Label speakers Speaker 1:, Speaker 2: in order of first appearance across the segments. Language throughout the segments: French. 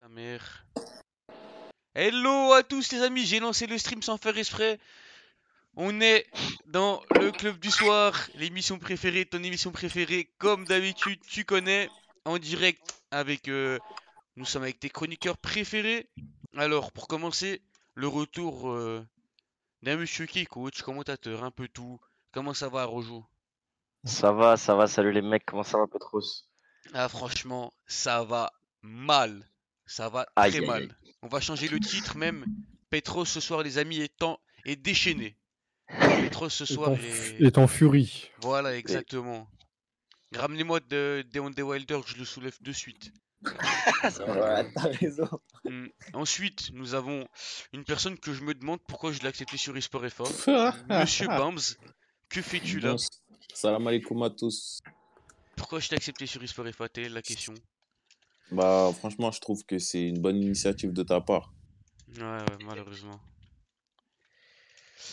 Speaker 1: Ta mère. Hello à tous les amis, j'ai lancé le stream sans faire exprès. On est dans le club du soir, l'émission préférée, ton émission préférée, comme d'habitude, tu connais, en direct avec. euh, nous sommes avec tes chroniqueurs préférés. Alors, pour commencer, le retour euh, d'un monsieur qui est coach, commentateur, un peu tout. Comment ça va, Rojo
Speaker 2: Ça va, ça va, salut les mecs, comment ça va Petros
Speaker 1: Ah, franchement, ça va mal. Ça va
Speaker 2: Aïe,
Speaker 1: très
Speaker 2: aïe,
Speaker 1: mal. On va changer le titre même. Petros ce soir, les amis, est, en- est déchaîné. Petros ce soir
Speaker 3: est, en,
Speaker 1: est.
Speaker 3: furie.
Speaker 1: Voilà, exactement. Ramenez-moi de Deon De Wilder, je le soulève de suite.
Speaker 4: Ouais, t'as raison.
Speaker 1: Hmm. Ensuite, nous avons une personne que je me demande pourquoi je l'ai accepté sur eSport FA. Monsieur Bams, que fais-tu là
Speaker 4: Bon, Salam alaikum à tous.
Speaker 1: Pourquoi je t'ai accepté sur eSport FA Telle est la question.
Speaker 4: Bah, franchement, je trouve que c'est une bonne initiative de ta part.
Speaker 1: Ouais, ouais, malheureusement.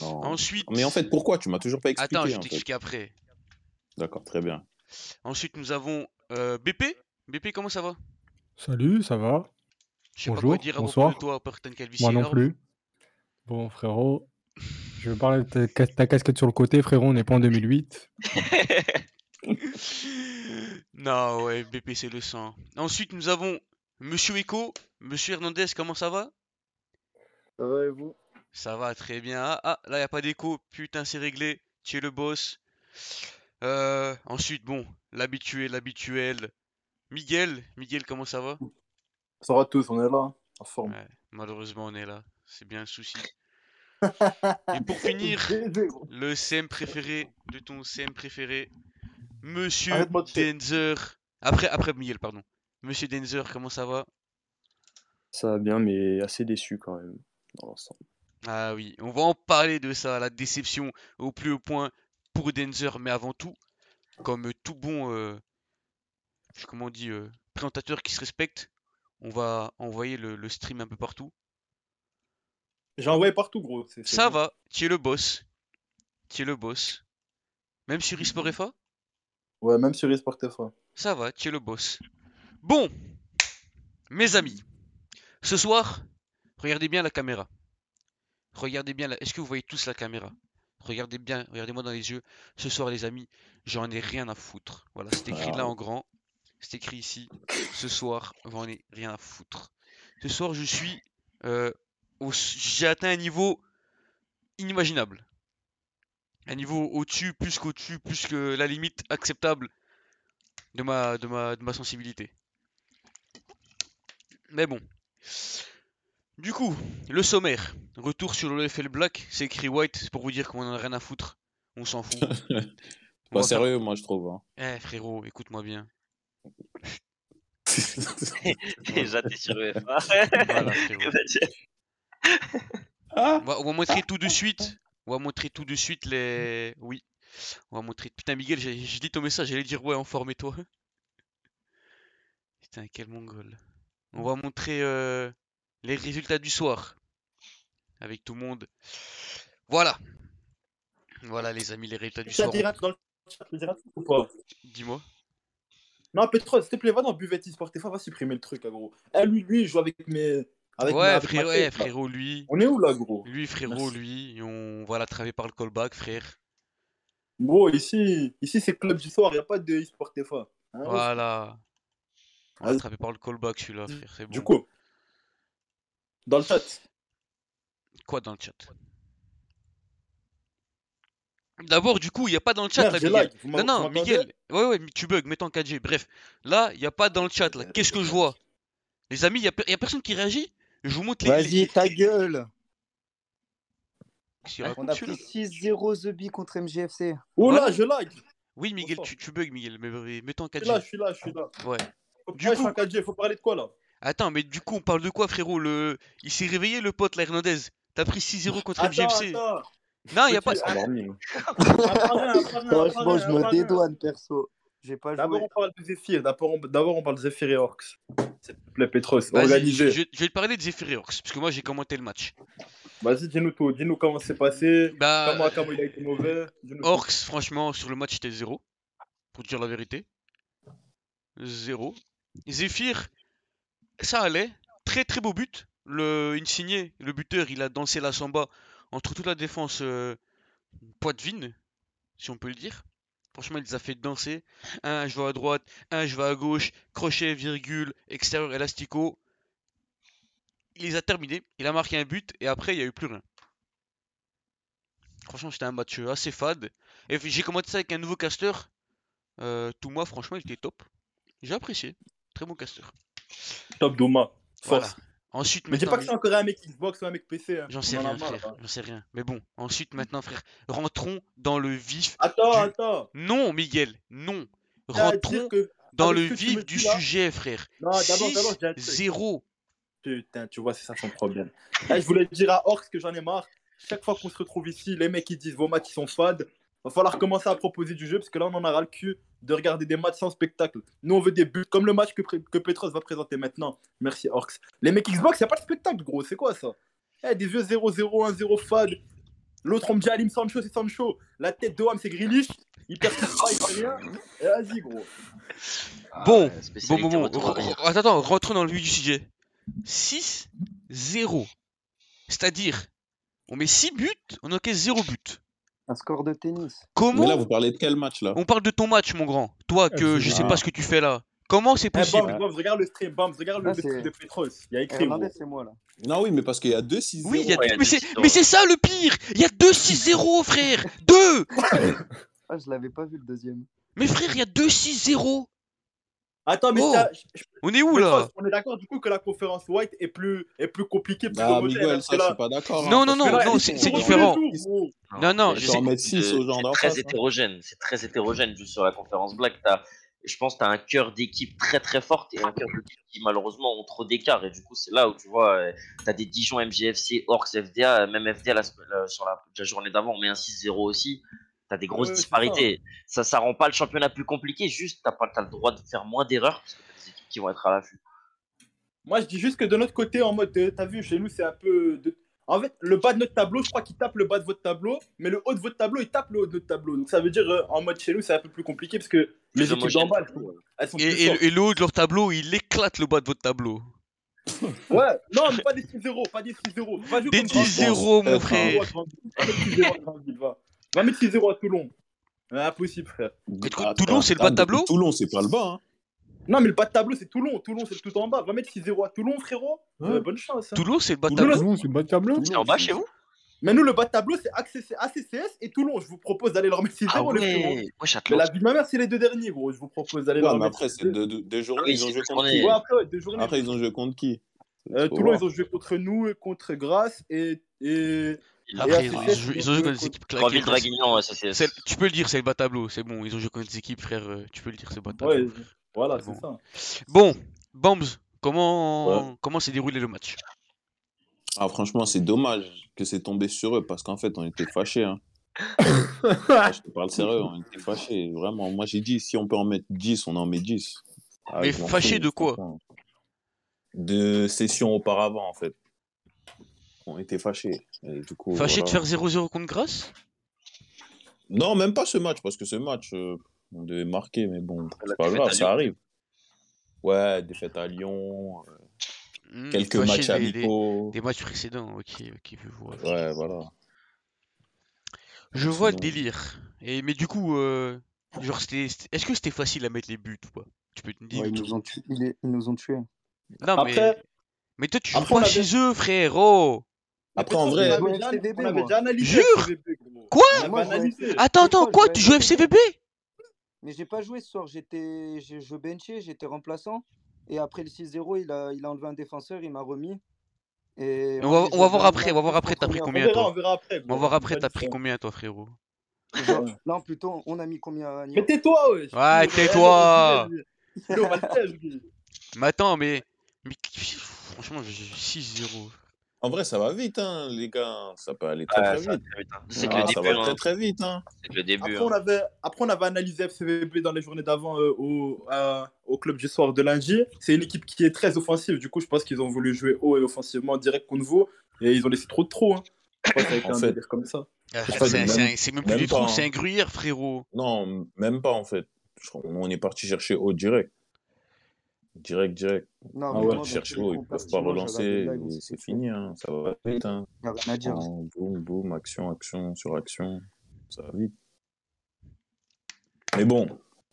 Speaker 4: Non.
Speaker 1: Ensuite.
Speaker 4: Oh. Mais en fait, pourquoi Tu m'as toujours pas expliqué.
Speaker 1: Attends, je
Speaker 4: en
Speaker 1: vais
Speaker 4: fait.
Speaker 1: t'expliquer après.
Speaker 4: D'accord, très bien.
Speaker 1: Ensuite, nous avons euh, BP. BP, comment ça va
Speaker 3: Salut, ça va
Speaker 1: Je sais pas quoi
Speaker 3: Bonjour,
Speaker 1: dire à propos
Speaker 3: bonsoir.
Speaker 1: de toi, à part que t'as une calvitie
Speaker 3: Moi non
Speaker 1: énorme.
Speaker 3: plus. Bon, frérot, je vais parler de ta, ca- ta casquette sur le côté, frérot, on n'est pas en 2008.
Speaker 1: non, ouais, BP, c'est le sang. Ensuite, nous avons Monsieur Echo. Monsieur Hernandez, comment ça va
Speaker 5: Ça va et vous
Speaker 1: Ça va très bien. Ah, ah, là, il a pas d'écho. Putain, c'est réglé. Tu es le boss. Euh, ensuite, bon, l'habituel, l'habituel. Miguel, Miguel, comment ça va
Speaker 5: Ça va tous, on est là, en forme.
Speaker 1: Ouais, malheureusement, on est là. C'est bien le souci. Et pour finir, le CM préféré de ton CM préféré, Monsieur
Speaker 5: Arrête-moi de chier.
Speaker 1: Denzer. Après, après Miguel, pardon. Monsieur Denzer, comment ça va
Speaker 5: Ça va bien, mais assez déçu quand même, dans l'ensemble.
Speaker 1: Ah oui, on va en parler de ça, la déception au plus haut point pour Denzer, mais avant tout, comme tout bon, euh, je- comment on dit, euh, présentateur qui se respecte, on va envoyer le, le stream un peu partout.
Speaker 5: J'ai envoyé partout, gros. c'est- c'est
Speaker 1: Ça
Speaker 5: bon.
Speaker 1: va, tu es le boss. Tu es le boss. Même sur eSport FA,
Speaker 5: Ouais, même sur eSport FA.
Speaker 1: ça va, tu es le boss. Bon, mes amis, ce soir, regardez bien la caméra. Regardez bien la... Est-ce que vous voyez tous la caméra Regardez bien, regardez-moi dans les yeux. Ce soir, les amis, j'en ai rien à foutre. Voilà, c'est écrit là en grand. C'est écrit ici. Ce soir, j'en ai rien à foutre. Ce soir, je suis... euh, au- J'ai atteint un niveau inimaginable. Un niveau au-dessus, plus qu'au-dessus, plus que la limite acceptable de ma, de ma, de ma sensibilité. Mais bon. Du coup, le sommaire. Retour sur le FL Black, c'est écrit white, c'est pour vous dire qu'on en a rien à foutre. On s'en fout. On
Speaker 4: Pas
Speaker 1: va faire-
Speaker 4: sérieux, moi, je trouve. hein.
Speaker 1: Eh frérot, écoute-moi bien.
Speaker 2: Déjà t'es sur UFA.
Speaker 1: Voilà, frérot.
Speaker 4: ah
Speaker 1: On va, on va montrer tout de suite. On va montrer tout de suite les. Oui. On va montrer. Putain, Miguel, j'ai j'ai lu ton message, j'allais dire ouais, informez-toi. Putain, quel mongol. On va montrer euh, les résultats du soir. Avec tout le monde. Voilà. Voilà, les amis, les résultats du
Speaker 5: Ça
Speaker 1: soir.
Speaker 5: dira dans le chat, le dira ou pas
Speaker 1: Dis-moi.
Speaker 5: Non, Petro, s'il te plaît, va dans Buvette eSport FA, va supprimer le truc, là, gros. Eh, lui, lui, il joue avec mes. Avec ma-
Speaker 1: Ouais,
Speaker 5: avec ma
Speaker 1: frérot,
Speaker 5: tête,
Speaker 1: ouais,
Speaker 5: là.
Speaker 1: frérot, lui.
Speaker 5: On est où, là, gros
Speaker 1: Lui, frérot,
Speaker 5: Merci.
Speaker 1: lui. On va l'attraper par le callback, frère.
Speaker 5: Gros, ici, ici c'est club du soir, il n'y a pas de eSport FA. Hein, ouais.
Speaker 1: Voilà. On va
Speaker 5: Vas-y.
Speaker 1: l'attraper par le callback, celui-là, frère. C'est
Speaker 5: Du
Speaker 1: bon.
Speaker 5: coup, dans le chat.
Speaker 1: Quoi dans le chat D'abord, du coup, il n'y a pas dans le chat
Speaker 5: Merde,
Speaker 1: là,
Speaker 5: j'ai
Speaker 1: Miguel.
Speaker 5: lag, vous
Speaker 1: Non,
Speaker 5: m'en-
Speaker 1: non,
Speaker 5: vous m'entendez
Speaker 1: Miguel. Ouais, ouais, mais tu bug, mets en 4G. Bref, là, il n'y a pas dans le chat là. Qu'est-ce que je vois Les amis, il n'y a, pe- y a personne qui réagit Je vous montre les.
Speaker 6: Vas-y, ta gueule
Speaker 1: Qu'est-ce qu'il raconte,
Speaker 6: Ah, On a pris
Speaker 1: celui-là
Speaker 6: 6-0 The B contre MGFC.
Speaker 5: Oh là,
Speaker 1: Ouais.
Speaker 5: je lag.
Speaker 1: Oui, Miguel,
Speaker 5: Bonsoir.
Speaker 1: tu, tu bug, Miguel, mais- mais mets en
Speaker 5: Je suis là,
Speaker 1: 4G.
Speaker 5: je suis là, je suis là.
Speaker 1: Ouais.
Speaker 5: Faut
Speaker 1: Du
Speaker 5: pas, je suis
Speaker 1: coup-
Speaker 5: en 4G, faut parler de quoi là
Speaker 1: Attends, mais du coup, on parle de quoi, frérot le... Il s'est réveillé, le pote, la Hernandez. T'as pris 6-0 contre MGFC.
Speaker 5: Attends,
Speaker 1: Non, il n'y Ah, a pas.
Speaker 5: Petit,
Speaker 6: Franchement,
Speaker 1: Ah,
Speaker 5: Franchement,
Speaker 6: je me dédouane, perso. J'ai pas
Speaker 5: D'abord,
Speaker 6: joué.
Speaker 5: on parle de Zephyr. D'abord, on, d'abord, on parle de Zephyr et Orcs. S'il te plaît, Petros,
Speaker 1: Vas-y,
Speaker 5: organisé.
Speaker 1: je, je vais te parler de Zephyr Orcs, parce que moi, j'ai commenté le match.
Speaker 5: Vas-y, dis-nous tout. Dis-nous comment c'est passé.
Speaker 1: Bah.
Speaker 5: Comment, comment il a été mauvais. dis-nous tout.
Speaker 1: Orcs, franchement, sur le match, c'était zéro. Pour te dire la vérité. Zéro. Zephyr, ça allait. très très beau but. Le Insigné, le buteur, il a dansé la samba entre toute la défense euh, Poitvine, si on peut le dire. Franchement, il les a fait danser. Un, je vais à droite, un, je vais à gauche, crochet, virgule, extérieur, élastico. Il les a terminés, il a marqué un but et après, il n'y a eu plus rien. Franchement, c'était un match euh, assez fade. Et puis, j'ai commencé ça avec un nouveau caster. Euh, Touma, franchement, il était top. J'ai apprécié. Très bon caster.
Speaker 5: Top Douma.
Speaker 1: Voilà.
Speaker 5: Force.
Speaker 1: Ensuite,
Speaker 5: Mais dis pas
Speaker 1: maintenant,
Speaker 5: que c'est encore un mec Xbox ou un mec PC. hein.
Speaker 1: J'en sais
Speaker 5: On en a
Speaker 1: rien,
Speaker 5: marre,
Speaker 1: frère.
Speaker 5: là.
Speaker 1: J'en sais rien. Mais bon, ensuite, maintenant, frère, rentrons dans le vif.
Speaker 5: Attends,
Speaker 1: Du-
Speaker 5: attends.
Speaker 1: Non, Miguel, non.
Speaker 5: T'as à dire
Speaker 1: Rentrons
Speaker 5: que-
Speaker 1: dans le
Speaker 5: avec ce que tu me
Speaker 1: vif du
Speaker 5: dis, là-
Speaker 1: sujet, frère.
Speaker 5: Non, d'abord, d'abord, je dis un truc.
Speaker 1: 6-0.
Speaker 5: Putain, tu vois, c'est ça son problème. Eh, je voulais dire à Orx que j'en ai marre. Chaque fois qu'on se retrouve ici, les mecs ils disent vos matchs ils sont fades. Va falloir commencer à proposer du jeu parce que là on en a ras le cul de regarder des matchs sans spectacle. Nous on veut des buts comme le match que, pré- que Petros va présenter maintenant. Merci Orx. Les mecs Xbox, c'est pas de spectacle gros, c'est quoi ça Eh, Des vieux 0-0, 1-0 fade. L'autre on me dit Alim Sancho, c'est Sancho. La tête de Ham, c'est Grealish. Il perd pas, il fait rien. Eh, Vas-y gros.
Speaker 1: Bon,
Speaker 2: Ah ouais,
Speaker 1: Bon,
Speaker 2: spécialité
Speaker 1: bon, bon.
Speaker 2: retour
Speaker 1: re-
Speaker 2: à rire.
Speaker 1: re- Attends, attends, rentrons dans le vif du sujet. 6-0. C'est-à-dire, on met 6 buts, on encaisse 0 but.
Speaker 6: Un score de
Speaker 4: Mais
Speaker 6: tennis. Eh,
Speaker 4: là,
Speaker 1: Comment
Speaker 4: vous parlez de quel match là
Speaker 1: On parle de ton match, mon grand. Toi, que je sais
Speaker 4: Ah.
Speaker 1: pas ce que tu fais là. Comment c'est
Speaker 5: Eh,
Speaker 1: possible
Speaker 5: Bams, Bams, regarde le stream. Bams, regarde le
Speaker 6: Ah,
Speaker 5: le
Speaker 6: c'est-
Speaker 5: stream de Petros. Il y a écrit gros.
Speaker 6: Hernandez, c'est moi là.
Speaker 4: Non, oui, mais parce qu'il y a 2 6
Speaker 1: Oui, il y a-
Speaker 2: ouais, il y a
Speaker 1: mais
Speaker 2: deux
Speaker 1: c'est
Speaker 2: six
Speaker 1: mais c'est ça le pire. Il y a 2-6-0, frère. 2
Speaker 6: Ah, je l'avais pas vu le deuxième.
Speaker 1: Mais frère, il y a 2-6-0.
Speaker 5: Attends, mais
Speaker 1: Oh.
Speaker 5: t'as- je- je-
Speaker 1: On est où
Speaker 5: Mais
Speaker 1: là
Speaker 5: Frost, On est d'accord du coup que la conférence White est plus, est plus compliquée, plus
Speaker 4: Ah,
Speaker 5: homogène, hein,
Speaker 4: Miguel,
Speaker 5: parce
Speaker 4: ça,
Speaker 5: que
Speaker 4: je
Speaker 5: là-
Speaker 4: suis pas d'accord. hein,
Speaker 1: Non, non,
Speaker 4: parce
Speaker 1: non,
Speaker 4: que là,
Speaker 1: non,
Speaker 4: ils
Speaker 1: c'est-
Speaker 4: sont-
Speaker 1: c'est
Speaker 5: Tous les
Speaker 1: différent.
Speaker 5: jours, gros.
Speaker 1: Non, non,
Speaker 2: mais
Speaker 1: je
Speaker 4: Ils sont en
Speaker 1: sais-
Speaker 4: mettre 6 aux gens
Speaker 2: C'est
Speaker 4: d'en
Speaker 2: très
Speaker 4: face.
Speaker 2: hétérogène. C'est très hétérogène juste sur la conférence Black. T'as- je pense que tu as un cœur d'équipe très très forte et un cœur d'équipe qui malheureusement ont trop d'écart. Et du coup, c'est là où tu vois, tu as des Dijon, MGFC, Orcs, FDA, euh, même FDA la, sem- la- sur la, la journée d'avant, on met un 6-0 aussi. Tu as des grosses
Speaker 5: Ouais, c'est
Speaker 2: disparités. Ça. ça rend pas le championnat plus compliqué, juste tu as, le droit de faire moins d'erreurs parce que tu des équipes qui vont être à l'affût.
Speaker 5: Moi, je dis juste que de notre côté, en mode, euh, t'as vu, chez nous, c'est un peu. de- En fait, le bas de notre tableau, je crois qu'il tape le bas de votre tableau, mais le haut de votre tableau, il tape le haut de notre tableau. Donc ça veut dire, euh, en mode chez nous, c'est un peu plus compliqué parce que les équipes
Speaker 2: homogène.
Speaker 5: d'en bas, elles sont- elles sont
Speaker 1: Et,
Speaker 5: plus
Speaker 1: et-
Speaker 5: fortes.
Speaker 1: et le haut de leur tableau, il éclate le bas de votre tableau.
Speaker 5: Ouais, non, mais pas des 6-0, pas des 6-0. Va jouer
Speaker 1: Des
Speaker 5: contre
Speaker 1: 10-0, mon
Speaker 4: Attends.
Speaker 1: frère.
Speaker 5: Grenoble. Va mettre 6-0 à Grenoble, va. Va mettre 6-0 à Toulon. Ah, Impossible, frère.
Speaker 1: Mais du coup,
Speaker 4: Bah, Attends,
Speaker 1: Toulon, c'est le bas de
Speaker 4: attends,
Speaker 1: tableau
Speaker 4: Toulon, c'est pas le bas. Hein.
Speaker 5: Non, mais le bas de tableau, c'est Toulon. Toulon, c'est tout en bas. Va mettre 6-0 à Toulon, frérot. Euh,
Speaker 3: Ouais.
Speaker 5: bonne chance. hein.
Speaker 1: Toulon, c'est le bas de
Speaker 5: Toulon,
Speaker 1: tableau.
Speaker 3: Toulon, c'est une bonne tableau.
Speaker 2: C'est en bas chez vous
Speaker 5: Mais nous, le bas de tableau, c'est ACC ACCS et Toulon. Je vous propose d'aller leur mettre 6-0,
Speaker 2: Ah
Speaker 5: les frérots.
Speaker 2: ouais, ouais,
Speaker 5: Mais
Speaker 2: Châtelain.
Speaker 5: la vie de ma mère, c'est les deux derniers, gros. Je vous propose d'aller
Speaker 4: Ouais,
Speaker 5: leur
Speaker 4: mais
Speaker 5: mettre.
Speaker 4: après, c'est deux, deux,
Speaker 1: Ah
Speaker 4: deux journées.
Speaker 2: Oui,
Speaker 4: ils ont
Speaker 2: c'est
Speaker 4: joué
Speaker 2: deux
Speaker 4: contre
Speaker 2: journées.
Speaker 4: qui
Speaker 5: Ouais, après, ouais, deux journées.
Speaker 4: Après, ils ont joué contre qui
Speaker 5: Euh,
Speaker 4: Faut
Speaker 5: Toulon,
Speaker 4: voir.
Speaker 5: ils ont joué contre nous, et contre Grasse et. et...
Speaker 2: Ah,
Speaker 1: Après,
Speaker 5: Et
Speaker 1: ils ont
Speaker 5: ACCS,
Speaker 1: joué ils ont joué contre des équipes claquées.
Speaker 2: Granville
Speaker 1: frère.
Speaker 2: Draguignan, ça c'est.
Speaker 1: C'est- Tu peux le dire, c'est le bas de tableau. C'est bon, ils ont joué contre des équipes, frère. euh, Tu peux le dire, c'est le bas de
Speaker 5: Ouais,
Speaker 1: tableau.
Speaker 5: voilà,
Speaker 1: Bon.
Speaker 5: c'est ça.
Speaker 1: Bon, Bams, comment comment s'est déroulé le match
Speaker 4: Ah, franchement, c'est dommage que c'est tombé sur eux parce qu'en fait, on était fâchés. hein. Ah, je te parle sérieux, on était fâchés. Vraiment, moi j'ai dit, si on peut en mettre 10, on en met 10. Ah,
Speaker 1: Mais
Speaker 4: je m'en
Speaker 1: fâchés
Speaker 4: fous,
Speaker 1: de quoi
Speaker 4: franchement. De sessions auparavant, en fait. On était fâchés. Et du
Speaker 2: Oh,
Speaker 4: coup,
Speaker 1: Fâché de
Speaker 4: voilà.
Speaker 1: faire 0-0 contre Grasse
Speaker 4: Non, même pas ce match, parce que ce match, euh, on devait marquer, mais bon,
Speaker 2: La
Speaker 4: c'est pas
Speaker 2: défaite à
Speaker 4: grave, ça
Speaker 2: Lyon.
Speaker 4: arrive. Ouais, défaite à Lyon, euh,
Speaker 1: Hmm,
Speaker 4: quelques
Speaker 1: fâché
Speaker 4: matchs
Speaker 1: des- des-
Speaker 4: amicaux.
Speaker 1: Des matchs précédents, ok, ok, je vois.
Speaker 4: Ouais, voilà.
Speaker 1: Je vois le
Speaker 4: Sinon-
Speaker 1: délire. Et mais du coup, euh, genre c'était, c'était- est-ce que c'était facile à mettre les buts ou pas? Tu peux te dire.
Speaker 6: Ouais, ils, nous ont tués. Ils les- ils nous ont tués.
Speaker 1: Non mais,
Speaker 5: Après-
Speaker 1: mais toi tu joues
Speaker 5: après, on
Speaker 1: pas
Speaker 5: avait-
Speaker 1: chez eux, frère. Oh.
Speaker 4: Après, en vrai,
Speaker 5: on
Speaker 6: Ouais,
Speaker 5: avait déjà,
Speaker 6: FCVB,
Speaker 5: on avait
Speaker 6: moi.
Speaker 5: déjà analysé.
Speaker 1: Jure
Speaker 5: FCVB, gros.
Speaker 1: Quoi Ah,
Speaker 5: On avait
Speaker 6: Moi, je vois
Speaker 5: analysé.
Speaker 1: Attends,
Speaker 6: Pourquoi
Speaker 1: attends,
Speaker 6: je
Speaker 1: quoi?
Speaker 6: vais
Speaker 1: Tu joues
Speaker 6: être-
Speaker 1: FCVB?
Speaker 6: Mais j'ai pas joué ce soir. J'étais, j'ai- je benchais, j'étais remplaçant. Et après le 6-0, il a, il a enlevé un défenseur, il m'a remis. Et
Speaker 1: On
Speaker 6: moi,
Speaker 1: va,
Speaker 6: j'ai
Speaker 1: on va
Speaker 6: joué
Speaker 1: voir
Speaker 6: un
Speaker 1: après, on va voir
Speaker 6: match
Speaker 1: après, t'as
Speaker 6: contre
Speaker 1: pris
Speaker 6: Amiens.
Speaker 5: On
Speaker 1: combien
Speaker 5: verra, on
Speaker 1: toi?
Speaker 5: verra après.
Speaker 1: On va
Speaker 5: gros.
Speaker 1: voir après, t'as pris
Speaker 5: Ouais.
Speaker 1: combien toi, frérot?
Speaker 6: Non, plutôt, on a mis combien à Nîmes
Speaker 5: Mais tais-toi, wesh
Speaker 1: Ouais, tais-toi.
Speaker 5: Lui, on va le faire, je dis.
Speaker 1: Mais attends, mais, mais franchement, je- je- 6-0.
Speaker 4: en vrai, ça va vite, hein, les gars. Ça peut aller très,
Speaker 2: Ah,
Speaker 4: très
Speaker 2: ça va
Speaker 4: vite.
Speaker 2: très vite, hein. C'est que
Speaker 4: Ah,
Speaker 2: le
Speaker 4: ça
Speaker 2: début.
Speaker 4: va
Speaker 2: hein.
Speaker 4: très, très vite. Hein.
Speaker 2: C'est que le début.
Speaker 5: Après,
Speaker 2: hein.
Speaker 5: on avait, après, on avait analysé FCVB dans les journées d'avant euh, au, à- au club du soir de lundi. C'est une équipe qui est très offensive. Du coup, je pense qu'ils ont voulu jouer haut et offensivement direct contre vous. Et ils ont laissé trop de trop. Hein. Je pense que ça a été
Speaker 4: En
Speaker 5: un
Speaker 4: fait-
Speaker 5: délire comme ça.
Speaker 1: Ah,
Speaker 4: fait,
Speaker 1: frère, C'est
Speaker 4: même-
Speaker 1: c'est un- c'est même plus
Speaker 4: même
Speaker 1: du
Speaker 4: pas,
Speaker 1: trou,
Speaker 4: hein.
Speaker 1: c'est un gruyère, frérot.
Speaker 4: Non, même pas, en fait. Je crois- On est parti chercher haut direct. Direct, direct.
Speaker 6: Non,
Speaker 4: Ah
Speaker 6: mais
Speaker 4: ouais,
Speaker 6: moi,
Speaker 4: cherche
Speaker 6: dans
Speaker 4: l'eau,
Speaker 6: tous
Speaker 4: ils
Speaker 6: les groupes,
Speaker 4: peuvent pas
Speaker 6: pertinents, j'avais
Speaker 4: relancer,
Speaker 6: des blagues,
Speaker 4: et
Speaker 6: on
Speaker 4: c'est
Speaker 6: s'est
Speaker 4: fini, hein, ça va vite. Hein.
Speaker 6: fait- rien à dire.
Speaker 4: En boum, boum, action, action, sur action, ça va vite. Mais bon,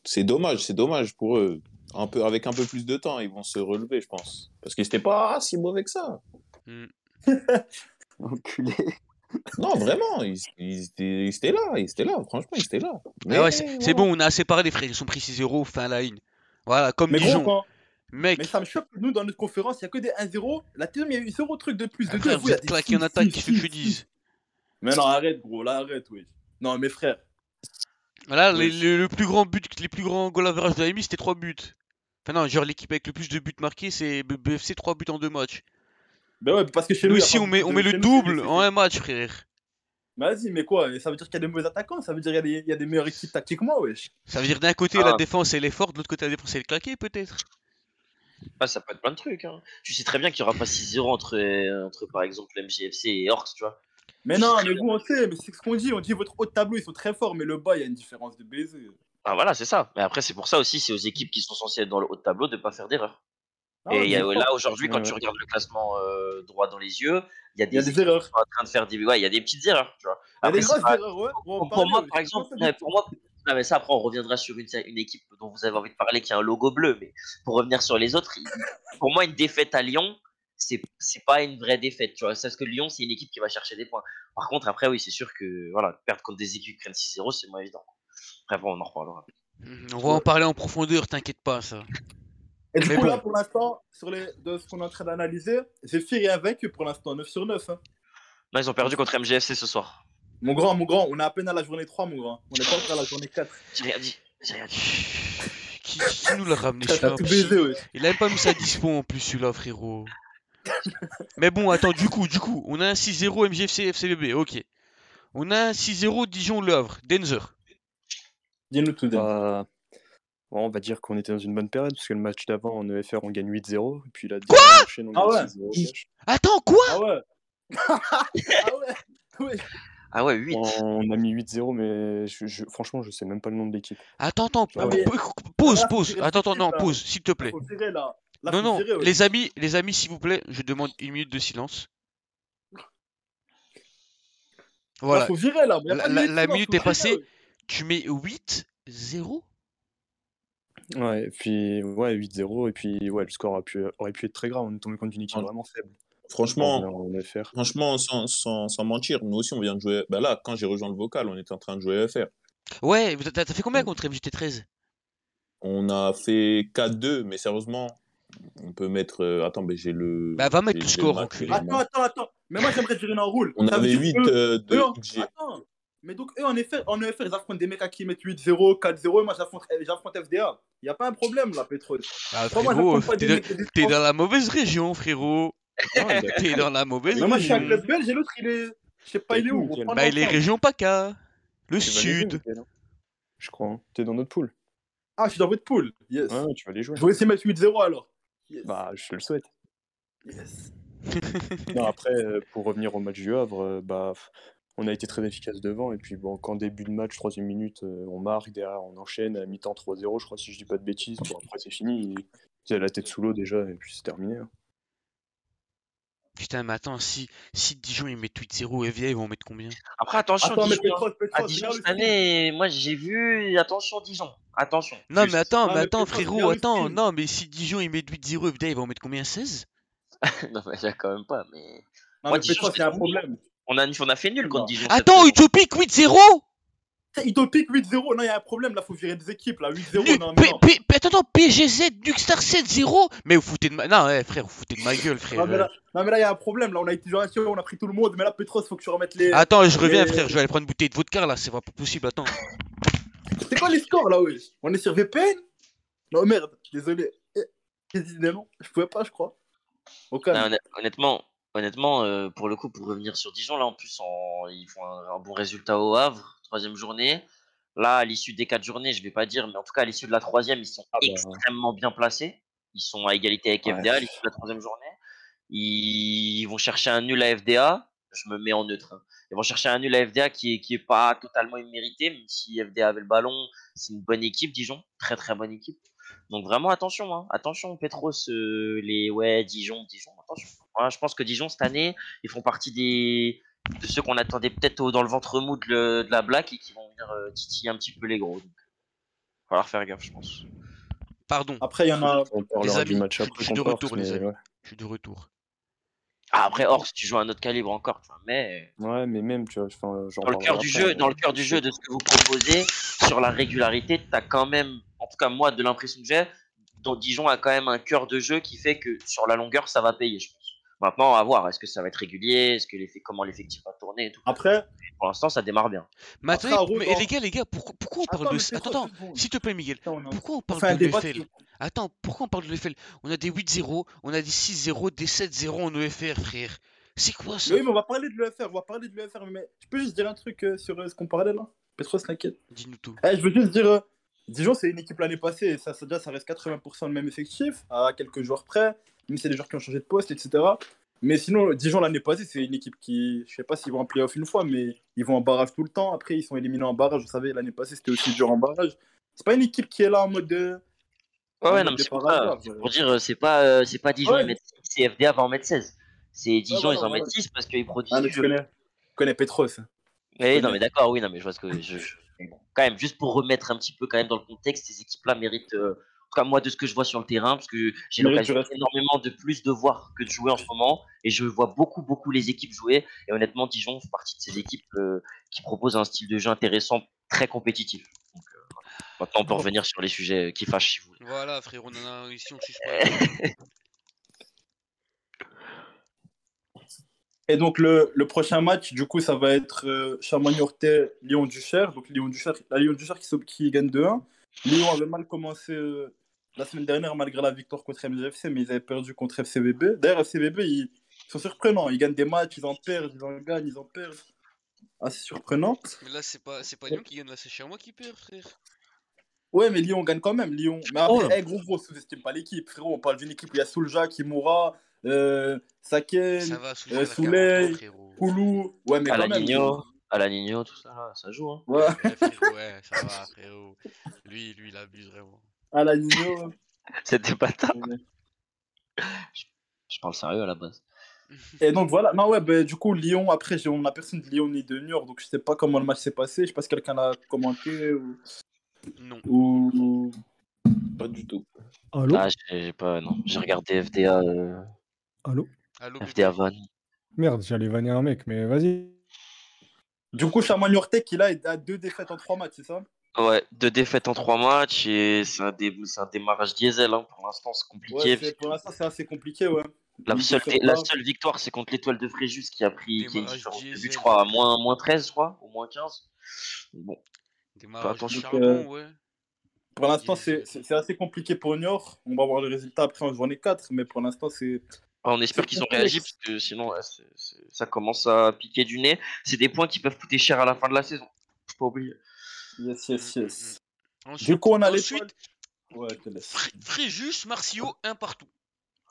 Speaker 4: c'est dommage, c'est dommage pour eux. Un peu, avec un peu plus de temps, ils vont se relever, je pense. Parce qu'ils n'étaient pas si mauvais que ça. Ah.
Speaker 6: Enculé.
Speaker 4: Non, vraiment, ils, ils étaient, ils étaient là, ils étaient là, franchement, ils étaient là. Mais
Speaker 1: Ah ouais, c'est c'est
Speaker 4: voilà.
Speaker 1: bon, on a assez parlé, frère. Ils sont pris 6-0, fin line. Voilà, comme
Speaker 5: Mais gros,
Speaker 1: Dijon.
Speaker 5: quand-
Speaker 1: Mec,
Speaker 5: mais ça me choque, nous, dans notre conférence, il n'y a que des 1-0. La deuxième, il y a eu 0 truc de plus de
Speaker 1: frère,
Speaker 5: deux.
Speaker 1: vous êtes claqué en attaque, qu'est-ce que je dis
Speaker 5: Mais non, arrête, gros, là, arrête, oui. Non, mais frère,
Speaker 1: Voilà,
Speaker 5: Oui.
Speaker 1: les- le, le plus grand but, les plus grands goal average de la MI, c'était 3 buts. Enfin, non, genre l'équipe avec le plus de buts marqués, c'est B- BFC 3 buts en 2 matchs.
Speaker 5: ben ouais, parce que chez
Speaker 1: Nous
Speaker 5: nous.
Speaker 1: ici, on met, on met le double en un match, frère.
Speaker 5: Mais vas-y, mais quoi et Ça veut dire qu'il y a des mauvais attaquants Ça veut dire qu'il y a des- il y, a des meilleures équipes tactiquement, wesh.
Speaker 1: Ça veut dire d'un côté
Speaker 2: Ah.
Speaker 1: la défense elle est forte, de l'autre côté la défense elle est claquée, peut-être.
Speaker 2: Ah, ça peut être plein de trucs. Hein. Tu sais très bien qu'il n'y aura pas 6-0 entre, euh, entre, par exemple, MJFC et Orcs, tu vois.
Speaker 5: Mais non, mais vous, on sait, mais c'est ce qu'on dit. On dit votre haut de tableau, ils sont très forts, mais le bas, il y a une différence de baiser.
Speaker 2: Ah, voilà, c'est ça. Mais après, c'est pour ça aussi, c'est aux équipes qui sont censées être dans le haut de tableau de ne pas faire d'erreur.
Speaker 5: Ah,
Speaker 2: et il y a-
Speaker 5: mais
Speaker 2: là, aujourd'hui, quand
Speaker 3: Ouais,
Speaker 2: tu
Speaker 3: ouais.
Speaker 2: regardes le classement euh, droit dans les yeux, il y a
Speaker 5: il y
Speaker 2: des,
Speaker 5: a des erreurs.
Speaker 2: sont en train de faire des, ouais, il y a des petites erreurs, tu vois.
Speaker 5: Il y a
Speaker 2: Après,
Speaker 5: des
Speaker 2: Ah, c'est
Speaker 5: grosses
Speaker 2: pas-
Speaker 5: erreurs, ouais. on va
Speaker 2: pour,
Speaker 5: en
Speaker 2: pour
Speaker 5: parler,
Speaker 2: moi,
Speaker 5: wesh.
Speaker 2: par exemple, ouais, pour moi, non, mais ça, après, on reviendra sur une, une équipe dont vous avez envie de parler qui a un logo bleu. Mais pour revenir sur les autres, il- pour moi, une défaite à Lyon, c'est c'est pas une vraie défaite, tu vois. C'est Parce que Lyon, c'est une équipe qui va chercher des points. Par contre, après, oui, c'est sûr que voilà, perdre contre des équipes qui prennent 6-0, c'est moins évident. Après, bon, on en reparlera.
Speaker 1: Mm, On va en parler en profondeur, t'inquiète pas, ça.
Speaker 5: Et du
Speaker 1: Mais
Speaker 5: coup,
Speaker 1: bon.
Speaker 5: là, pour l'instant, sur les de ce qu'on est en train d'analyser, Zephyr est invaincu pour l'instant, 9 sur 9. hein.
Speaker 2: Non, ils ont perdu contre MGFC ce soir.
Speaker 5: Mon grand, mon grand, on est à peine à la journée 3, mon grand. On n'est pas encore à la journée 4.
Speaker 2: J'ai rien dit. J'ai rien dit.
Speaker 1: Qui, qui nous l'a ramené
Speaker 5: T'as
Speaker 1: celui-là
Speaker 5: tout baisé, ouais.
Speaker 1: Il a même pas mis sa dispo en plus celui-là frérot. Mais bon attends du coup du coup on a un 6-0 MGFC FCBB ok. On a un 6-0 Dijon Le Havre Denzer.
Speaker 5: Dis-nous tout, Dan.
Speaker 7: Bah, ouais, on va dire qu'on était dans une bonne période, parce que le match d'avant en EFR, on gagne 8-0, et puis la dernière enchaîne, on
Speaker 5: Ah
Speaker 7: gagne
Speaker 5: ouais.
Speaker 7: 6-0 cash.
Speaker 1: Attends quoi
Speaker 5: Ah ouais Ah ouais Ouais.
Speaker 2: Ah ouais, 8.
Speaker 7: On a mis 8-0, mais je- je- franchement, je sais même pas le nom de l'équipe.
Speaker 1: Attends attends
Speaker 7: Ah
Speaker 5: oui.
Speaker 1: pause
Speaker 5: Là,
Speaker 1: pause
Speaker 5: c'est
Speaker 1: attends attends non
Speaker 5: là.
Speaker 1: pause s'il te plaît.
Speaker 5: Faut virer, là. Là,
Speaker 1: Non
Speaker 5: faut
Speaker 1: non
Speaker 5: virer, ouais.
Speaker 1: les amis les amis s'il vous plaît je demande une minute de silence.
Speaker 5: Là,
Speaker 1: Voilà
Speaker 5: faut virer, là. mais y a
Speaker 1: La-
Speaker 5: pas de
Speaker 1: la-
Speaker 5: minute,
Speaker 1: la
Speaker 5: non,
Speaker 1: minute
Speaker 5: faut
Speaker 1: est
Speaker 5: virer,
Speaker 1: passée.
Speaker 5: ouais.
Speaker 1: tu mets 8-0
Speaker 7: Ouais, et puis ouais, 8-0, et puis ouais, le score aurait pu, aurait pu être très grave, on est tombé contre une équipe
Speaker 4: Ouais.
Speaker 7: vraiment faible.
Speaker 4: Franchement,
Speaker 7: En E en EFR.
Speaker 4: franchement sans, sans, sans mentir, nous aussi, on vient de jouer. Bah là, quand j'ai rejoint le vocal, on était en train de jouer FR.
Speaker 1: Ouais mais t'as t'as fait combien contre MGT13
Speaker 4: On a fait 4-2, mais sérieusement, on peut mettre. euh, Attends, mais j'ai le.
Speaker 1: Bah, va mettre
Speaker 4: j'ai-
Speaker 1: le
Speaker 4: j'ai
Speaker 1: score,
Speaker 4: match,
Speaker 1: enculé.
Speaker 4: j'ai le
Speaker 5: Attends,
Speaker 4: match.
Speaker 5: attends, attends. Mais moi, j'aimerais tirer une enroule.
Speaker 4: On
Speaker 5: Ça veut
Speaker 4: avait
Speaker 5: dire
Speaker 4: 8
Speaker 5: eux-
Speaker 4: euh, de
Speaker 5: eux, en-
Speaker 4: XG.
Speaker 5: Attends. Mais donc, eux, en effet, en EFR, ils affrontent des mecs à qui mettent 8-0, 4-0, et moi, j'affronte eh, j'affronte FDA. Il a pas un problème, là, Pétrole.
Speaker 1: Ah
Speaker 5: Moi, moi, j'affronte
Speaker 1: frérot
Speaker 5: pas des
Speaker 1: t'es dans-
Speaker 5: mecs qui disent,
Speaker 1: t'es dans la mauvaise région frérot. T'es dans la mauvaise
Speaker 5: Mais moi, je suis avec le
Speaker 1: région.
Speaker 5: belge et l'autre, il est. Je sais pas, il est où on prend
Speaker 1: Bah, il est
Speaker 5: l'ensemble.
Speaker 1: région PACA.
Speaker 5: Eh ben,
Speaker 1: Le
Speaker 7: Tu vas les jouer,
Speaker 1: sud.
Speaker 7: Mickaël, hein Je crois, hein. t'es dans notre poule.
Speaker 5: Ah, je suis dans votre poule. Yes.
Speaker 7: Ouais, ouais, tu vas les jouer.
Speaker 5: Je vais essayer de mettre 8-0 alors. Yes.
Speaker 7: Bah, je te le souhaite.
Speaker 5: Yes.
Speaker 7: Non, après, euh, pour revenir au match du Havre, euh, bah, f- on a été très efficace devant. Et puis, bon, qu'en début de match, troisième minute, euh, on marque, derrière, on enchaîne, à mi-temps 3-0, je crois, si je dis pas de bêtises. Bon, après, c'est fini. Ils- Ils avaient la tête sous l'eau déjà, et puis c'est terminé. hein.
Speaker 1: Putain, mais attends, si, si Dijon ils mettent 8-0 et VA, ils vont mettre combien
Speaker 2: Après, attention,
Speaker 5: Attends, mais
Speaker 2: Dijon,
Speaker 5: Pétrole,
Speaker 2: à
Speaker 5: Pétrole,
Speaker 2: Dijon
Speaker 5: regarde
Speaker 2: cette
Speaker 5: le style.
Speaker 2: année, moi j'ai vu, attention Dijon, attention.
Speaker 1: Non,
Speaker 2: Juste.
Speaker 1: mais attends,
Speaker 5: Ah,
Speaker 1: mais
Speaker 5: mais
Speaker 1: attends,
Speaker 5: Petros,
Speaker 1: frérot,
Speaker 5: regarde le
Speaker 1: attends.
Speaker 5: style.
Speaker 1: Non, mais si Dijon ils mettent 8-0 et VA, ils vont mettre combien 16
Speaker 2: non, mais ça, quand même pas, mais.
Speaker 5: Non,
Speaker 2: Moi,
Speaker 5: mais
Speaker 2: Dijon,
Speaker 5: Pétrole,
Speaker 2: c'est
Speaker 5: c'est un
Speaker 2: tout.
Speaker 5: problème.
Speaker 2: On a, on a fait nul contre
Speaker 5: Non.
Speaker 2: Dijon. cette
Speaker 1: Attends,
Speaker 2: saison.
Speaker 1: Utopic 8-0
Speaker 5: Putain, Utopic 8-0. Non, il y a un problème là, faut virer des équipes là. 8-0,
Speaker 1: Nu-
Speaker 5: non, mais
Speaker 1: P-
Speaker 5: non.
Speaker 1: P- P- Attends, attends, PGZ, Duxstar 7-0 Mais vous foutez de ma... Non, ouais, frère, vous foutez de ma gueule, frère.
Speaker 5: Non Ah, mais, là, non, mais là, il y a un problème. Là, on a été joué on a pris tout le monde. Mais là, Petros, faut que tu remettes les.
Speaker 1: Attends, je reviens,
Speaker 5: Mais-
Speaker 1: frère, je vais aller prendre une bouteille de vodka, là, c'est pas possible, attends.
Speaker 5: C'est quoi les scores là, oui On est sur VPN Non, merde, désolé. Eh, J'ai dit des noms. Je pouvais pas, je crois. Au
Speaker 2: Non,
Speaker 5: calme.
Speaker 2: Ah, honn- honnêtement, honnêtement euh, pour le coup, pour revenir sur Dijon, là en plus, en- ils font un, un bon résultat au Havre, troisième journée. Là, à l'issue des quatre journées, je vais pas dire, mais en tout cas, à l'issue de la troisième, ils sont
Speaker 7: Ah bah.
Speaker 2: extrêmement bien placés. Ils sont à égalité avec
Speaker 7: Ouais.
Speaker 2: FDA à l'issue de la troisième journée. Ils vont chercher un nul à FDA. Je me mets en neutre. hein. Ils vont chercher un nul à FDA qui est, qui est pas totalement immérité, même si FDA avait le ballon. C'est une bonne équipe, Dijon. Très, très bonne équipe. Donc vraiment attention, hein. attention Petros, euh, les ouais Dijon, Dijon, attention. Moi, je pense que Dijon cette année, ils font partie des de ceux qu'on attendait peut-être au- dans le ventre mou de, le- de la blague et qui vont venir euh, titiller un petit peu les gros. Donc, falloir faire gaffe, je pense.
Speaker 1: Pardon,
Speaker 5: Après, il y en a.
Speaker 7: On
Speaker 1: Les
Speaker 7: parlera
Speaker 1: amis,
Speaker 7: du match
Speaker 1: je
Speaker 7: après.
Speaker 1: suis de
Speaker 7: contre
Speaker 1: retour,
Speaker 7: Orsk,
Speaker 1: les
Speaker 7: mais
Speaker 1: amis.
Speaker 7: ouais.
Speaker 1: je suis de retour.
Speaker 2: Ah, après Horst, tu joues à un autre calibre encore, tu vois, mais
Speaker 7: Ouais, mais même, tu vois, enfin, j'en
Speaker 2: dans le cœur
Speaker 7: parlerai
Speaker 2: du
Speaker 7: après,
Speaker 2: jeu,
Speaker 7: mais-
Speaker 2: dans le cœur du jeu de ce que vous proposez, sur la régularité, t'as quand même, en tout cas moi, de l'impression que j'ai, dont Dijon a quand même un cœur de jeu qui fait que sur la longueur, ça va payer, je pense. Maintenant, à voir, est-ce que ça va être régulier, est-ce que l'effet, comment l'effectif va tourner et tout.
Speaker 5: Après,
Speaker 2: Pour l'instant, ça démarre bien.
Speaker 1: Mais
Speaker 5: Après,
Speaker 1: attendez,
Speaker 5: Arnaud,
Speaker 1: mais
Speaker 5: dans-
Speaker 1: les gars, les gars, pourquoi, pourquoi on parle de
Speaker 5: mais
Speaker 1: ça
Speaker 5: Petros,
Speaker 1: Attends, attends,
Speaker 5: deux secondes.
Speaker 1: s'il te plaît, Miguel,
Speaker 5: Putain, on est en-
Speaker 1: pourquoi on
Speaker 5: on
Speaker 1: parle
Speaker 5: fait un
Speaker 1: de
Speaker 5: débat.
Speaker 1: l'EFL Attends, pourquoi on parle de l'EFL On a des 8-0, on a des 6-0, des 7-0 en EFR, frère. C'est quoi ça
Speaker 5: Mais oui, mais on va parler de l'UFR, on va parler de l'UFR, mais je peux juste dire un truc euh, sur euh, ce qu'on parlait là Petros, t'inquiète.
Speaker 1: Dis-nous tout.
Speaker 5: Eh, je veux juste dire, euh, Dijon, c'est une équipe l'année passée, et ça, ça, déjà, ça reste 80% le même effectif, à quelques joueurs près, même si c'est des joueurs qui ont changé de poste, etc. Mais sinon, Dijon, l'année passée, c'est une équipe qui, je sais pas s'ils vont en playoff une fois, mais ils vont en barrage tout le temps. Après, ils sont éliminés en barrage, vous savez, l'année passée, c'était aussi dur en barrage. C'est pas une équipe qui est là en mode. euh,
Speaker 2: Ouais,
Speaker 5: en
Speaker 2: ouais,
Speaker 5: mode
Speaker 2: non, mais
Speaker 5: de
Speaker 2: c'est pour
Speaker 5: barrage,
Speaker 2: ça.
Speaker 5: là,
Speaker 2: Pour dire, euh, c'est pas, euh, c'est pas Dijon,
Speaker 5: Ouais.
Speaker 2: ils mettent 6, c'est FDA va en mettre 16. C'est Dijon,
Speaker 5: voilà,
Speaker 2: ils en
Speaker 5: voilà.
Speaker 2: mettent 6 parce qu'ils produisent
Speaker 5: Ah, mais
Speaker 2: du
Speaker 5: tu
Speaker 2: jeu.
Speaker 5: connais, tu connais Petros.
Speaker 2: Oui, non,
Speaker 5: connais.
Speaker 2: mais d'accord, oui, non, mais je vois ce que je. je- mais bon, quand même, juste pour remettre un petit peu quand même dans le contexte, ces équipes-là méritent, euh, en tout cas moi de ce que je vois sur le terrain, parce que j'ai
Speaker 5: Méritent du
Speaker 2: l'occasion
Speaker 5: respect.
Speaker 2: énormément de plus de voir que de jouer en ce moment, et je vois beaucoup, beaucoup les équipes jouer, et honnêtement, Dijon fait partie de ces équipes euh, qui proposent un style de jeu intéressant, très compétitif. Donc, euh, voilà. maintenant, on peut revenir sur les sujets euh, qui fâchent si vous voulez.
Speaker 1: Voilà, frère, on en a un ici, on suce
Speaker 5: Et donc le, le prochain match, du coup, ça va être euh, Chamagne-Ortais, Lyon-Duchère. Donc Lyon-Duchère, la Lyon-Duchère qui, s'ob- qui gagne 2-1. Lyon avait mal commencé euh, la semaine dernière malgré la victoire contre MGFC, mais ils avaient perdu contre FCVB. D'ailleurs, FCVB, ils, ils sont surprenants. Ils gagnent des matchs, ils en perdent, ils en gagnent, ils en perdent. Assez surprenant.
Speaker 1: Mais là, c'est pas, c'est pas Lyon qui gagne, là, c'est Charmois qui perd, frère.
Speaker 5: Ouais, mais Lyon gagne quand même, Lyon. Mais après, eh, gros, gros, sous-estime pas l'équipe, frérot. On parle d'une équipe où il y a Soulja, Kimura, euh, Saken,
Speaker 1: Ça va, sous
Speaker 5: euh,
Speaker 1: la
Speaker 5: Souley,
Speaker 1: 43, frérot.
Speaker 5: Koulou. Ouais, mais
Speaker 2: À la
Speaker 5: quand même.
Speaker 2: Nino, à la Nino, tout ça, là, ça joue. Hein.
Speaker 5: Ouais.
Speaker 1: Ouais, frérot, ouais, ça va, frérot. Lui, lui, il abuse vraiment.
Speaker 5: À la Nino.
Speaker 2: C'était pas tard.
Speaker 5: Ouais.
Speaker 2: Je parle sérieux à la base.
Speaker 5: Et donc voilà, non ouais, ben, du coup Lyon, après j'ai- on a personne de Lyon ni de Niort, donc je sais pas comment le match s'est passé, je sais pas si quelqu'un l'a commenté ou...
Speaker 1: Non.
Speaker 5: ou-
Speaker 4: Pas du tout.
Speaker 3: Allô
Speaker 2: Ah, j'ai j'ai pas, non, j'ai regardé FDA. euh,
Speaker 3: Allô
Speaker 1: Allô, bébé
Speaker 2: FDA Van.
Speaker 3: Merde, j'allais vanner un mec, mais vas-y.
Speaker 5: Du coup Chamois Niortais qui là est à deux défaites en trois matchs, c'est ça
Speaker 2: Ouais, deux défaites en trois matchs et c'est un, dé- c'est un démarrage diesel. hein. Pour l'instant, c'est compliqué.
Speaker 5: Ouais, c'est- pour l'instant c'est assez compliqué, ouais.
Speaker 2: la,
Speaker 5: Ils
Speaker 2: seule,
Speaker 5: se font
Speaker 2: la
Speaker 5: pas.
Speaker 2: seule victoire, c'est contre l'étoile de Fréjus qui a pris qui a une
Speaker 1: Démarrage
Speaker 2: différence de but,
Speaker 1: diesel.
Speaker 2: je crois, à moins, moins 13, je crois, ou moins 15. Bon,
Speaker 1: Démarrage du
Speaker 2: attention
Speaker 5: que-
Speaker 1: charbon, ouais.
Speaker 5: Pour l'instant c'est c'est- c'est assez compliqué pour Niort, on va voir le résultat après en journée 4, mais pour l'instant c'est...
Speaker 2: on espère
Speaker 5: C'est
Speaker 2: qu'ils ont
Speaker 5: complexe.
Speaker 2: réagi parce que sinon, ouais, c'est- c'est- ça commence à piquer du nez. C'est des points qui peuvent coûter cher à la fin de la saison. Faut pas oublier.
Speaker 5: Yes, yes, yes.
Speaker 1: Ensuite,
Speaker 5: Du coup on a l'étoile...
Speaker 1: ensuite
Speaker 5: Ouais, je te laisse.
Speaker 1: Fré- Fréjus, Marcio, un partout.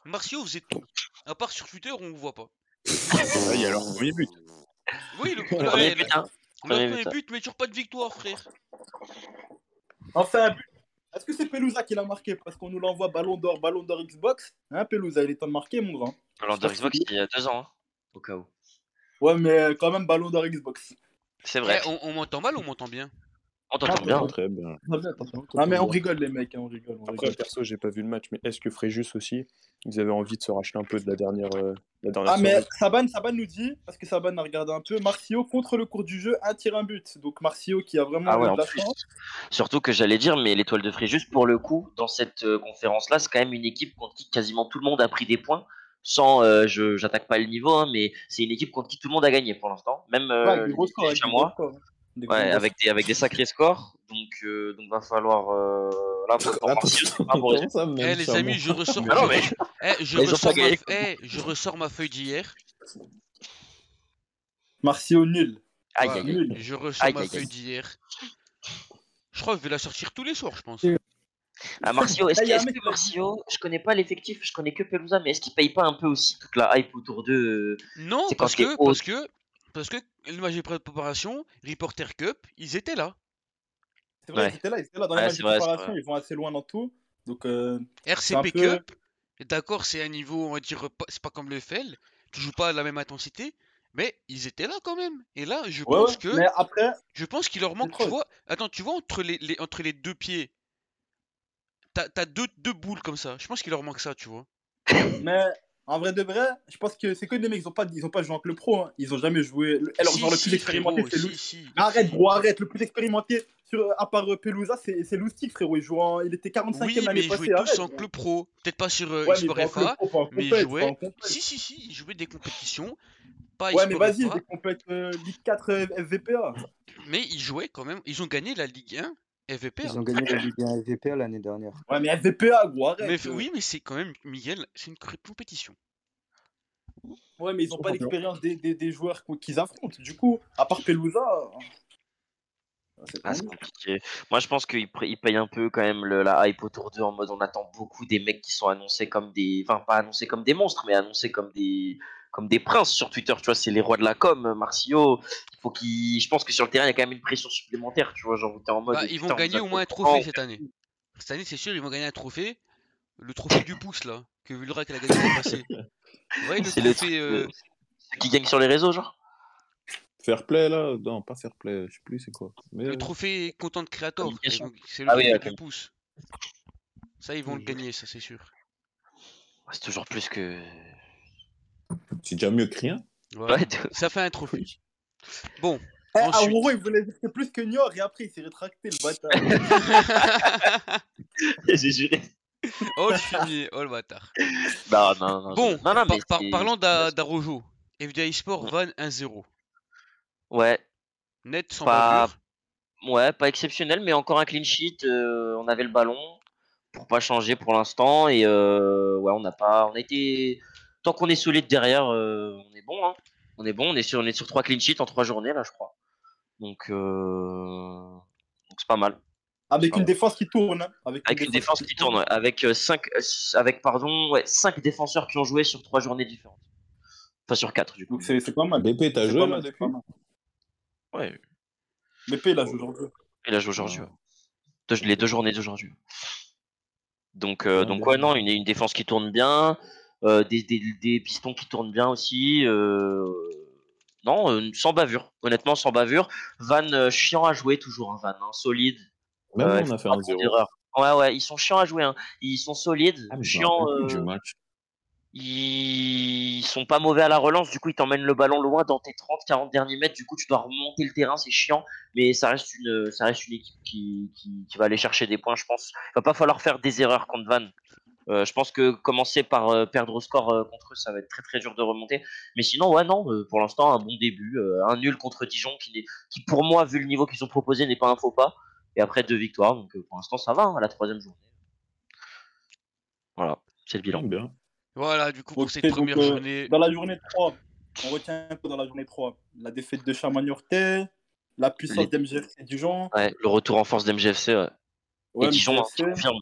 Speaker 1: Marcio faisait tout. À part sur Twitter, on ne voit pas.
Speaker 7: Ah, il y a leur premier but.
Speaker 1: Oui, le,
Speaker 2: Premier
Speaker 1: ouais,
Speaker 2: but,
Speaker 1: le- le
Speaker 2: hein. premier
Speaker 1: premier
Speaker 2: but, hein.
Speaker 1: but, mais toujours pas de victoire, frère.
Speaker 5: Enfin, un but. est-ce que c'est Pelouza qui l'a marqué Parce qu'on nous l'envoie ballon d'or, ballon d'or Xbox. Hein Pelouza, il est temps de marquer mon grand.
Speaker 2: Alors, de
Speaker 5: Je sais pas
Speaker 2: Xbox,
Speaker 5: si-
Speaker 2: il y a deux ans, hein, au cas où.
Speaker 5: Ouais, mais euh, quand même, ballon d'or Xbox.
Speaker 2: C'est vrai,
Speaker 1: Eh, on on m'entend mal ou on m'entend bien
Speaker 2: on t'entend bien. hein.
Speaker 7: hein.
Speaker 4: Très bien.
Speaker 5: Ah, mais on rigole, les mecs, hein, on rigole. On
Speaker 7: Après,
Speaker 5: rigole.
Speaker 7: perso, j'ai pas vu le match, mais est-ce que Fréjus aussi, ils avaient envie de se racheter un peu de la dernière, euh, la dernière
Speaker 5: Ah, mais
Speaker 7: soirée
Speaker 5: Saban, Saban nous dit, parce que Saban a regardé un peu, Marcio contre le cours du jeu, un tir, un but. Donc Marcio qui a vraiment
Speaker 2: Ah ouais,
Speaker 5: eu
Speaker 2: en
Speaker 5: de la
Speaker 2: plus.
Speaker 5: chance.
Speaker 2: Surtout que j'allais dire, mais l'étoile de Fréjus, pour le coup, dans cette euh, conférence-là, c'est quand même une équipe contre qui quasiment tout le monde a pris des points. Sans, euh, je j'attaque pas le niveau, hein, mais c'est une équipe contre qui tout le monde a gagné pour l'instant. Même euh,
Speaker 5: Ouais, des gros scores,
Speaker 2: les
Speaker 5: avec des gros
Speaker 2: Chamois,
Speaker 5: scores. Des gros
Speaker 2: ouais,
Speaker 5: scores.
Speaker 2: avec des avec des sacrés scores. Donc euh, donc va falloir euh, là pour, pour Martial, c'est pas pour les-
Speaker 4: ça, même
Speaker 1: Eh, les
Speaker 4: ça,
Speaker 1: amis, je ressors.
Speaker 2: Ah non, mais
Speaker 1: Eh, je,
Speaker 2: Mais ils ont
Speaker 1: ressors
Speaker 2: pas
Speaker 1: ma...
Speaker 2: gagné.
Speaker 1: eh, je ressors ma feuille d'hier.
Speaker 5: Marcio nul.
Speaker 2: aïe
Speaker 1: Voilà.
Speaker 2: aïe aïe.
Speaker 1: Je ressors
Speaker 2: Aïe,
Speaker 1: ma
Speaker 2: aïe, aïe.
Speaker 1: feuille d'hier. Je crois que je vais la sortir tous les soirs, je pense.
Speaker 3: Et-
Speaker 2: Ah, Marcio, est-ce
Speaker 5: Ah,
Speaker 2: que,
Speaker 5: y a un
Speaker 2: est-ce
Speaker 5: mec
Speaker 2: que
Speaker 5: qui a dit-
Speaker 2: Marcio, je connais pas l'effectif, je connais que Pelouza, mais est-ce qu'il paye pas un peu aussi toute la hype autour d'eux euh,
Speaker 1: Non,
Speaker 2: C'est quand
Speaker 1: parce
Speaker 2: t'es
Speaker 1: que,
Speaker 2: haut.
Speaker 1: parce que, parce que le match de préparation, Reporter Cup, ils étaient là.
Speaker 5: C'est vrai,
Speaker 2: Ouais.
Speaker 5: ils étaient là, ils étaient là dans les
Speaker 2: Ouais,
Speaker 5: matchs
Speaker 2: c'est
Speaker 5: de
Speaker 2: vrai, c'est
Speaker 5: préparation,
Speaker 2: vrai.
Speaker 5: ils vont assez loin dans tout. Donc, euh, C'est un
Speaker 1: RCP
Speaker 5: peu-
Speaker 1: Cup, d'accord, c'est un niveau, on va dire, pas- c'est pas comme le FL, tu joues pas à la même intensité, mais ils étaient là quand même. Et là, je
Speaker 5: ouais,
Speaker 1: pense
Speaker 5: ouais.
Speaker 1: que
Speaker 5: Mais après,
Speaker 1: je pense qu'il leur manque, tu
Speaker 5: preuve.
Speaker 1: vois, attends, tu vois entre les, les- entre les deux pieds, t'as t'as deux, deux boules comme ça. Je pense qu'il leur manque ça, tu vois.
Speaker 5: mais en vrai de vrai, je pense que c'est que des mecs, ils ont pas, ils ont pas joué avec le pro. hein. Ils ont jamais joué. le- Alors,
Speaker 1: Si,
Speaker 5: genre, le
Speaker 1: si,
Speaker 5: plus expérimenté,
Speaker 1: frérot,
Speaker 5: c'est
Speaker 1: si,
Speaker 5: Lou-
Speaker 1: si.
Speaker 5: Mais Arrête, gros, arrête. Le plus expérimenté, sur, à part euh, Pelouza, c'est c'est Loustic, frérot. Il, joue en- il était 45e
Speaker 1: Oui, mais
Speaker 5: l'année
Speaker 1: ils
Speaker 5: passée.
Speaker 1: jouaient
Speaker 5: arrête,
Speaker 1: tous en
Speaker 5: gros.
Speaker 1: club pro, peut-être pas sur euh,
Speaker 5: Ouais, mais
Speaker 1: Esport
Speaker 5: pas en club
Speaker 1: FA.
Speaker 5: pro, pas en
Speaker 1: mais ils
Speaker 5: compète, pas
Speaker 1: jouaient-
Speaker 5: en compète.
Speaker 1: Si, si, si, ils jouaient des compétitions, pas
Speaker 5: Ouais, mais
Speaker 1: Esport
Speaker 5: vas-y,
Speaker 1: FA.
Speaker 5: des compètes euh, Ligue 4 euh, FVPA.
Speaker 1: Mais ils jouaient quand même. Ils ont gagné la Ligue 1 FVP.
Speaker 6: Ils ont gagné la Ligue 1 LVPA l'année dernière.
Speaker 5: Ouais, mais FVPA, gros, arrête.
Speaker 1: Mais f-
Speaker 5: euh.
Speaker 1: oui, mais c'est quand même, Miguel, c'est une cré- compétition.
Speaker 5: Ouais, mais ils n'ont pas
Speaker 7: Oh,
Speaker 5: l'expérience des, des, des joueurs qu'on- qu'ils affrontent. Du coup, à part Pelouza. c'est
Speaker 2: Ah,
Speaker 5: pas
Speaker 2: c'est
Speaker 5: nous.
Speaker 2: compliqué. Moi, je pense qu'ils pr- ils payent un peu quand même le- la hype autour d'eux en mode on attend beaucoup des mecs qui sont annoncés comme des. Enfin, pas annoncés comme des monstres, mais annoncés comme des comme des princes sur Twitter. Tu vois, c'est les rois de la com, euh, Marcio. Il faut qu'ils. Je pense que sur le terrain, il y a quand même une pression supplémentaire. Tu vois, genre, t'es en mode.
Speaker 1: Bah,
Speaker 2: eh,
Speaker 1: ils vont
Speaker 2: putain, on
Speaker 1: gagner
Speaker 2: nous
Speaker 1: au moins un
Speaker 2: attend.
Speaker 1: trophée cette année. Cette année, c'est sûr, ils vont gagner un trophée. Le trophée du pouce, là, que Vulrac elle a gagné l'année passée. Vous voyez le
Speaker 2: C'est le
Speaker 1: trophée.
Speaker 2: truc,
Speaker 1: euh,
Speaker 2: euh, Ceux qui gagnent sur les réseaux, genre.
Speaker 4: Fair play là Non, pas fair play, je sais plus c'est quoi. Mais
Speaker 1: Le trophée content de Creator. et
Speaker 2: Communication.
Speaker 1: donc, C'est le
Speaker 2: Ah oui,
Speaker 1: trophée
Speaker 2: ok.
Speaker 1: du pouce. Ça, ils vont le gagner, ça, c'est sûr.
Speaker 2: C'est toujours plus que.
Speaker 4: c'est déjà mieux que rien.
Speaker 1: Voilà.
Speaker 2: Ouais, de-
Speaker 1: Ça fait un trophée. Bon.
Speaker 5: Eh,
Speaker 1: Ensuite.
Speaker 5: Aroro, il voulait dire que c'est plus que Niort et après il s'est rétracté le bâtard.
Speaker 2: J'ai juré.
Speaker 1: oh, le fumier. Oh, le bâtard.
Speaker 2: Bah, Non, non, non.
Speaker 1: Bon,
Speaker 2: je- non, non,
Speaker 1: par-
Speaker 2: mais
Speaker 1: par-
Speaker 2: c'est-
Speaker 1: parlant d'A- d'Arojo, FDA Sport van 1-0.
Speaker 2: Ouais,
Speaker 1: Net sans
Speaker 2: Pas-
Speaker 1: bavure.
Speaker 2: Ouais, pas exceptionnel, mais encore un clean sheet. euh, on avait le ballon pour pas changer pour l'instant. Et euh, ouais, on n'a pas. On a été. Tant qu'on est solide derrière, euh, on est bon. hein. On est bon. On est sur, on est sur trois clean sheets en trois journées, là, je crois. Donc, euh, donc c'est pas mal.
Speaker 5: Avec une défense qui tourne. hein. Avec,
Speaker 2: Ah Avec une défense qui tourne, ouais. avec euh, cinq, euh, avec pardon, ouais, cinq défenseurs qui ont joué sur trois journées différentes. Enfin, sur quatre, du coup.
Speaker 5: Donc c'est c'est pas mal.
Speaker 4: BP, t'as
Speaker 5: C'est
Speaker 4: joué
Speaker 5: pas
Speaker 4: là
Speaker 5: mal, c'est
Speaker 4: depuis
Speaker 5: pas mal.
Speaker 2: Ouais,
Speaker 5: Mais P, il a joué aujourd'hui.
Speaker 2: il a joué aujourd'hui.
Speaker 4: Ah.
Speaker 2: ouais. Deux- les deux journées d'aujourd'hui. Donc, euh,
Speaker 4: Ouais,
Speaker 2: donc
Speaker 4: bien.
Speaker 2: ouais, non, une, une défense qui tourne bien, euh, des, des, des pistons qui tournent bien aussi. euh, Non, euh, sans bavure. Honnêtement, sans bavure. Van, euh, chiant à jouer toujours, hein, Van, hein, solide.
Speaker 4: Même
Speaker 2: Euh,
Speaker 4: nous, on a fait
Speaker 2: pas
Speaker 4: un
Speaker 2: trop
Speaker 4: 0.
Speaker 2: d'erreurs. Ouais, ouais, ils sont chiants à jouer. hein. Ils sont solides,
Speaker 4: Ah, mais je me
Speaker 2: chiants.
Speaker 4: rappelle plus
Speaker 2: euh,
Speaker 4: du match.
Speaker 2: ils sont pas mauvais à la relance, du coup ils t'emmènent le ballon loin dans tes 30-40 derniers mètres, du coup tu dois remonter le terrain, c'est chiant, mais ça reste une, ça reste une équipe qui, qui, qui va aller chercher des points, je pense. Il va pas falloir faire des erreurs contre Van. Euh, je pense que commencer par euh, perdre au score euh, contre eux, ça va être très très dur de remonter. Mais sinon, ouais, non, euh, pour l'instant, un bon début. euh, un nul contre Dijon qui, n'est- qui, pour moi, vu le niveau qu'ils ont proposé, n'est pas un faux pas. Et après deux victoires, donc euh, pour l'instant, ça va hein, à la troisième journée. Voilà, c'est le bilan.
Speaker 4: Bien, bien.
Speaker 1: Voilà, du coup, pour
Speaker 5: Ok,
Speaker 1: cette
Speaker 5: donc,
Speaker 1: première
Speaker 5: euh,
Speaker 1: journée,
Speaker 5: Dans la journée 3, on retient un peu dans la journée 3. La défaite de Chamagnortais, la puissance
Speaker 2: Les-
Speaker 5: d'MGFC Dijon.
Speaker 2: Ouais, le retour en force d'MGFC. Ouais.
Speaker 5: Ouais,
Speaker 2: et Dijon, hein,
Speaker 5: MGFC.
Speaker 2: qui confirme.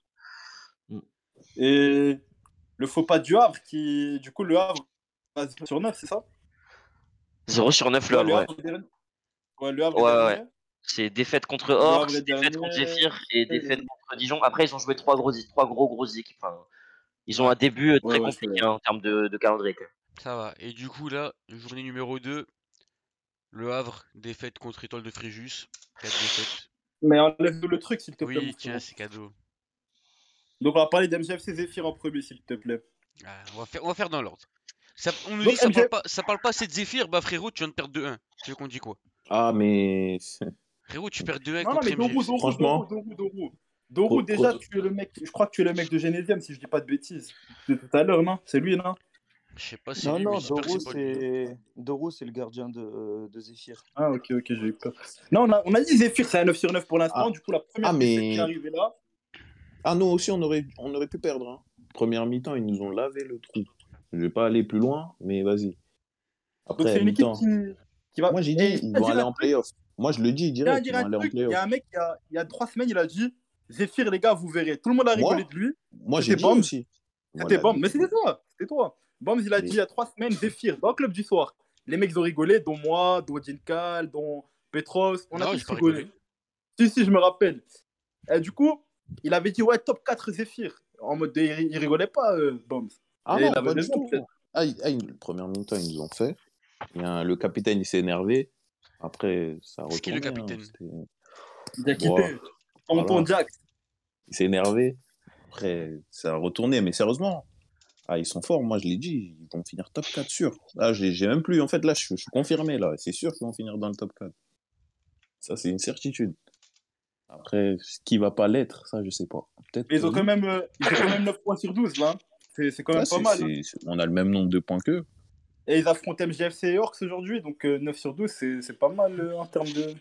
Speaker 5: Et le faux pas du Havre qui, du coup, le Havre va sur 9, c'est ça
Speaker 2: 0 sur 9 le Havre, ouais.
Speaker 5: Havre est dernier. Ouais, le Havre
Speaker 2: Ouais,
Speaker 5: est
Speaker 2: ouais.
Speaker 5: dernier.
Speaker 2: C'est défaite contre
Speaker 5: Le Havre
Speaker 2: Ors,
Speaker 5: est
Speaker 2: défaite contre
Speaker 5: dernier.
Speaker 2: Zephyr et
Speaker 5: Ouais,
Speaker 2: défaite contre Dijon. Après, ils ont joué trois gros, trois gros grosses équipes. Enfin, ils ont un début euh,
Speaker 5: Ouais,
Speaker 2: très
Speaker 5: ouais,
Speaker 2: compliqué
Speaker 5: c'est-
Speaker 2: hein, en termes de, de calendrier. quoi.
Speaker 1: ça va. Et du coup, là, journée numéro 2, Le Havre, défaite contre Étoile de Fréjus. 4 défaites.
Speaker 5: Mais enlève le truc, s'il te plaît. mon
Speaker 1: Oui, tiens,
Speaker 5: frérot.
Speaker 1: c'est cadeau.
Speaker 5: Donc, on va parler d'MGFC Zephyr en premier, s'il te plaît.
Speaker 1: Ah, on, va faire, on va faire dans l'ordre. Ça- on nous
Speaker 5: Donc,
Speaker 1: dit ça
Speaker 5: MGF
Speaker 1: parle, pas, ça parle pas assez de Zephyr. Bah, frérot, tu viens de perdre 2-1. Tu veux qu'on dise quoi
Speaker 4: Ah, mais.
Speaker 1: Frérot, tu perds 2-1
Speaker 5: Non, non,
Speaker 1: contre
Speaker 5: mais Dorou,
Speaker 1: MGFC.
Speaker 5: Dorou,
Speaker 4: Franchement.
Speaker 5: Dorou, Dorou, Dorou. Dorou,
Speaker 4: Pro-
Speaker 5: déjà,
Speaker 4: pro-
Speaker 5: tu es le mec, je crois que tu es le mec de Genesium, si je dis pas de bêtises. De tout à l'heure, non C'est lui, non
Speaker 1: Je sais pas si
Speaker 6: Non,
Speaker 1: lui, mais
Speaker 6: non,
Speaker 1: j'espère que
Speaker 6: Doro,
Speaker 1: c'est pas lui.
Speaker 6: c'est Doro, c'est le gardien de, euh, de Zephyr.
Speaker 5: Ah, ok, ok, j'ai eu peur. Non, on a, on a dit Zephyr, c'est un 9 sur 9 pour l'instant.
Speaker 4: Ah.
Speaker 5: Du coup, la première
Speaker 4: Ah,
Speaker 5: défaite
Speaker 4: mais-
Speaker 5: qui est arrivée là.
Speaker 4: Ah, nous aussi, on aurait, on aurait pu perdre. hein. Première mi-temps, ils nous ont lavé le trou. Je vais pas aller plus loin, mais vas-y.
Speaker 5: Donc,
Speaker 4: Après,
Speaker 5: c'est une équipe
Speaker 4: mi-temps.
Speaker 5: qui, qui va. Eh,
Speaker 4: Moi, j'ai
Speaker 5: Et
Speaker 4: dit, ils
Speaker 5: tiens,
Speaker 4: vont
Speaker 5: dire
Speaker 4: aller
Speaker 5: un
Speaker 4: en
Speaker 5: truc,
Speaker 4: playoff. Moi, je le dis direct,
Speaker 5: tiens,
Speaker 4: ils
Speaker 5: dire
Speaker 4: vont
Speaker 5: un
Speaker 4: aller en
Speaker 5: truc, Il y a
Speaker 4: playoff.
Speaker 5: un mec, il y a, il y a trois semaines, il a dit Zephyr, les gars, vous verrez. Tout le monde a
Speaker 4: Moi
Speaker 5: rigolé de lui.
Speaker 4: Moi, j'ai
Speaker 5: C'était
Speaker 4: dit
Speaker 5: Bams.
Speaker 4: aussi.
Speaker 5: C'était
Speaker 4: Voilà.
Speaker 5: Bams, mais c'était toi, c'était toi. Bams, il a
Speaker 4: Mais-
Speaker 5: dit il y a trois semaines, Zephyr, dans le club du soir. Les mecs ils ont rigolé, dont moi, dont Jinkal, dont Petros. On a
Speaker 1: Non, j'ai
Speaker 5: tous
Speaker 1: pas
Speaker 5: rigolé. Si, si, je me rappelle. Et du coup, il avait dit ouais, top 4 Zephyr. En mode, il, il rigolait pas, euh, Bombs.
Speaker 4: Ah
Speaker 5: Et
Speaker 4: non,
Speaker 5: il avait
Speaker 4: pas du
Speaker 5: raison,
Speaker 4: tout.
Speaker 5: peut-être.
Speaker 4: Ah, il- ah, il- première mi-temps, ils nous ont fait. Il y a un- le capitaine, il s'est énervé. Après, ça a
Speaker 1: C'est qui, le
Speaker 4: retourné. hein,
Speaker 1: capitaine
Speaker 4: c'était-
Speaker 5: Il a quitté.
Speaker 4: Wow.
Speaker 5: Tonton
Speaker 4: Voilà.
Speaker 5: Jack.
Speaker 4: Il s'est énervé. Après, ça a retourné. Mais sérieusement, ah, ils sont forts. Moi, je l'ai dit. Ils vont finir top 4, sûr. Là, j'ai j'ai même plus. En fait, là, je, suis- je suis confirmé. là. C'est sûr qu'ils vont finir dans le top 4. Ça, c'est une certitude. Après, ce qui va pas l'être, ça, je sais pas. Peut-être.
Speaker 5: Mais ils ont
Speaker 4: oui.
Speaker 5: quand même, euh, ils ont quand même 9 points sur 12, là. C'est c'est quand même
Speaker 4: Ouais,
Speaker 5: pas
Speaker 4: c'est-
Speaker 5: mal. hein.
Speaker 4: c'est- c'est- On a le même nombre de points qu'eux.
Speaker 5: Et ils affrontent MGFC et Orcs aujourd'hui, donc euh, 9 sur 12, c'est c'est pas mal euh, en termes de.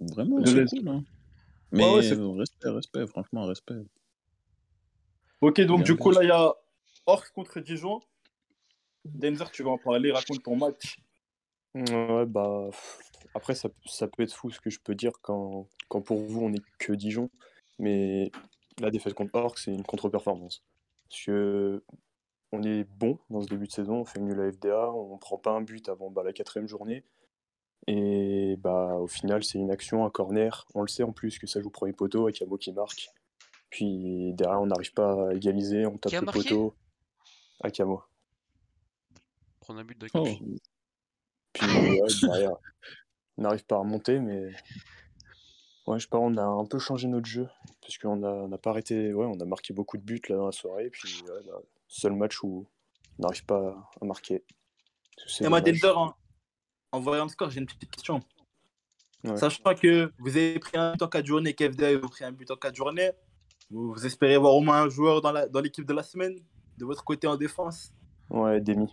Speaker 4: Vraiment,
Speaker 5: De
Speaker 4: c'est
Speaker 5: l'aise.
Speaker 4: cool. hein. Mais
Speaker 5: ouais, c'est-
Speaker 4: euh, respect, respect, franchement, respect.
Speaker 5: Ok, donc
Speaker 4: Bien
Speaker 5: du
Speaker 4: vu.
Speaker 5: coup, là, il y a Orcs contre Dijon. Denzer, tu vas en parler, raconte ton match.
Speaker 7: Ouais, bah, pff, après, ça, ça peut être fou ce que je peux dire quand, quand pour vous, on n'est que Dijon. Mais la défaite contre Orc, c'est une contre-performance. Parce que on est bon dans ce début de saison, on fait nul à FDA, on prend pas un but avant bah, la quatrième journée. Et bah, au final, c'est une action, un corner. On le sait en plus que ça joue premier poteau, avec Akamo qui marque. Puis derrière, on n'arrive pas à égaliser, on tape
Speaker 1: Qui a
Speaker 7: le
Speaker 1: marqué
Speaker 7: poteau. Akamo.
Speaker 1: Prendre un but de
Speaker 4: Oh,
Speaker 7: Puis ouais, derrière, on n'arrive pas à remonter, mais ouais, je sais pas, on a un peu changé notre jeu parce qu'on a, on a pas arrêté, ouais, on a marqué beaucoup de buts là dans la soirée, puis ouais, là, seul match où on n'arrive pas à marquer. C'est
Speaker 5: Et Eh, moi, hein.
Speaker 7: dommage.
Speaker 5: Denzer, en, en voyant le score, j'ai une petite question.
Speaker 7: Ouais.
Speaker 5: Sachant que vous avez pris un but en 4 journées, KFD vous pris un but en 4 journées, vous, vous espérez voir au moins un joueur dans la- dans l'équipe de la semaine, de votre côté en défense.
Speaker 7: Ouais, Demi.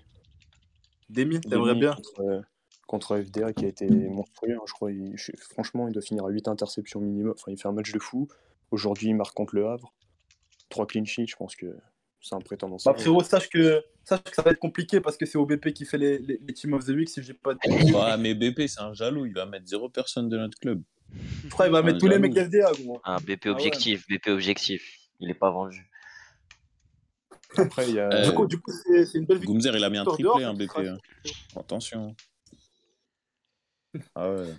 Speaker 5: Demi, t'aimerais
Speaker 7: Demi
Speaker 5: bien.
Speaker 7: contre, euh, contre FDA qui a été monstrueux, hein, je crois. il- je- franchement, il doit finir à 8 interceptions minimum. Enfin, il fait un match de fou. Aujourd'hui, il marque contre Le Havre. 3 clean sheets, je pense que c'est un prétendant.
Speaker 5: Bah,
Speaker 7: sérieux.
Speaker 5: frérot, sache que, sache que ça va être compliqué parce que c'est OBP qui fait les, les, les Team of the Week, si j'ai pas de
Speaker 4: Ouais, Ah, mais BP, c'est un jaloux. Il va mettre zéro personne de notre club.
Speaker 5: Je crois qu'il va mettre tous les mecs FDA, gros.
Speaker 2: Un BP
Speaker 5: Ah ouais.
Speaker 2: objectif, BP objectif. Il est pas vendu.
Speaker 7: Après, il y a.
Speaker 4: Euh,
Speaker 5: Du coup, du coup, c'est c'est une belle victoire.
Speaker 4: Goumzer, il a mis un
Speaker 5: Score
Speaker 4: triplé,
Speaker 5: dehors,
Speaker 4: hein, BP.
Speaker 5: ça
Speaker 4: hein. Attention. Ah ouais.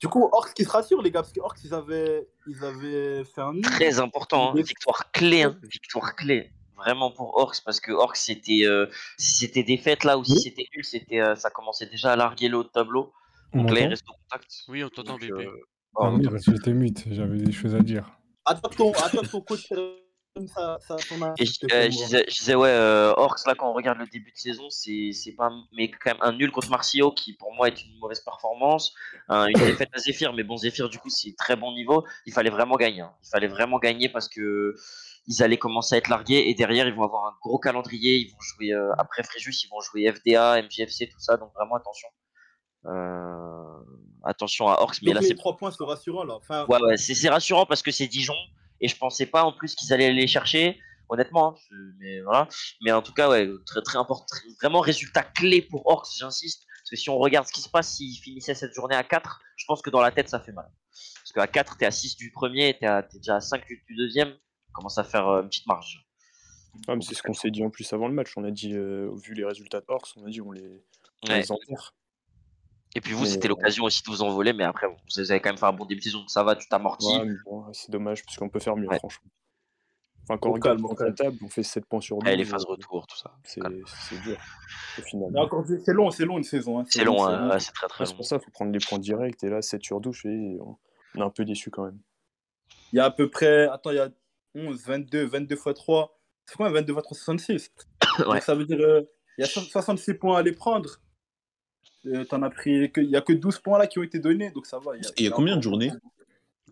Speaker 5: Du coup, Orcs qui se rassure, les gars, parce que Orcs, ils avaient, ils avaient fait un nul.
Speaker 2: Très important, hein.
Speaker 5: Oui.
Speaker 2: victoire clé, hein. victoire clé. Vraiment pour Orcs, parce que Orcs, c'était, euh, si c'était défaite là ou si c'était nul, c'était, euh, ça commençait déjà à larguer le haut de tableau.
Speaker 3: On
Speaker 2: Donc là, il
Speaker 3: m'entend
Speaker 2: reste au contact.
Speaker 1: Oui, on t'entend,
Speaker 2: Donc,
Speaker 1: BP.
Speaker 2: euh,
Speaker 3: Ah
Speaker 2: oh,
Speaker 3: merde, j'étais mute, j'avais des choses à dire.
Speaker 5: Attends que ton, attends que ton coach euh, ça, ça, son
Speaker 2: Et je, euh, je disais, je disais, ouais, euh, Orcs, là, quand on regarde le début de saison, c'est c'est pas. Mais quand même, un nul contre Marcio, qui pour moi est une mauvaise performance. un- une défaite à Zephyr, mais bon, Zephyr, du coup, c'est très bon niveau. Il fallait vraiment gagner. hein. Il fallait vraiment gagner parce que ils allaient commencer à être largués. Et derrière, ils vont avoir un gros calendrier. Ils vont jouer, euh, après Fréjus, ils vont jouer FDA, MGFC, tout ça. Donc vraiment, attention. Euh, attention à Orcs, mais là,
Speaker 5: les
Speaker 2: c'est
Speaker 5: 3 points, c'est rassurant, là. Enfin,
Speaker 2: Ouais, ouais, c'est c'est rassurant parce que c'est Dijon et je pensais pas en plus qu'ils allaient les chercher, honnêtement. hein, je- mais voilà. Mais en tout cas, ouais, très très important, très- vraiment résultat clé pour Orcs, j'insiste. Parce que si on regarde ce qui se passe, s'ils finissaient cette journée à 4, je pense que dans la tête ça fait mal. Parce qu'à 4, t'es à 6 du premier, t'es à- t'es déjà à 5 du, du deuxième, commence à faire euh, une petite marge.
Speaker 7: Ah, mais c'est ce qu'on s'est dit en plus avant le match. On a dit, euh, vu les résultats de Horse, on a dit on les, on
Speaker 2: Ouais.
Speaker 7: les enterre.
Speaker 2: Et puis vous,
Speaker 7: Mais-
Speaker 2: c'était l'occasion aussi de vous envoler, mais après, bon, vous avez quand même fait un bon début de saison, donc ça va, tu t'amortis.
Speaker 7: Ouais, mais bon, c'est dommage parce qu'on peut faire mieux,
Speaker 2: Ouais.
Speaker 7: franchement. Enfin, quand
Speaker 5: Au
Speaker 7: on regarde
Speaker 5: calme, au
Speaker 7: contre la table, on fait 7 points sur 12.
Speaker 2: Ouais, les phases
Speaker 7: euh,
Speaker 2: retour, tout ça.
Speaker 7: C'est
Speaker 2: Calme.
Speaker 7: c'est dur, au final.
Speaker 5: mais encore, c'est long, c'est long une saison. hein,
Speaker 2: C'est long,
Speaker 5: c'est
Speaker 2: hein, ouais, c'est très très
Speaker 7: Ouais, C'est
Speaker 2: long.
Speaker 7: pour ça, il faut prendre les points directs. Et là, 7 sur 12, et on, on est un peu déçu quand même.
Speaker 5: Il y a à peu près, attends, il y a 11, 22, 22 fois 3. C'est quoi 22 fois 3, 66
Speaker 2: Ouais.
Speaker 5: Donc ça veut dire euh, il y a so- 66 points à les prendre. Euh, T'en as pris, que- il y a que 12 points là qui ont été donnés, donc ça va.
Speaker 4: Il y a combien de journées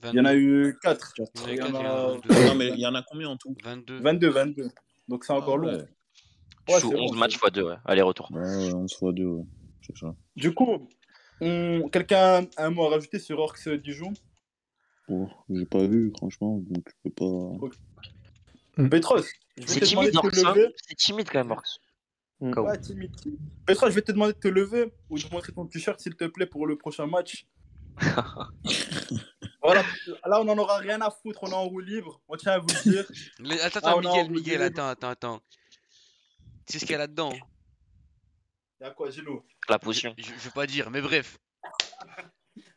Speaker 5: Il y en a eu 4.
Speaker 1: Il
Speaker 5: Il y en
Speaker 1: a
Speaker 5: a
Speaker 4: Non, mais il y en a combien en tout
Speaker 1: 22.
Speaker 5: 22, 22. Donc c'est encore long.
Speaker 4: Ouais,
Speaker 5: Ah Ouais,
Speaker 2: Sous
Speaker 5: c'est
Speaker 2: 11
Speaker 5: long,
Speaker 2: matchs x 2, ouais. aller-retour.
Speaker 4: ouais, ouais, 11 fois 2, ouais. C'est ça.
Speaker 5: Du coup, on- quelqu'un a un mot à rajouter sur Orcs Dijon
Speaker 4: Bon, Oh, j'ai pas vu, franchement, donc je peux pas. Hmm.
Speaker 5: Petros, je vais
Speaker 2: C'est
Speaker 5: te demander
Speaker 2: timide,
Speaker 5: de
Speaker 2: Orcs.
Speaker 5: te
Speaker 2: hein.
Speaker 5: lever.
Speaker 2: C'est timide quand même, Orcs.
Speaker 7: Mm.
Speaker 2: K.O.
Speaker 5: Ouais, timide. Petros, je vais te demander de te lever ou de montrer ton t-shirt s'il te plaît pour le prochain match. voilà, là on en aura rien à foutre, on est en roue libre, on tient à vous le dire.
Speaker 1: Les- Attends,
Speaker 5: Ah,
Speaker 1: attends,
Speaker 5: on a
Speaker 1: Miguel,
Speaker 5: envie de
Speaker 1: Miguel,
Speaker 5: dire.
Speaker 1: attends, attends, attends. C'est ce qu'il y a là-dedans.
Speaker 5: Y'a quoi, Gino
Speaker 2: La
Speaker 1: Je,
Speaker 2: potion.
Speaker 1: je- je veux pas dire, mais bref.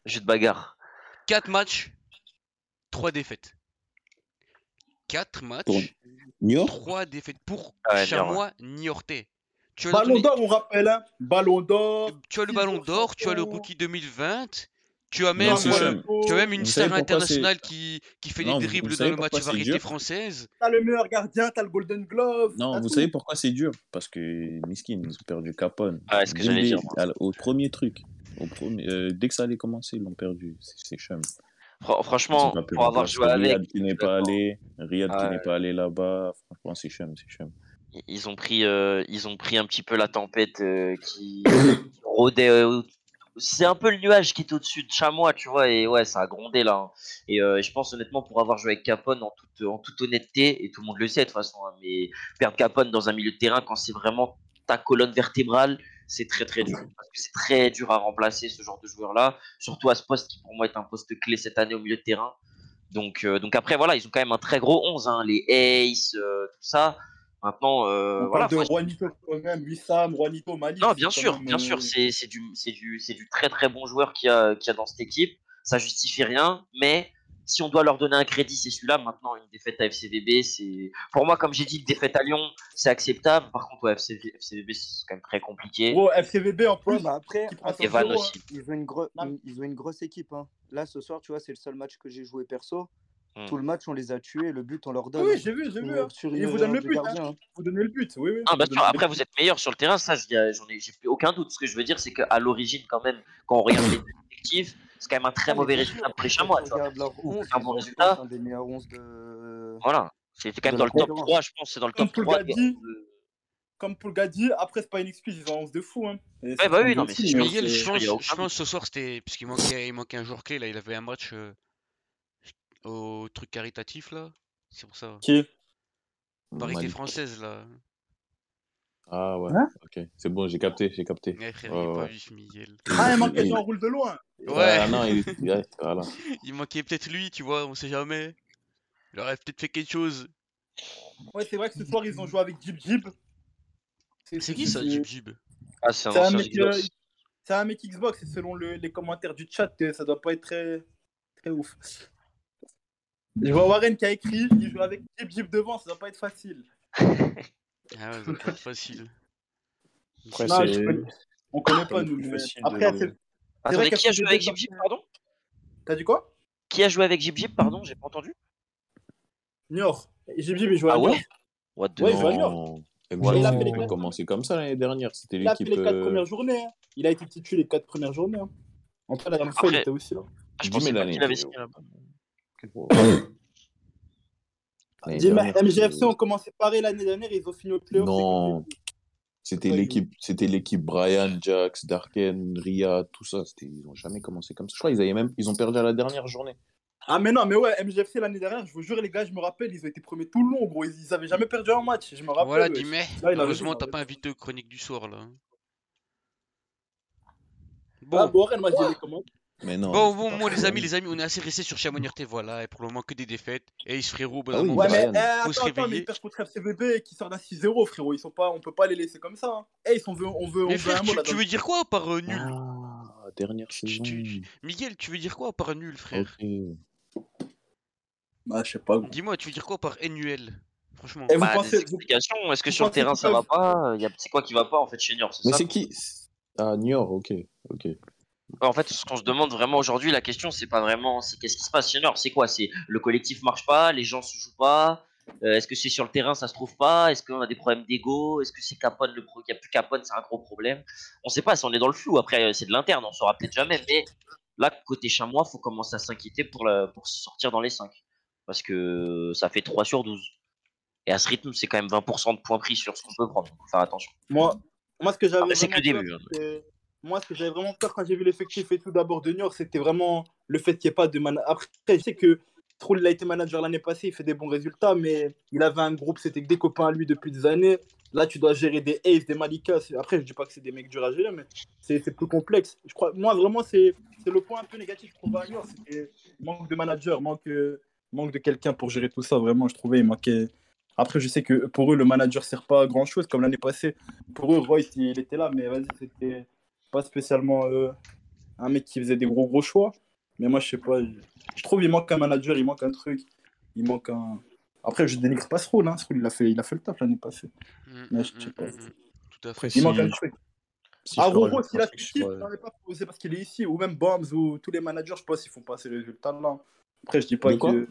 Speaker 2: Jeu de bagarre.
Speaker 1: 4 matchs, 3 défaites. 4
Speaker 4: Pour
Speaker 1: matchs,
Speaker 4: Niort
Speaker 1: 3 défaites pour
Speaker 2: Ouais,
Speaker 1: Chamois Niortais. Tu as, le
Speaker 5: Ballon
Speaker 1: tournoi-
Speaker 5: d'or, on rappelle, hein. Ballon d'or.
Speaker 1: tu as le ballon d'or, tu as le rookie 2020, tu as même,
Speaker 4: Non, c'est
Speaker 1: euh,
Speaker 4: Chem.
Speaker 1: tu as même une
Speaker 4: Vous
Speaker 1: star
Speaker 4: savez pourquoi c'est-
Speaker 1: internationale qui, qui fait
Speaker 4: Non, vous-
Speaker 1: des
Speaker 4: vous
Speaker 1: dribbles dans
Speaker 4: savez
Speaker 1: le match
Speaker 4: pourquoi c'est
Speaker 1: variété
Speaker 4: dur
Speaker 1: française.
Speaker 5: T'as le meilleur gardien, t'as le Golden Glove.
Speaker 4: Non,
Speaker 5: t'as
Speaker 4: vous
Speaker 5: tout.
Speaker 4: savez pourquoi c'est dur Parce que Miskin, ils ont perdu Capone.
Speaker 2: Ah, est-ce que j'allais
Speaker 4: Dembélé,
Speaker 2: dire, moi.
Speaker 4: à- au premier truc. Au premier, euh, dès que ça allait commencer, ils l'ont perdu. C'est c'est chum.
Speaker 2: Fran-
Speaker 4: Ils
Speaker 2: franchement,
Speaker 4: ont pas pu
Speaker 2: pour avoir
Speaker 4: remplacer
Speaker 2: joué avec,
Speaker 4: Riyad qui n'est pas
Speaker 2: d'accord.
Speaker 4: allé. Riyad qui
Speaker 2: Ouais.
Speaker 4: n'est pas allé là-bas. Franchement, c'est chum, c'est chum.
Speaker 2: i- ils ont pris, euh, ils ont pris un petit peu la tempête euh, qui rôdait. euh, c'est un peu le nuage qui est au-dessus de Chamois, tu vois, et ouais, ça a grondé là. hein. Et euh, je pense honnêtement, pour avoir joué avec Capone en toute, en toute honnêteté, et tout le monde le sait de toute façon, hein, mais perdre Capone dans un milieu de terrain quand c'est vraiment ta colonne vertébrale, c'est très très dur. Parce que c'est très dur à remplacer ce genre de joueur-là, surtout à ce poste qui pour moi est un poste clé cette année au milieu de terrain. Donc, euh, donc après, voilà, ils ont quand même un très gros 11, hein, les Ace, euh, tout ça. Maintenant, euh,
Speaker 5: On
Speaker 2: voilà,
Speaker 5: parle de
Speaker 2: faut-
Speaker 5: Juanito quand même, Wissam, Juanito, Malik.
Speaker 2: non, bien
Speaker 5: c'est quand
Speaker 2: sûr,
Speaker 5: même,
Speaker 2: bien
Speaker 5: euh,
Speaker 2: sûr, c'est c'est du, c'est du, c'est du très très bon joueur qu'il y, a- qu'il y a dans cette équipe. Ça justifie rien, mais si on doit leur donner un crédit, c'est celui-là. Maintenant, une défaite à FCVB, c'est. Pour moi, comme j'ai dit, une défaite à Lyon, c'est acceptable. Par contre, ouais, FCV FCVB, c'est quand même très compliqué.
Speaker 5: Gros, FCVB en plus.
Speaker 6: Ouais, bah après,
Speaker 5: qui prend son
Speaker 2: Et Van
Speaker 5: zéro, hein.
Speaker 2: aussi.
Speaker 6: ils ont une, gro-
Speaker 5: Non.
Speaker 6: une- ils ont une grosse équipe. hein. Là, ce soir, tu vois, c'est le seul match que j'ai joué perso.
Speaker 2: Hmm.
Speaker 6: Tout le match, on les a tués. Le but, on leur donne.
Speaker 5: Oui,
Speaker 6: hein.
Speaker 5: j'ai vu, j'ai
Speaker 6: Une
Speaker 5: vu. hein.
Speaker 6: sur
Speaker 5: Il
Speaker 6: une
Speaker 5: vous donne le
Speaker 6: erreur du
Speaker 5: but. hein.
Speaker 6: gardien, hein.
Speaker 5: Vous donnez le but, oui, oui.
Speaker 2: Ah,
Speaker 5: vous
Speaker 2: bah
Speaker 5: donnez
Speaker 2: sûr,
Speaker 5: le
Speaker 2: après
Speaker 5: but.
Speaker 2: vous êtes meilleur sur le terrain, ça j'y ai- j'en ai, j'ai plus aucun doute. Ce que je veux dire, c'est qu'à l'origine, quand même, quand on regarde les effectifs, c'est quand même un très
Speaker 6: Ah, mais
Speaker 2: mauvais
Speaker 6: bien sûr,
Speaker 2: résultat pour les
Speaker 6: quand
Speaker 2: chamois,
Speaker 6: tu
Speaker 2: tu vois.
Speaker 6: regardes leur 11,
Speaker 2: un
Speaker 6: ils
Speaker 2: bon
Speaker 6: ont, je
Speaker 2: résultat.
Speaker 6: pense, un des meilleurs 11 de.
Speaker 2: Voilà. C'était quand même
Speaker 6: De
Speaker 2: dans
Speaker 6: la
Speaker 2: le top
Speaker 6: concurrence.
Speaker 2: 3, je pense, c'est dans le
Speaker 5: Comme
Speaker 2: top
Speaker 5: tout le
Speaker 2: 3
Speaker 5: gars
Speaker 2: des
Speaker 5: dit.
Speaker 2: 11, euh,
Speaker 5: Comme Paul l'a dit, après, c'est pas une excuse, ils ont 11 de fou. Hein. Et c'est
Speaker 2: bah oui,
Speaker 5: ce
Speaker 2: non,
Speaker 5: qu'on dit
Speaker 2: mais
Speaker 5: aussi,
Speaker 2: c'est
Speaker 1: Mais
Speaker 2: sûr.
Speaker 1: Yel, je
Speaker 2: c'est-
Speaker 1: pense,
Speaker 2: il y a aucun
Speaker 1: je pense ce soir, c'était parce qu'il manquait, il manquait un joueur clé. Là, il avait un match euh, au truc caritatif là. C'est pour ça.
Speaker 5: Qui
Speaker 1: Parité
Speaker 4: Malik.
Speaker 1: française là.
Speaker 4: Ah ouais,
Speaker 5: Hein
Speaker 4: ok. C'est bon, j'ai capté, j'ai capté.
Speaker 1: Ouais, frère, il
Speaker 4: Ouais,
Speaker 1: est pas
Speaker 4: ouais.
Speaker 1: vif, Miguel.
Speaker 5: Ah, il manque
Speaker 4: Il-
Speaker 5: en roule de loin.
Speaker 1: Ouais.
Speaker 4: Ah, non, il est... ouais, voilà.
Speaker 1: Il manquait peut-être lui, tu vois, on sait jamais. Il aurait peut-être fait quelque chose.
Speaker 5: Ouais, c'est vrai que ce soir, ils ont joué avec Jib Jib.
Speaker 1: C'est qui ça, Jib Jib
Speaker 2: Ah, c'est un
Speaker 5: C'est un
Speaker 2: ancien
Speaker 5: mec,
Speaker 2: Gigos.
Speaker 5: euh, C'est un mec Xbox, et selon le- les commentaires du chat, euh, ça doit pas être très, très ouf. Je vois Warren qui a écrit, il joue avec Jib Jib devant, ça doit pas être facile.
Speaker 1: Ah ouais, ça doit pas être facile.
Speaker 7: Après,
Speaker 5: Non,
Speaker 7: c'est
Speaker 5: je connais-
Speaker 2: Ah,
Speaker 5: On connaît pas,
Speaker 7: pas
Speaker 5: nous.
Speaker 7: le plus
Speaker 5: mais-
Speaker 7: facile de-
Speaker 5: Après, c'est-
Speaker 2: Attendez,
Speaker 5: vrai
Speaker 2: qui a joué
Speaker 5: qu'à
Speaker 2: avec
Speaker 5: ce
Speaker 2: Jib Jib, pardon
Speaker 5: t'as dit quoi
Speaker 2: Qui a joué avec Jib
Speaker 5: Mmh.
Speaker 2: Jib, pardon J'ai pas entendu.
Speaker 5: Niort. Jib Jib, il joue à
Speaker 2: Ah ouais
Speaker 5: Niort.
Speaker 2: What the
Speaker 5: Bah, Ouais,
Speaker 2: fuck
Speaker 5: il va bien.
Speaker 4: Non.
Speaker 5: Ouais, il a fait
Speaker 4: Exactement,
Speaker 5: les
Speaker 4: on
Speaker 5: quatre-
Speaker 4: commençait comme ça l'année dernière. C'était
Speaker 5: Il a fait
Speaker 4: l'équipe.
Speaker 5: les 4
Speaker 4: euh,
Speaker 5: premières journées. hein. Il a été titulé les 4 premières journées. hein. En tout cas, la dernière fois, il
Speaker 2: Après-
Speaker 5: était aussi hein. là.
Speaker 2: Ah, Je
Speaker 4: Jim
Speaker 2: pensais
Speaker 4: et
Speaker 2: pas
Speaker 4: l'année-
Speaker 2: qu'il avait signé là-bas.
Speaker 4: l'année
Speaker 5: Dis,
Speaker 4: dernière, c'était-
Speaker 5: MGFC ont commencé pareil l'année dernière, ils ont fini au playoff. c'est
Speaker 4: Non.
Speaker 5: que-
Speaker 4: C'était
Speaker 5: Ouais, ils ont-
Speaker 4: l'équipe, c'était l'équipe Brian, Jax, Darken, Ria, tout ça. C'était, ils ont jamais commencé comme ça. Je crois qu'ils avaient même, ils ont perdu à la dernière journée.
Speaker 5: Ah, mais non, mais ouais, MGFC l'année dernière, je vous jure, les gars, je me rappelle, ils ont été premiers tout le long, gros. Ils, ils avaient jamais perdu un match, je me rappelle.
Speaker 1: Voilà,
Speaker 5: ouais.
Speaker 1: Dimet.
Speaker 5: Là, il a raison,
Speaker 1: Heureusement,
Speaker 5: il a
Speaker 1: t'as pas
Speaker 5: raison.
Speaker 1: invité aux chroniques du soir là.
Speaker 5: Ah,
Speaker 1: Bon.
Speaker 5: bon, Warren m'a dit les commentaires.
Speaker 4: Mais non.
Speaker 1: Bon,
Speaker 4: c'est
Speaker 1: bon,
Speaker 4: pas
Speaker 1: moi, les
Speaker 4: vrai.
Speaker 1: amis, les amis, on est assez resté sur Chamonix-Nortais, voilà, et pour le moment que des défaites. Et ils se frérot, au bout d'un
Speaker 4: Ah oui,
Speaker 1: moment,
Speaker 5: Ouais,
Speaker 1: faut se-
Speaker 5: mais
Speaker 4: Brian.
Speaker 5: eh,
Speaker 1: faut se
Speaker 5: attends, attends, mais
Speaker 1: réveiller.
Speaker 5: ils perdent contre FCVB qui sort d'un 6-0, frérot. Ils sont pas, on peut pas les laisser comme ça. hein. Eh, ils sont, on veut, on veut, on
Speaker 1: Mais
Speaker 5: veut
Speaker 1: frère,
Speaker 5: un mot
Speaker 1: tu,
Speaker 5: là
Speaker 1: tu veux dire quoi par euh, nul
Speaker 4: Ah, dernière
Speaker 1: Tu- tu-
Speaker 4: saison.
Speaker 1: tu- Miguel, tu veux dire quoi par nul, frère
Speaker 4: Ok.
Speaker 5: Ah, je sais pas, gros.
Speaker 1: Dis-moi, tu veux dire quoi par NUL Franchement.
Speaker 5: Et vous
Speaker 2: Bah, des
Speaker 5: pensez. vous-
Speaker 2: explications. Est-ce que
Speaker 5: vous
Speaker 2: sur le
Speaker 5: pensez
Speaker 2: terrain
Speaker 5: qu'ils
Speaker 2: ça va
Speaker 5: peuvent-
Speaker 2: pas Il y a c'est quoi qui va pas en fait chez Niort
Speaker 4: Mais
Speaker 2: ça
Speaker 4: c'est qui Ah, Niort. Ok, ok.
Speaker 2: En fait, ce qu'on se demande vraiment aujourd'hui, la question, c'est pas vraiment, c'est qu'est-ce qui se passe chez Nord C'est quoi C'est le collectif marche pas, les gens se jouent pas. euh, Est-ce que c'est sur le terrain, ça se trouve pas Est-ce qu'on a des problèmes d'ego Est-ce que c'est Capone le pro... Il y a plus Capone, c'est un gros problème. On sait pas, si on est dans le flou. Après, euh, c'est de l'interne, on saura peut-être jamais. Mais là, côté Chamois, faut commencer à s'inquiéter pour la... pour sortir dans les 5 parce que ça fait 3 sur 12. Et à ce rythme, c'est quand même 20% de points pris sur ce qu'on peut prendre. Faut faire attention.
Speaker 5: Moi, moi, ce que j'avais
Speaker 2: Après, c'est que le
Speaker 5: vraiment peur,
Speaker 2: début. hein.
Speaker 5: c'est- moi, ce que j'avais vraiment peur quand j'ai vu l'effectif et tout d'abord de Niort, c'était vraiment le fait qu'il n'y ait pas de manager. Après, je sais que Troul, il a été manager l'année passée, il fait des bons résultats, mais il avait un groupe, c'était que des copains à lui depuis des années. Là, tu dois gérer des Ace, des Malika. C'est- Après, je dis pas que c'est des mecs durs à gérer, mais c'est c'est plus complexe. Je crois, moi, vraiment, c'est c'est le point un peu négatif que je trouvais à Niort, c'était manque de manager, manque, euh, manque de quelqu'un pour gérer tout ça. Vraiment, je trouvais, il manquait. Après, je sais que pour eux, le manager sert pas à grand chose, comme l'année passée pour eux, Royce, il était là, mais vas-y, c'était pas spécialement euh, un mec qui faisait des gros gros choix. Mais moi, je sais pas, je, je trouve il manque un manager, il manque un truc, il manque un. Après, je dénigre pas ce rôle, hein. ce rôle, il a fait, il a fait le taf l'année passée.
Speaker 1: Mm,
Speaker 5: Mais je
Speaker 1: mm,
Speaker 5: sais pas.
Speaker 1: mm, mm. Tout à fait.
Speaker 7: Après,
Speaker 5: Il manque
Speaker 7: si-
Speaker 5: un truc.
Speaker 7: si
Speaker 5: Ah,
Speaker 7: je peux
Speaker 5: Roro,
Speaker 7: rajouter
Speaker 5: s'il
Speaker 7: un
Speaker 5: a
Speaker 7: truc
Speaker 5: ce chiffre,
Speaker 7: sur, euh,
Speaker 5: j'en ai pas posé parce qu'il est ici, ou même Bombs, ou tous les managers, je sais pas s'ils font pas ces résultats-là. Après, je dis pas
Speaker 4: De quoi
Speaker 5: que.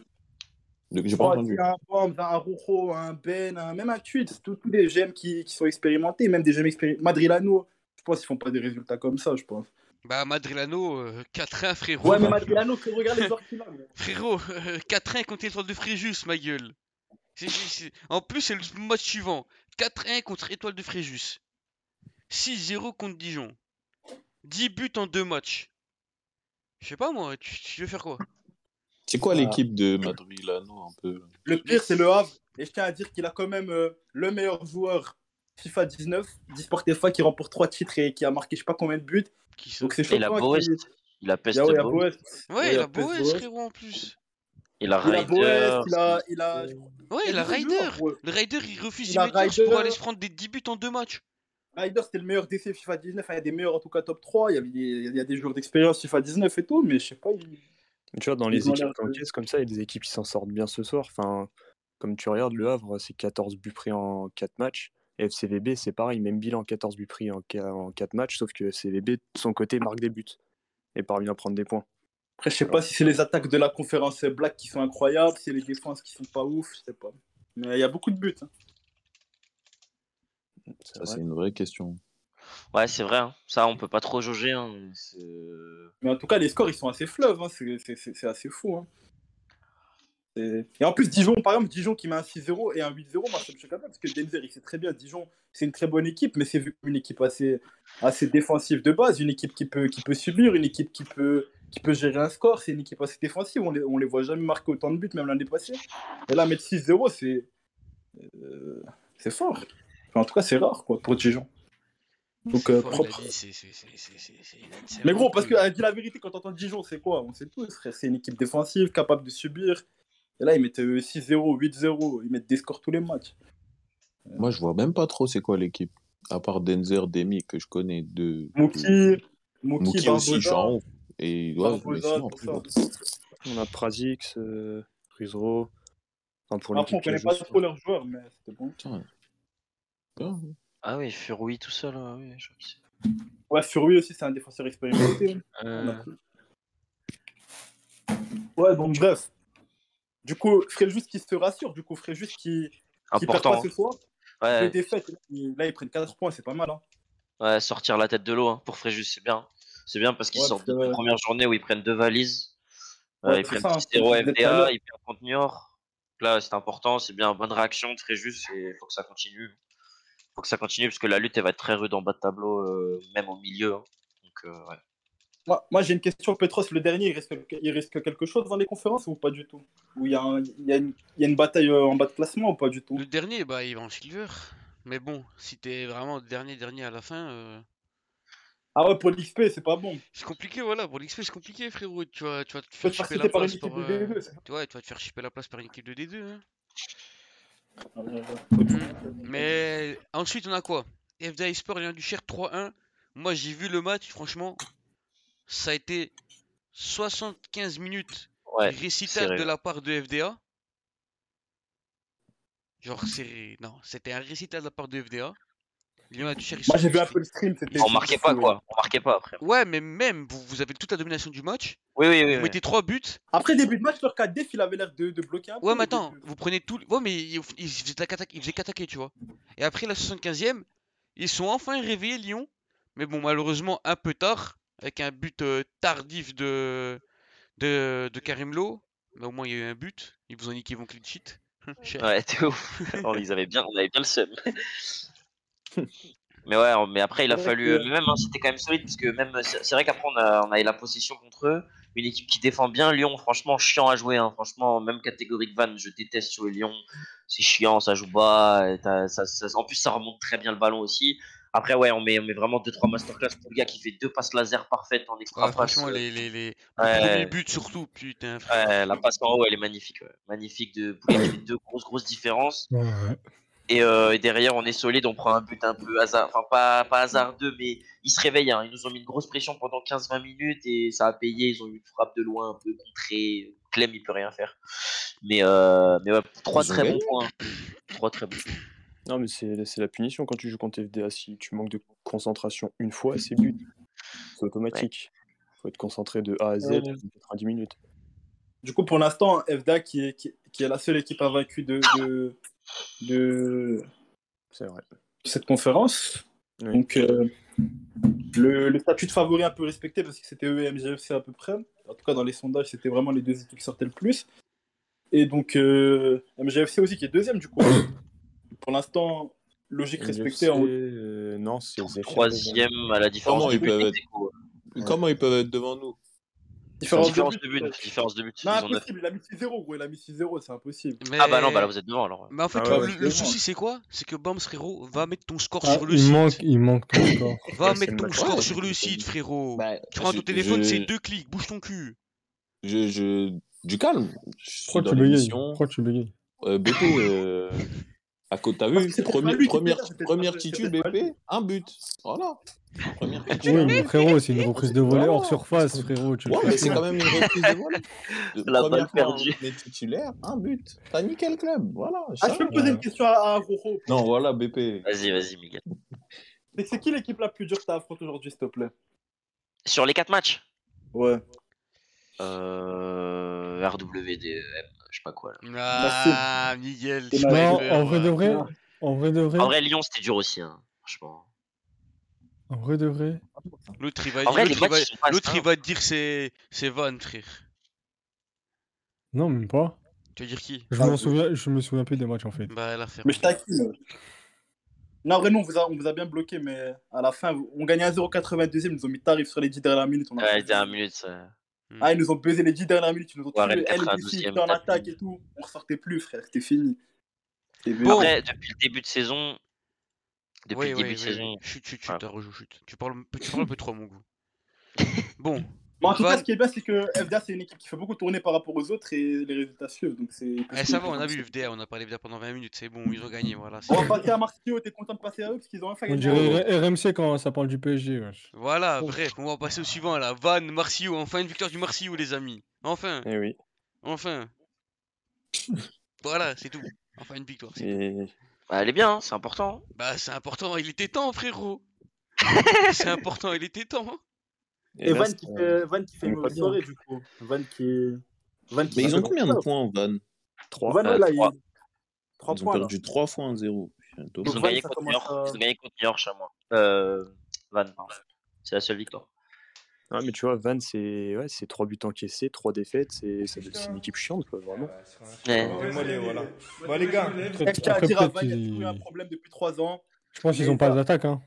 Speaker 4: Donc, J'ai pas
Speaker 5: Je crois
Speaker 4: entendu.
Speaker 5: qu'il y a un Bombs, un Roro, un Ben, un- même un Tweet, tous tous des GM qui, qui sont expérimentés, même des GM expérimentés. Madrilano, je pense qu'ils font pas des résultats comme ça, je pense.
Speaker 1: Bah, Madrilano, euh, 4-1, frérot.
Speaker 5: Ouais, mais Madrilano, Bah, tu regardes les joueurs qu'il a. gros.
Speaker 1: Frérot, euh, 4-1 contre Étoile de Fréjus, ma gueule. C'est- c'est- c'est- En plus, c'est le match suivant. 4-1 contre Étoile de Fréjus. 6-0 contre Dijon. 10 buts en 2 matchs. Je sais pas, moi, tu, tu veux faire quoi
Speaker 4: C'est quoi
Speaker 5: Voilà.
Speaker 4: l'équipe de Madrid, là, nous, un peu
Speaker 5: Le pire, c'est le Havre. Et je tiens à dire qu'il a quand même euh, le meilleur joueur FIFA 19, d'Esport FA, qui remporte 3 titres et qui a marqué je sais pas combien de buts.
Speaker 1: Qui ça
Speaker 5: Donc c'est
Speaker 2: Et la
Speaker 5: choquant
Speaker 2: Boest,
Speaker 5: qu'il-
Speaker 2: Il a Peste
Speaker 5: Ah ouais, la
Speaker 2: Boest,
Speaker 5: Boest.
Speaker 1: Ouais,
Speaker 5: Ouais,
Speaker 1: il
Speaker 5: la
Speaker 1: a
Speaker 5: PES
Speaker 1: Boes,
Speaker 5: Boest.
Speaker 1: frérot, en plus.
Speaker 2: il a
Speaker 5: Il a Boest,
Speaker 2: Ryder.
Speaker 5: il a. Il a...
Speaker 1: Ouais,
Speaker 5: Il y a
Speaker 1: il a
Speaker 5: des
Speaker 1: Ryder.
Speaker 5: joueurs, ouais.
Speaker 1: Le Ryder, il refuse
Speaker 5: Il
Speaker 1: d'y
Speaker 5: a
Speaker 1: mettre Josh pour
Speaker 5: Ryder.
Speaker 1: aller se prendre des 10 buts en 2 matchs.
Speaker 5: Ryder, c'était le meilleur DC FIFA 19. Enfin, il y a des meilleurs, en tout cas, top 3. Il y, avait des, il y a des joueurs d'expérience FIFA 19 et tout, mais je sais pas. il-
Speaker 7: Mais Tu vois, dans
Speaker 5: Ils
Speaker 7: les
Speaker 5: ont
Speaker 7: équipes
Speaker 5: l'air
Speaker 7: comme
Speaker 5: de-
Speaker 7: Kies, comme ça, il y a des équipes qui s'en sortent bien ce soir. Enfin, comme tu regardes, Le Havre, c'est 14 buts pris en 4 matchs. FCVB, c'est pareil, même bilan 14 buts pris en 4 matchs, sauf que FCVB, de son côté, marque des buts et parvient à prendre des points.
Speaker 5: Après, je sais pas si c'est les attaques de la conférence Black qui sont incroyables, si c'est les défenses qui sont pas ouf, je sais pas. Mais il y a beaucoup de buts. hein.
Speaker 7: C'est
Speaker 4: Ça,
Speaker 7: vrai.
Speaker 4: c'est une vraie question.
Speaker 2: Ouais, c'est vrai. hein. Ça, on peut pas trop jauger. hein. C'est- euh,
Speaker 5: Mais en tout cas, les scores, ils sont assez fleuves. hein. C'est- c'est- C'est c'est assez fou. hein. C'est- Et en plus, Dijon, par exemple, Dijon qui met un 6-0 et un 8-0, moi, ça me choque pas parce que Denzer, il sait très bien. Dijon, c'est une très bonne équipe, mais c'est vu comme une équipe assez, assez défensive de base, une équipe qui peut, qui peut subir, une équipe qui peut, qui peut gérer un score. C'est une équipe assez défensive. On les, on les voit jamais marquer autant de buts, même l'année passée. Et là, mettre 6-0, c'est. euh, c'est fort. Enfin, en tout cas, c'est rare, quoi, pour Dijon. Donc, euh,
Speaker 1: C'est fort, il a
Speaker 5: propre.
Speaker 1: dit, c'est- c'est- c'est- c'est- c'est- c'est- c'est
Speaker 5: Mais gros,
Speaker 1: vraiment
Speaker 5: parce
Speaker 1: que-
Speaker 5: que euh, dis la vérité, quand t'entends Dijon, c'est quoi On sait tous, frère. C'est une équipe défensive, capable de subir. Et là, ils mettent euh, 6-0, 8-0. Ils mettent des scores tous les matchs.
Speaker 4: Moi, je vois même pas trop c'est quoi l'équipe. À part Denzer, Demi, que je connais de.
Speaker 5: Mouki, Mouki,
Speaker 4: Mouki aussi,
Speaker 5: Barbosa,
Speaker 4: j'en ouf. Et ouais, mais
Speaker 5: Barbosa,
Speaker 4: sinon,
Speaker 5: tout
Speaker 4: après,
Speaker 5: ça.
Speaker 7: On a Prazix, euh, Rizro. Enfin, pour
Speaker 5: Après, on
Speaker 7: l'équipe qui a
Speaker 5: connaît
Speaker 7: joué
Speaker 5: pas
Speaker 7: ce soir.
Speaker 5: trop leurs joueurs, mais c'était bon.
Speaker 4: putain. Bien.
Speaker 2: Ah oui, Furoui tout seul. ouais, oui, je crois que c'est-
Speaker 5: Ouais, Furui aussi, c'est un défenseur expérimenté.
Speaker 2: Euh,
Speaker 5: Ouais, donc bref. Du coup, Fréjus qui se rassure, du coup, Fréjus qui, qui perd
Speaker 2: Important.
Speaker 5: pas ce soir.
Speaker 2: hein.
Speaker 5: Deux
Speaker 2: Ouais,
Speaker 5: défaites, ils- là, ils prennent 4 points, c'est pas mal. Hein.
Speaker 2: ouais, sortir la tête de l'eau hein, pour Fréjus, c'est bien. C'est bien parce qu'ils
Speaker 5: Ouais,
Speaker 2: sortent
Speaker 5: parce
Speaker 2: de
Speaker 5: que-
Speaker 2: la première journée où ils prennent deux valises. Euh,
Speaker 5: Ouais,
Speaker 2: ils
Speaker 5: c'est
Speaker 2: prennent
Speaker 5: ça, hein,
Speaker 2: 0
Speaker 5: c'est- c'est pas
Speaker 2: FDA,
Speaker 5: mal.
Speaker 2: ils perdent contre Niort. Là, c'est important, c'est bien. Bonne réaction de Fréjus et faut que ça continue. faut que ça continue parce que la lutte, elle va être très rude en bas de tableau, euh, même au milieu. hein. Donc, euh, ouais.
Speaker 5: Moi, moi, j'ai une question, Petros, le dernier, il risque, il risque quelque chose dans les conférences ou pas du tout Ou il y, a un- il y a une- il y a une bataille euh, en bas de classement ou pas du tout
Speaker 1: Le dernier, bah, il va en silver. Mais bon, si t'es vraiment dernier, dernier à la fin, euh,
Speaker 5: Ah ouais, pour l'XP, c'est pas bon.
Speaker 1: c'est compliqué, voilà. Pour l'XP, c'est compliqué, frérot. Tu vas, tu vas te faire
Speaker 5: Faut te faire
Speaker 1: chipper
Speaker 5: citer
Speaker 1: la
Speaker 5: par une
Speaker 1: place
Speaker 5: équipe
Speaker 1: par.
Speaker 5: de
Speaker 1: euh,
Speaker 5: D2, c'est
Speaker 1: Tu vois, tu vas te faire chipper la place par une équipe de D2. hein.
Speaker 5: Ah ouais, ouais.
Speaker 1: Mm, Mais ensuite, on a quoi FDA Sport, Lyon du Cher 3-1. Moi, j'ai vu le match, franchement, ça a été 75 minutes
Speaker 2: Ouais,
Speaker 1: de récital de
Speaker 2: serré.
Speaker 1: la part de FDA. Genre, c'est. Non, c'était un récital de la part de FDA. Lyon du Cher, ils
Speaker 5: Moi,
Speaker 1: sont
Speaker 5: j'ai vu un
Speaker 1: restés-
Speaker 5: peu le stream, c'était.
Speaker 2: On marquait pas, quoi. On marquait pas, après.
Speaker 1: Ouais, mais même, vous, vous avez toute la domination du match.
Speaker 2: Oui, oui, oui.
Speaker 1: Vous
Speaker 2: oui.
Speaker 1: mettez 3 buts.
Speaker 5: Après début de match, leur 4 def, il avait l'air de, de bloquer un peu. euh,
Speaker 1: Ouais, mais
Speaker 5: au début.
Speaker 1: attends, vous prenez tout. le- Ouais, mais ils il faisaient qu'attaquer, tu vois. Et après la 75e, ils sont enfin réveillés, Lyon. Mais bon, malheureusement, un peu tard, avec un but euh, tardif de, de, de Karim Lowe. Mais au moins, il y a eu un but. Ils vous ont dit qu'ils vont clean sheet. Cher.
Speaker 2: Ouais, t'es ouf. on, les avait bien, on avait bien le seum. mais ouais, on- mais après, il a
Speaker 5: Ouais,
Speaker 2: fallu.
Speaker 5: c'est-
Speaker 2: mais même, hein, c'était quand même solide, parce que même. euh, C'est c'est vrai qu'après, on a, on a eu la possession contre eux. Une équipe qui défend bien Lyon, franchement, chiant à jouer. hein. Franchement, même catégorie que Van, je déteste jouer Lyon. C'est chiant, ça joue bas. et t'as- ça- ça- en plus, ça remonte très bien le ballon aussi. Après, ouais, on met, on met vraiment 2-3 masterclass pour le gars qui fait deux passes laser parfaites en extra
Speaker 1: Ouais,
Speaker 2: passe.
Speaker 1: Ah, franchement, les, les, les...
Speaker 2: Ouais.
Speaker 1: le premier but surtout, putain. frère.
Speaker 2: Ouais, la passe en haut, elle est magnifique. ouais. Magnifique de Poulet qui fait deux grosses, grosses différences.
Speaker 3: Ouais.
Speaker 2: Et, euh, et derrière, on est solide, on prend un but un peu hasard, enfin pas, pas hasardeux, mais ils se réveillent. hein. Ils nous ont mis une grosse pression pendant 15-20 minutes et ça a payé. Ils ont eu une frappe de loin un peu contrée. Clem, il peut rien faire. Mais, euh, mais ouais, trois
Speaker 4: Ils ont
Speaker 2: très bons
Speaker 4: gagné.
Speaker 2: points. Trois très bons.
Speaker 7: Non, mais c'est c'est la punition quand tu joues contre FDA. Si tu manques de concentration une fois, c'est but. C'est automatique. faut être concentré de A à Z
Speaker 5: Ouais.
Speaker 7: pendant 90 minutes.
Speaker 5: Du coup, pour l'instant, FDA qui est, qui, qui est la seule équipe invaincue de, de, de
Speaker 7: C'est vrai.
Speaker 5: cette conférence.
Speaker 7: Oui.
Speaker 5: Donc, euh, le, le statut de favori un peu respecté parce que c'était E eux et MGFC à peu près. En tout cas, dans les sondages, c'était vraiment les deux équipes qui sortaient le plus. Et donc, euh, MGFC aussi qui est deuxième du coup. pour l'instant, logique respectée. en haut.
Speaker 7: Euh, non, c'est Zephyr.
Speaker 2: Troisième à la différence
Speaker 4: Comment
Speaker 2: de
Speaker 4: ils
Speaker 2: but.
Speaker 4: peuvent être-
Speaker 2: ex aequo.
Speaker 4: Comment ils peuvent être devant nous
Speaker 5: Différence,
Speaker 2: Différence
Speaker 5: de
Speaker 2: de
Speaker 5: but.
Speaker 2: but. Différence de but.
Speaker 5: Non,
Speaker 2: ils ont neuf.
Speaker 5: impossible, il a mis 6-0, gros, il a mis 6-0, c'est impossible.
Speaker 2: Ah bah non, bah là vous êtes devant alors.
Speaker 1: Mais en fait,
Speaker 7: Ah
Speaker 1: le-
Speaker 7: ouais,
Speaker 1: le,
Speaker 5: ouais,
Speaker 1: le
Speaker 5: c'est
Speaker 1: souci c'est quoi C'est que Bams frérot va mettre ton score
Speaker 3: Ah,
Speaker 1: sur le
Speaker 3: il,
Speaker 1: site.
Speaker 3: manque, il manque ton score.
Speaker 1: Va
Speaker 7: Ouais, c'est
Speaker 1: mettre
Speaker 7: le
Speaker 1: ton
Speaker 7: match.
Speaker 1: score
Speaker 7: Ouais,
Speaker 1: sur le
Speaker 7: c'est-
Speaker 1: site frérot.
Speaker 4: Bah,
Speaker 1: Tu prends
Speaker 4: je-
Speaker 1: ton téléphone,
Speaker 4: je-
Speaker 1: c'est deux clics, bouge ton cul.
Speaker 4: je, je- Du calme. Je suis
Speaker 3: Pourquoi
Speaker 4: dans
Speaker 3: tu bégayes
Speaker 4: l'émission.
Speaker 3: Pourquoi tu bégayes
Speaker 4: Euh, BP, euh, à côté, t'as
Speaker 5: Parce
Speaker 4: vu
Speaker 5: que c'était
Speaker 4: Premier-
Speaker 5: Ah, pas lui qui
Speaker 4: Première,
Speaker 5: était là, c'était
Speaker 4: première
Speaker 5: pas-
Speaker 4: titu,
Speaker 5: c'était pas
Speaker 4: BP, un but. Voilà. Première titu.
Speaker 3: Oui, mais frérot, c'est une reprise de volet hors
Speaker 4: Voilà.
Speaker 3: surface, frérot. Tu le
Speaker 4: Ouais,
Speaker 3: fais
Speaker 4: mais c'est
Speaker 3: tout.
Speaker 4: quand même une reprise de vol.
Speaker 2: La balle perdue.
Speaker 4: Mais titulaire, un but. T'as niqué le club. Voilà.
Speaker 5: Ah,
Speaker 4: ça.
Speaker 5: je peux poser une question à, à Roro.
Speaker 4: Non, voilà, BP.
Speaker 2: Vas-y, vas-y, Miguel.
Speaker 5: C'est c'est qui l'équipe la plus dure que t'as affronté aujourd'hui, s'il te plaît
Speaker 2: Sur les quatre matchs
Speaker 5: Ouais.
Speaker 2: euh, RWDM, je sais pas quoi. Là.
Speaker 1: Ah, Miguel.
Speaker 5: C'est
Speaker 1: tu
Speaker 5: ma-
Speaker 1: vas
Speaker 3: Non,
Speaker 1: le
Speaker 3: en
Speaker 1: faire,
Speaker 3: vrai de
Speaker 1: ouais.
Speaker 3: vrai,
Speaker 5: Non.
Speaker 3: en vrai de vrai,
Speaker 2: En vrai, Lyon, c'était dur aussi, hein, franchement.
Speaker 3: en vrai de vrai.
Speaker 1: L'autre il va
Speaker 2: En vrai, les
Speaker 1: l'autre, il
Speaker 2: matchs,
Speaker 1: va-
Speaker 2: ils sont pas
Speaker 1: l'autre, il
Speaker 2: simples.
Speaker 1: va te dire c'est c'est Van frère.
Speaker 3: Non, même pas.
Speaker 1: Tu vas dire qui
Speaker 3: Je
Speaker 5: Ah,
Speaker 3: m'en
Speaker 5: oui.
Speaker 3: souviens, je me souviens plus des matchs en fait.
Speaker 1: Bah la ferme.
Speaker 5: Mais je taquine. Non, vraiment, on vous, a, on vous a bien bloqué, mais à la fin, on gagnait à 0,92, ils nous ont mis tarif sur les 10 dernières minutes. On a
Speaker 2: Ouais, dernière minute. ça.
Speaker 5: Ah, ils nous ont buzzé les 10 dernières minutes, ils nous ont
Speaker 2: Ouais,
Speaker 5: tués.
Speaker 2: le
Speaker 5: Elle
Speaker 2: 92e,
Speaker 5: était en
Speaker 2: t'as
Speaker 5: attaque
Speaker 2: fini.
Speaker 5: et tout. On ressortait plus, frère, c'était fini. C'est
Speaker 1: Bon.
Speaker 2: Après, depuis le début de saison, depuis
Speaker 1: Ouais,
Speaker 2: le
Speaker 1: ouais,
Speaker 2: début de
Speaker 1: ouais,
Speaker 2: saison,
Speaker 1: ouais. Chut, chut, chut,
Speaker 2: Voilà.
Speaker 1: t'as rejoué, chut. Tu parles, un peu- tu parles un peu trop à mon goût. Bon,
Speaker 5: Mais en tout
Speaker 1: Van-
Speaker 5: cas, ce qui est bien, c'est que FDA, c'est une équipe qui fait beaucoup tourner par rapport aux autres et les résultats suivent. Donc c'est.
Speaker 1: eh, ça va, on a vu FDA, on a parlé FDA pendant 20 minutes, c'est bon, ils ont gagné, voilà. c'est-
Speaker 5: On va passer à Martio, t'es content de passer à eux parce qu'ils ont enfin
Speaker 3: On
Speaker 5: gagné.
Speaker 3: dirait RMC quand ça parle du PSG. wesh.
Speaker 1: Voilà, bref, on va passer au suivant là. Van, Marcio, enfin une victoire du Marcio, les amis. Enfin,
Speaker 7: Eh oui.
Speaker 1: enfin. Voilà, c'est tout. Enfin une victoire. c'est-
Speaker 7: Et...
Speaker 2: bah, elle est bien, hein, c'est important.
Speaker 1: Bah c'est important, il était temps, frérot. c'est important, il était temps.
Speaker 5: Et,
Speaker 7: là,
Speaker 5: Van,
Speaker 7: c'est-
Speaker 5: qui fait, Van qui fait
Speaker 7: euh,
Speaker 5: une
Speaker 7: on est
Speaker 5: mauvaise
Speaker 7: pas bien. hein.
Speaker 5: soirée, du coup. Van qui est. Van qui
Speaker 4: Mais ils ont
Speaker 5: fait-
Speaker 4: combien de points, Van
Speaker 7: Trois.
Speaker 5: Van,
Speaker 2: Euh,
Speaker 5: là,
Speaker 2: trois.
Speaker 5: il. 3
Speaker 4: Ils ont
Speaker 5: points. là.
Speaker 4: perdu 3 fois 1-0. Putain,
Speaker 5: Donc,
Speaker 2: Ils
Speaker 4: dommage.
Speaker 2: ont,
Speaker 5: Van,
Speaker 2: gagné
Speaker 5: ça
Speaker 2: contre New
Speaker 5: commence
Speaker 2: York.
Speaker 5: à-
Speaker 2: Ils ont gagné contre New York, chez moi. Euh, Van, pardon. c'est la seule victoire.
Speaker 7: Ah, mais tu vois, Van, c'est ouais, c'est trois buts encaissés, trois défaites. C'est ça doit- c'est une équipe chiante, quoi, vraiment.
Speaker 2: Ouais.
Speaker 8: Démolé, voilà. Bon, les gars,
Speaker 3: Après,
Speaker 5: Est-ce qu'il y a à
Speaker 3: après,
Speaker 5: dire à
Speaker 3: peut-être
Speaker 5: Van, il y a toujours eu
Speaker 3: qu'ils-
Speaker 5: un problème depuis 3 ans.
Speaker 3: Je pense qu'ils ont pas d'attaque. Hein.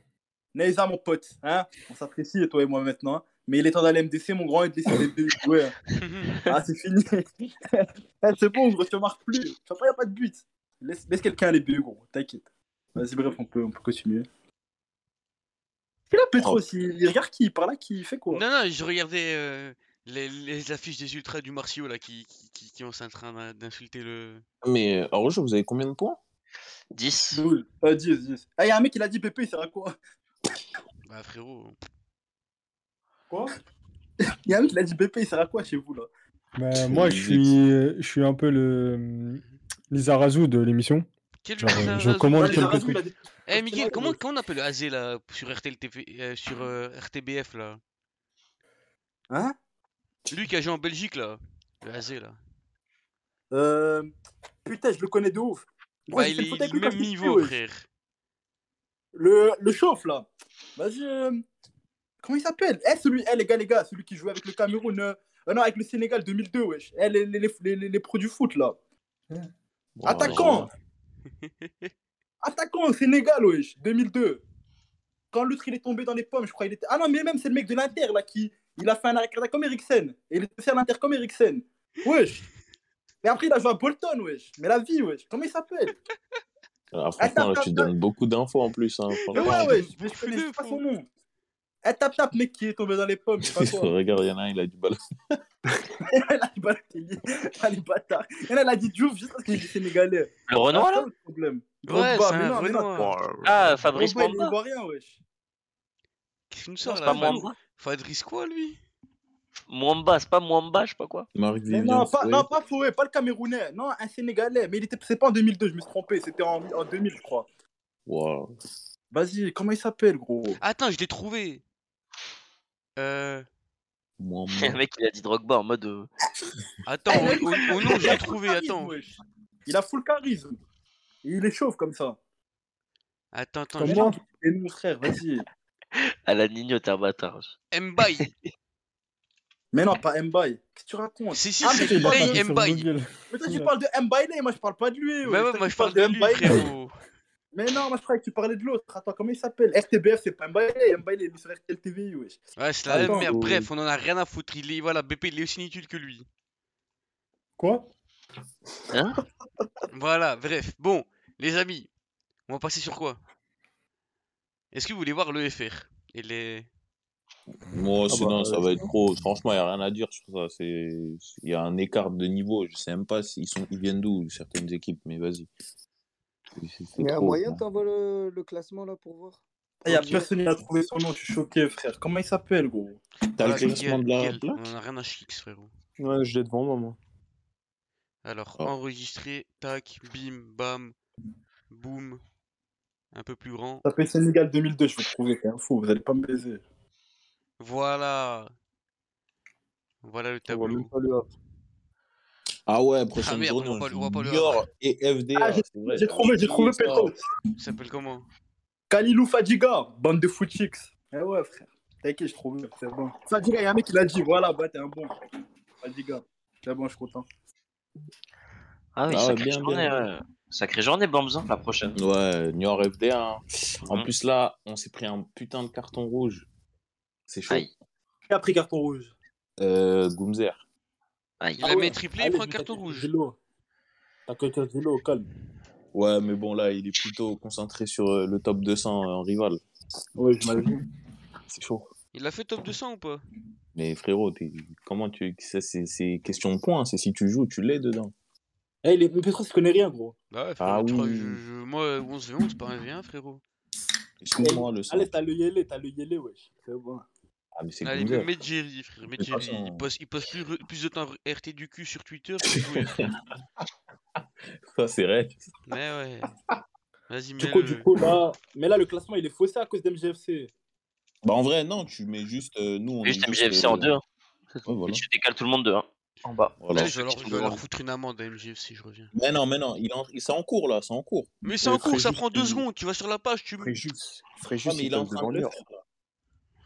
Speaker 5: Neyza, mon pote, hein on s'apprécie, toi et moi maintenant. hein. Mais il est temps d'aller MDC, mon grand, et de laisser les deux jouer. hein. Ah, c'est fini. Eh, c'est bon, gros, je te marque plus. Tu vois pas, y a pas de but. Laisse, laisse quelqu'un aller BE, gros, t'inquiète. Vas-y, bref, on peut, on peut continuer. Et là,
Speaker 1: Oh.
Speaker 5: Petros, il, il regarde qui, il parle à qui, il fait quoi
Speaker 1: Non, non, je regardais euh, les, les affiches des ultras du Martio là qui, qui, qui, qui sont en train d'in- d'insulter le.
Speaker 4: Ah, Mais hors jeu, vous avez combien de points
Speaker 2: Eh, 10.
Speaker 5: Deux. Ah, 10, 10. Ah, y a un mec, il a dit Pépé, il sert à quoi
Speaker 1: Bah frérot.
Speaker 8: quoi
Speaker 5: Y a un mec, il a dit Pépé, il sert à quoi chez vous, là
Speaker 3: Bah, moi, je suis, euh, je suis un peu le l'Izarazu de l'émission.
Speaker 1: Quel
Speaker 3: Genre, euh,
Speaker 1: bizarre
Speaker 3: je
Speaker 1: raison.
Speaker 3: commande
Speaker 5: Ouais,
Speaker 3: quelques
Speaker 5: Zarazu,
Speaker 3: trucs.
Speaker 5: Ah, il a dit-
Speaker 1: Eh Miguel,
Speaker 5: Forcément,
Speaker 1: comment,
Speaker 5: oui.
Speaker 1: comment on appelle AZ là sur RTL TV, euh, sur euh, RTBF là
Speaker 5: Hein
Speaker 1: Lui qui a joué en Belgique là Le AZ là.
Speaker 5: Euh, Putain, je le connais de ouf. Gros,
Speaker 1: bah,
Speaker 5: j'ai
Speaker 1: il
Speaker 5: fait
Speaker 1: est
Speaker 5: une photo avec
Speaker 1: le
Speaker 5: lui quand
Speaker 1: même
Speaker 5: j'étais
Speaker 1: niveau
Speaker 5: petit, ouais.
Speaker 1: frère.
Speaker 5: Le, le chauffe là. Vas-y. euh, Comment il s'appelle Eh, celui, eh, les gars, les gars, celui qui jouait avec le Cameroun. euh, euh, non, avec le Sénégal 2002, wesh. Eh, les, les, les, les, les- les pros du foot là.
Speaker 4: Bon,
Speaker 5: Attaquant
Speaker 4: alors,
Speaker 5: Attaquant au Sénégal, wesh. 2002. Quand l'autre il est tombé dans les pommes, je crois. Il était... Ah non, mais même c'est le mec de l'Inter là qui. Il a fait un arrêt cardiaque comme Eriksen. Et il est aussi à l'Inter comme Eriksen. Wesh. Mais après, il a joué à Bolton, wesh. Mais la vie, wesh. Comment il s'appelle
Speaker 4: alors, Ah, franchement, là, tu donnes beaucoup d'infos en plus. Hein,
Speaker 5: Mais
Speaker 4: franchement.
Speaker 5: ouais, wesh. Mais je
Speaker 1: fou
Speaker 5: connais
Speaker 1: de
Speaker 5: juste pas
Speaker 1: fou.
Speaker 5: son nom. Eh, tap tap, mec qui est tombé dans les pommes, je sais pas quoi.
Speaker 4: Regarde, il y en a un, il a du ballon.
Speaker 5: Là, les bâtards, Ah, les bâtards. Et là, elle a dit Diouf juste parce qu'il est sénégalais.
Speaker 2: Le Renoir, là
Speaker 5: Ah, c'est ça, le problème.
Speaker 1: Oh Ouais,
Speaker 5: Drogba,
Speaker 1: c'est
Speaker 5: mais
Speaker 1: un hein.
Speaker 5: non, mais non.
Speaker 1: Renoir.
Speaker 2: Ah,
Speaker 5: Drogba,
Speaker 2: Fabrice
Speaker 5: il est
Speaker 2: Mamba.
Speaker 5: ivoirien, wesh.
Speaker 1: Qu'est-ce qu'il nous sort
Speaker 5: c'est
Speaker 1: là
Speaker 2: Pas
Speaker 1: Fad-
Speaker 2: Mamba.
Speaker 1: Fadris quoi lui
Speaker 2: Mwamba, c'est pas Mwamba, je sais pas quoi.
Speaker 4: Marc
Speaker 5: Mais
Speaker 4: Vivien.
Speaker 5: Eh, non, pas,
Speaker 4: Fouet.
Speaker 5: non, pas Fouet, pas le Camerounais. Non, un Sénégalais. Mais il était, c'est pas en 2002, je me suis trompé. C'était en, en 2000, je crois.
Speaker 4: Wow.
Speaker 5: Vas-y, comment il s'appelle, gros
Speaker 1: Attends, je l'ai trouvé. Euh...
Speaker 4: Moi,
Speaker 2: Le mec, il a dit Drogba en mode. euh,
Speaker 1: Attends, au, au- au nom, je
Speaker 5: Il a
Speaker 1: l'ai
Speaker 5: full
Speaker 1: trouvé.
Speaker 5: charisme,
Speaker 1: Attends,
Speaker 5: wesh. Il a full charisme. Et il est chauve comme ça.
Speaker 1: attends, attends.
Speaker 3: Comme
Speaker 1: je-
Speaker 3: moi.
Speaker 5: Et nous, frère, vas-y.
Speaker 2: À la Nino, t'es un bâtard.
Speaker 1: Mbaye.
Speaker 5: Mais non, pas Mbaye. Qu'est-ce que tu racontes
Speaker 1: Si, si,
Speaker 5: Ah, mais
Speaker 1: c'est
Speaker 5: il a pas
Speaker 1: Play
Speaker 5: tapé
Speaker 1: Mbaye.
Speaker 5: Mais toi, tu parles de Mbaye, moi, je parle pas de lui.
Speaker 1: Bah ouais,
Speaker 5: Toi,
Speaker 1: moi
Speaker 5: tu
Speaker 1: je parle
Speaker 5: parles
Speaker 1: de lui,
Speaker 5: Mbaye.
Speaker 1: frérot.
Speaker 5: Mais non, moi, je croyais que tu parlais de l'autre. Attends, comment il s'appelle RTBF, c'est pas Mbaye. Mbaye, il est sur RTL TV, wesh.
Speaker 1: Ouais, c'est la même
Speaker 7: Attends,
Speaker 1: merde.
Speaker 7: euh,
Speaker 1: Bref, on en a rien à foutre. Il est, voilà, BP, il est aussi inutile que lui.
Speaker 7: Quoi
Speaker 1: Voilà, bref. Bon, les amis, on va passer sur quoi Est-ce que vous voulez voir le FR et les...
Speaker 4: Moi,
Speaker 5: Ah
Speaker 4: sinon,
Speaker 7: bah,
Speaker 4: ça va être trop. Franchement, il n'y a rien à dire sur ça. C'est- Il y a un écart de niveau. Je sais même pas s'ils sont... ils viennent d'où, certaines équipes, mais vas-y. C'est- c'est
Speaker 6: Il y a
Speaker 4: trop,
Speaker 6: moyen,
Speaker 4: quoi.
Speaker 6: t'envoies le, le classement là pour voir
Speaker 5: Il Ah, y a
Speaker 1: Ok.
Speaker 5: personne qui a trouvé son nom, je suis choqué, frère. Comment il s'appelle, gros
Speaker 4: T'as le
Speaker 1: Voilà,
Speaker 4: classement
Speaker 1: Miguel,
Speaker 4: de la
Speaker 1: Miguel,
Speaker 4: plaque
Speaker 1: On en a rien à chier, frérot.
Speaker 7: Ouais, je l'ai devant moi, moi.
Speaker 1: Alors,
Speaker 4: Oh.
Speaker 1: enregistré, tac, bim, bam, boum. Un peu plus grand.
Speaker 5: Tapez Sénégal 2002, je vais le trouver, c'est un fou, vous allez pas me baiser.
Speaker 1: Voilà. Voilà le
Speaker 7: On voit même
Speaker 1: tableau.
Speaker 7: pas le Havre.
Speaker 4: Ah ouais, prochaine
Speaker 1: Ah merde, on
Speaker 4: journée,
Speaker 1: va
Speaker 4: on
Speaker 1: pas-
Speaker 4: joue
Speaker 1: on va pas le
Speaker 4: Niort et FDA.
Speaker 5: Ah,
Speaker 4: c'est vrai,
Speaker 5: J'ai
Speaker 4: j'avais
Speaker 5: trouvé,
Speaker 4: oublié
Speaker 5: j'ai trouvé
Speaker 4: ça.
Speaker 5: Pedro.
Speaker 1: Ça s'appelle comment
Speaker 5: Kalilou Fadiga, bande de footix. Eh ouais, frère. T'inquiète, je trouve, c'est bon. Fadiga, il y a un mec qui l'a dit, voilà, bah t'es un bon. Fadiga, c'est bon, je suis content.
Speaker 2: Ah oui,
Speaker 4: Ah ouais,
Speaker 2: sacrée
Speaker 4: bien, bien,
Speaker 2: journée.
Speaker 4: bien.
Speaker 2: ouais. Sacrée journée, Bamzan, la prochaine.
Speaker 4: Ouais, Niort FDA. hein. En
Speaker 2: Mhm.
Speaker 4: plus, là, on s'est pris un putain de carton rouge. C'est chaud.
Speaker 2: Aïe.
Speaker 5: Qui a pris carton rouge
Speaker 4: Euh, Goumzer.
Speaker 2: Aïe.
Speaker 4: Ah
Speaker 1: Il a mis triplé, il prend un carton rouge.
Speaker 5: T'as que le vélo, calme.
Speaker 4: Ouais, mais bon, là, il est plutôt concentré sur euh, le top 200 en rival.
Speaker 5: Ouais, je m'imagine.
Speaker 4: C'est chaud.
Speaker 1: Il a fait top 200 ou pas
Speaker 4: Mais frérot, t'es- comment tu. ça, C'est c'est question de points. hein. C'est si tu joues, tu l'es dedans.
Speaker 5: Eh, il est... mais Petro, il se connaît rien, gros.
Speaker 1: Bah ouais,
Speaker 4: Ah
Speaker 1: frérot, tu crois que
Speaker 4: oui.
Speaker 1: je- je- moi 11 v 11, pas un v 1, frérot.
Speaker 4: Excuse-moi, le sang.
Speaker 5: Allez, t'as le yélé, t'as le yélé, wesh. C'est bon.
Speaker 4: Ah, mais c'est
Speaker 1: Allez,
Speaker 4: Goumzer.
Speaker 1: mets Jerry, frère, mets
Speaker 4: De toute
Speaker 1: Jerry. Il
Speaker 4: façon-
Speaker 1: passe, il passe plus, re- plus de temps RT du cul sur Twitter que jouer, frère.
Speaker 4: Ça, c'est vrai.
Speaker 1: Mais ouais. Vas-y,
Speaker 5: Du coup,
Speaker 1: mets-le.
Speaker 5: du coup, là. Mais là, le classement, il est faussé à cause d'MGFC.
Speaker 4: Bah, en vrai, non, tu mets juste. euh, nous, on.
Speaker 2: Et Juste
Speaker 4: est
Speaker 2: MGFC
Speaker 4: euh,
Speaker 2: en deux. hein.
Speaker 4: ouais, voilà.
Speaker 2: Et tu décales tout le monde hein. de 1. En bas.
Speaker 4: Voilà.
Speaker 1: Ouais, Ah, je vais leur, je vais leur foutre une amende à MGFC, je reviens.
Speaker 4: Mais non, mais non, il est en, il- c'est en cours, là, c'est en cours.
Speaker 1: Mais c'est en cours, ça prend 2 secondes. Tu vas sur la page, tu.
Speaker 7: Fréjus. Fréjus,
Speaker 4: Ah, mais
Speaker 7: il
Speaker 4: il est en
Speaker 7: passe
Speaker 4: train
Speaker 7: devant
Speaker 4: de le
Speaker 7: Niort.
Speaker 4: faire. là.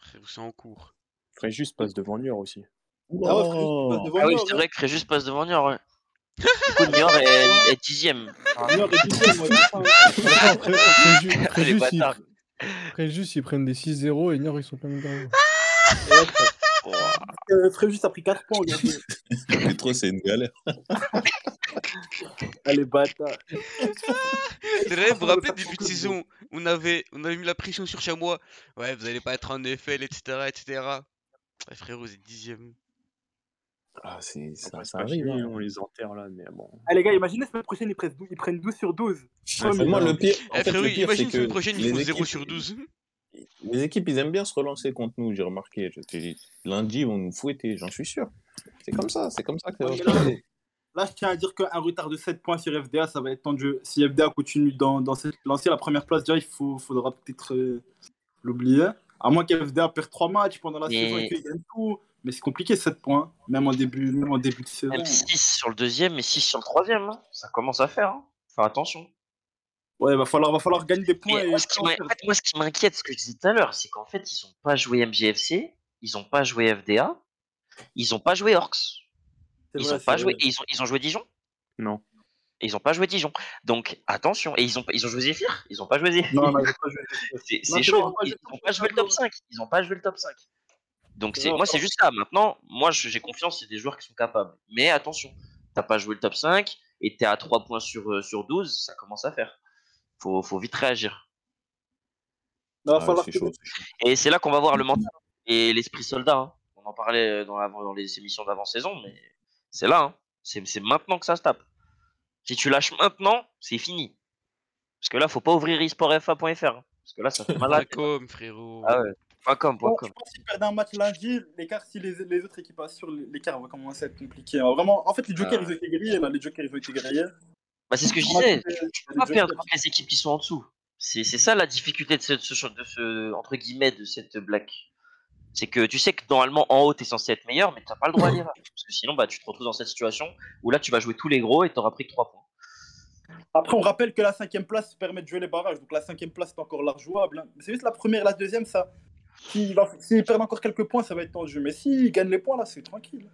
Speaker 1: Frère, C'est en cours.
Speaker 7: Fréjus passe devant Niort aussi.
Speaker 5: Ah ouais, frère,
Speaker 4: Oh.
Speaker 5: passe devant
Speaker 2: Ah oui,
Speaker 5: Niort,
Speaker 2: c'est
Speaker 5: hein.
Speaker 2: vrai que Fréjus passe devant Niort. Ouais. Du coup, Niort est, est dixième.
Speaker 5: Niort est dixième, ouais, putain.
Speaker 3: Attends, Fré- Fréjus-
Speaker 2: Les
Speaker 3: Fréjus, ils-
Speaker 2: bâtards.
Speaker 3: Fréjus, ils prennent des 6-0 et Niort, ils sont pas même derrière.
Speaker 5: Ouais, frère.
Speaker 2: Ouah.
Speaker 5: Euh, Fréjus a pris 4 points aujourd'hui.
Speaker 4: Mais trop, c'est une galère.
Speaker 5: Allez, bâtard.
Speaker 1: D'ailleurs, vous vous rappelez, début de saison, on avait, on avait mis la pression sur Chamois. Ouais, vous allez pas être en EFL, etc. etc. Ouais, Eh, frérot, vous êtes 10ème.
Speaker 4: Ah, c'est. Ça,
Speaker 7: Après, c'est
Speaker 4: ça
Speaker 7: pas
Speaker 4: arrive.
Speaker 7: fini,
Speaker 4: hein.
Speaker 7: on les enterre là, mais bon.
Speaker 5: Allez, les gars, imaginez semaine prochaine, ils prennent 12, ils prennent 12 sur 12.
Speaker 4: Ouais,
Speaker 5: mais
Speaker 4: moi,
Speaker 5: non.
Speaker 4: le pire, en
Speaker 1: Eh
Speaker 4: fait,
Speaker 1: frérot,
Speaker 4: le pire, c'est
Speaker 1: imagine
Speaker 4: que
Speaker 1: semaine prochaine, ils
Speaker 4: les
Speaker 1: font 0
Speaker 4: équipes-
Speaker 1: sur 12.
Speaker 4: Les équipes, ils aiment bien se relancer contre nous, j'ai remarqué. Je te dis, Lundi, ils vont nous fouetter, j'en suis sûr. C'est comme ça, c'est comme ça que ça va se passer.
Speaker 5: Là, je tiens à dire qu'un retard de 7 points sur FDA, ça va être tendu. Si FDA continue dans, dans cette lancée, la première place, déjà, il faut, faudra peut-être euh, l'oublier. À moins qu'FDA perde 3 matchs pendant la
Speaker 2: Mais-
Speaker 5: saison et qu'ils gagnent tout. Mais c'est compliqué, 7 points. Même en début, même en début de saison.
Speaker 2: Même 6 Ah, sur le deuxième et 6 sur le troisième. hein. Ça commence à faire. Hein. Faire attention.
Speaker 5: Ouais, va falloir, va falloir gagner des points.
Speaker 2: Mais
Speaker 5: et
Speaker 2: moi, ce qui
Speaker 5: en
Speaker 2: m'in-
Speaker 5: faire.
Speaker 2: en fait, moi, ce qui m'inquiète, ce que je disais tout à l'heure, c'est qu'en fait, ils ont pas joué MGFC, ils ont pas joué FDA, ils ont pas joué Orcs,
Speaker 5: C'est
Speaker 2: ils
Speaker 5: vrai,
Speaker 2: ont
Speaker 5: c'est
Speaker 2: pas
Speaker 5: vrai.
Speaker 2: joué, et ils ont, ils ont joué Dijon.
Speaker 7: Non.
Speaker 2: Et ils ont pas joué Dijon. Donc, attention. Et ils ont, ils ont joué Zephyr. Ils ont pas joué Zephyr.
Speaker 5: Non, non, ils ont pas joué.
Speaker 2: c'est
Speaker 5: non,
Speaker 2: c'est
Speaker 5: c'est vrai,
Speaker 2: chaud. hein.
Speaker 5: ils ont pas
Speaker 2: Ils
Speaker 5: joué-
Speaker 2: ont pas joué le top 5. Ils ont pas joué le top 5. Donc,
Speaker 5: C'est
Speaker 2: c'est
Speaker 5: vrai,
Speaker 2: moi, c'est
Speaker 5: encore.
Speaker 2: juste ça. Maintenant, moi, je- j'ai confiance, c'est des joueurs qui sont capables. Mais attention, t'as pas joué le top 5 et t'es à 3 points sur, euh, sur 12, ça commence à faire. Faut, faut vite réagir.
Speaker 5: Non, va
Speaker 4: Ah,
Speaker 5: falloir
Speaker 4: c'est
Speaker 5: que-
Speaker 4: chaud, c'est chaud.
Speaker 2: Et c'est là qu'on va voir le mental et l'esprit soldat. hein. On en parlait euh, dans, l'avant- dans les émissions d'avant-saison, mais c'est là. hein. C'est c'est maintenant que ça se tape. Si tu lâches maintenant, c'est fini. Parce que là, faut pas ouvrir esportfa.fr. hein. Parce que là, ça fait mal à la tête.
Speaker 1: Comme frérot.
Speaker 2: Ah ouais. Pas comme, pas
Speaker 5: Bon,
Speaker 2: comme.
Speaker 5: je pense qu'ils perdent un match lundi. L'écart, si les, les autres équipes assurent, l'écart va commencer à être compliqué. hein. Vraiment, en fait, les jokers,
Speaker 2: Ah.
Speaker 5: ils ont été grillés. Là. Les jokers, ils ont été grillés.
Speaker 2: Bah, c'est ce que je
Speaker 5: On a
Speaker 2: disais.
Speaker 5: fait-
Speaker 2: Tu peux pas perdre contre les équipes qui sont en dessous. C'est c'est ça la difficulté de ce, de ce- de ce- entre guillemets, de cette blague. C'est que tu sais que normalement en haut t'es censé être meilleur, mais t'as pas le droit à l'erreur. Parce que sinon, bah, tu te retrouves dans cette situation où là tu vas jouer tous les gros et t'auras pris que 3 points.
Speaker 5: Après, on rappelle que la cinquième place permet de jouer les barrages. Donc la cinquième place, c'est encore large jouable. hein. Mais C'est juste la première, la deuxième, ça. S'ils va... s'ils perdent encore quelques points, ça va être tendu. Mais s'ils gagnent les points, là, c'est tranquille.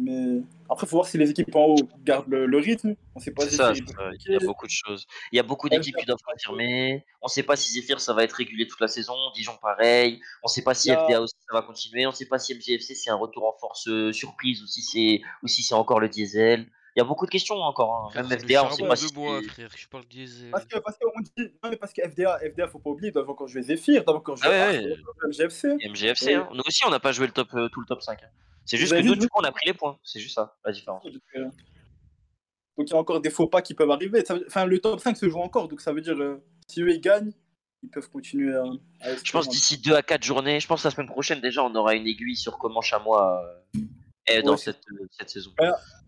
Speaker 5: Mais après, faut voir si les équipes en haut gardent le, le rythme. On sait pas
Speaker 2: C'est
Speaker 5: si
Speaker 2: ça,
Speaker 5: c'est-
Speaker 2: euh, il y a beaucoup de choses. Il y a beaucoup d'équipes qui doivent confirmer. On sait pas si Zephyr ça va être régulé toute la saison, Dijon pareil. On sait pas si
Speaker 5: Il y a-
Speaker 2: FDA aussi ça va continuer. On sait pas si MGFC c'est un retour en force euh, surprise ou si c'est ou si c'est encore le diesel. Il y a beaucoup de questions encore. hein.
Speaker 1: Frère,
Speaker 2: Même
Speaker 1: c'est le
Speaker 2: FDA, on sait
Speaker 1: charbon
Speaker 2: pas
Speaker 1: de
Speaker 2: si.
Speaker 1: bois, frère. Je parle diesel.
Speaker 4: Ah,
Speaker 5: Parce que, parce que on dit. Non, mais parce que FDA, FDA, faut pas oublier, ils doivent encore jouer Zephyr, ils doivent encore
Speaker 2: Ah
Speaker 5: jouer
Speaker 2: ouais, ouais,
Speaker 5: MGFC.
Speaker 2: MGFC. hein. Nous aussi, on n'a pas joué le top, euh, tout le top 5. hein. C'est juste
Speaker 5: Vous
Speaker 2: que
Speaker 5: avez
Speaker 2: nous,
Speaker 5: vu
Speaker 2: du coup, on a pris les points. C'est juste ça, la différence.
Speaker 5: Donc euh, donc il y a encore des faux pas qui peuvent arriver. Ça veut- Enfin, le top 5 se joue encore, donc ça veut dire euh, si eux ils gagnent, ils peuvent continuer à. à
Speaker 2: Je pense
Speaker 5: espérer.
Speaker 2: d'ici 2 à 4 journées, je pense la semaine prochaine, déjà, on aura une aiguille sur comment Chamois euh, est dans
Speaker 5: Ouais, c'est-
Speaker 2: cette, euh, cette saison.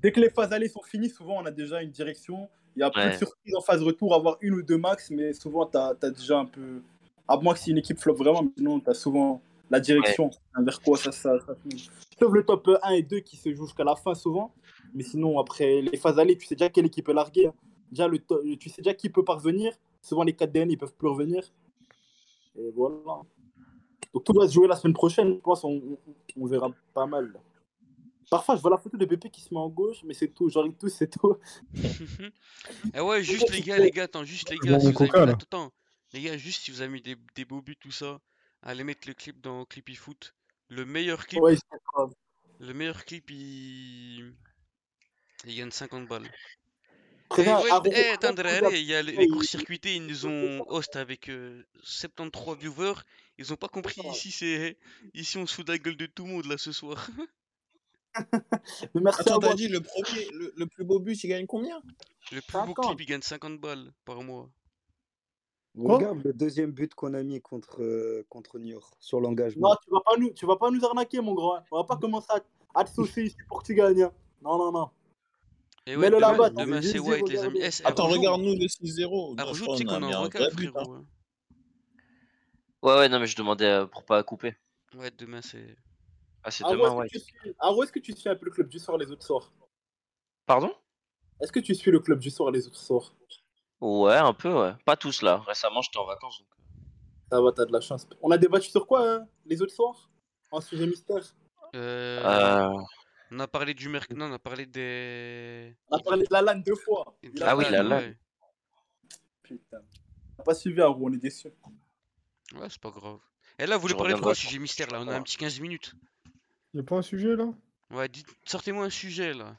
Speaker 5: Dès que les phases allées sont finies, souvent on a déjà une direction. Il y a plus
Speaker 2: Ouais.
Speaker 5: de surprises en phase retour, avoir une ou deux max, mais souvent t'as as déjà un peu. À moins que si une équipe flop vraiment, mais sinon t'as souvent la direction hein, vers quoi ça, ça, ça finit. Sauf le top 1 et 2 qui se jouent jusqu'à la fin souvent. Mais sinon, après les phases allées, tu sais déjà quelle équipe est larguée. hein. Déjà, le to- tu sais déjà qui peut parvenir. Souvent, les 4 DN, ils peuvent plus revenir. Et voilà. Donc tout va se jouer la semaine prochaine, je pense, on, on- on verra pas mal. Parfois, je vois la photo de BP qui se met en gauche, mais c'est tout. Genre, tout, c'est tout.
Speaker 1: Ah ouais, juste les gars, les gars, attends, juste les
Speaker 3: Je
Speaker 1: gars,
Speaker 3: vois
Speaker 1: si
Speaker 3: mon
Speaker 1: vous avez
Speaker 3: coca,
Speaker 1: mis...
Speaker 3: là.
Speaker 1: attends, attends. les gars, juste si vous avez mis des, des beaux buts, tout ça, allez mettre le clip dans Clippy Foot. Le meilleur clip,
Speaker 5: Ouais, je sais pas.
Speaker 1: le meilleur clip, il, il gagne 50 balles.
Speaker 5: Très
Speaker 1: Eh
Speaker 5: bien,
Speaker 1: ouais,
Speaker 5: Aaron-
Speaker 1: eh, attendez, allez, il y a les, les
Speaker 5: il-
Speaker 1: court-circuités, ils nous ont host avec euh, 73 viewers, ils ont pas compris, ici c'est, ici on se fout de la gueule de tout le monde là ce soir.
Speaker 5: Mais merci
Speaker 4: Attends,
Speaker 5: à
Speaker 4: t'as
Speaker 5: moi.
Speaker 4: dit le premier, le, le plus beau but, il gagne combien
Speaker 1: Le plus beau clip,
Speaker 5: 50.
Speaker 1: il gagne 50 balles par mois.
Speaker 3: Quoi
Speaker 6: Regarde le deuxième but qu'on a mis contre, euh, contre Niort sur l'engagement.
Speaker 5: Non, tu vas pas nous, tu vas pas nous arnaquer, mon grand. On va pas commencer à, à te saucer ici pour que tu gagnes. hein. Non, non, non.
Speaker 1: Et
Speaker 5: Mets-le
Speaker 1: Eh demain,
Speaker 5: là-bas,
Speaker 1: demain,
Speaker 6: t'as
Speaker 1: c'est
Speaker 6: vu,
Speaker 1: White, les
Speaker 6: regardez.
Speaker 1: amis. Eh, c'est- eh,
Speaker 4: Attends,
Speaker 1: Rojo,
Speaker 4: regarde-nous le 6-0.
Speaker 1: Ah,
Speaker 4: Non, je
Speaker 1: Rojo,
Speaker 4: crois
Speaker 1: tu sais
Speaker 4: qu'on a
Speaker 1: qu'on est
Speaker 4: mis
Speaker 1: en
Speaker 4: un
Speaker 1: vacances,
Speaker 4: vrai but. hein.
Speaker 1: frérot. hein.
Speaker 2: Ouais, ouais, non, mais je demandais euh, pour pas couper.
Speaker 1: Ouais, demain c'est.
Speaker 2: Ah, c'est
Speaker 5: Aro,
Speaker 2: demain,
Speaker 5: est-ce
Speaker 2: ouais.
Speaker 5: que, tu suis... Aro, est-ce que tu suis un peu le club du soir et les autres soirs
Speaker 2: Pardon
Speaker 5: Est-ce que tu suis le club du soir et les autres soirs
Speaker 2: Ouais, un peu, ouais. Pas tous, là. Récemment, j'étais en vacances. donc.
Speaker 5: Ça va, t'as de la chance. On a débattu sur quoi, hein, les autres soirs Un sujet mystère.
Speaker 2: Ah.
Speaker 1: Euh,
Speaker 2: Euh,
Speaker 1: On a parlé du merc. Non, on a parlé des.
Speaker 5: On a parlé de la LAN deux fois.
Speaker 1: de
Speaker 5: Il
Speaker 1: la
Speaker 5: a
Speaker 2: Ah oui,
Speaker 5: pas-
Speaker 1: LAN,
Speaker 2: la LAN.
Speaker 1: Ouais,
Speaker 5: Putain. On a pas suivi Aro, on est déçus.
Speaker 1: Ouais, c'est pas grave. Et là, vous voulez
Speaker 2: Je
Speaker 1: parler de
Speaker 2: reviendrai
Speaker 1: quoi,
Speaker 2: sur-
Speaker 1: sujet mystère là On a un petit 15 minutes.
Speaker 3: Il n'y a pas un sujet là
Speaker 1: Ouais, dites... sortez-moi un sujet là.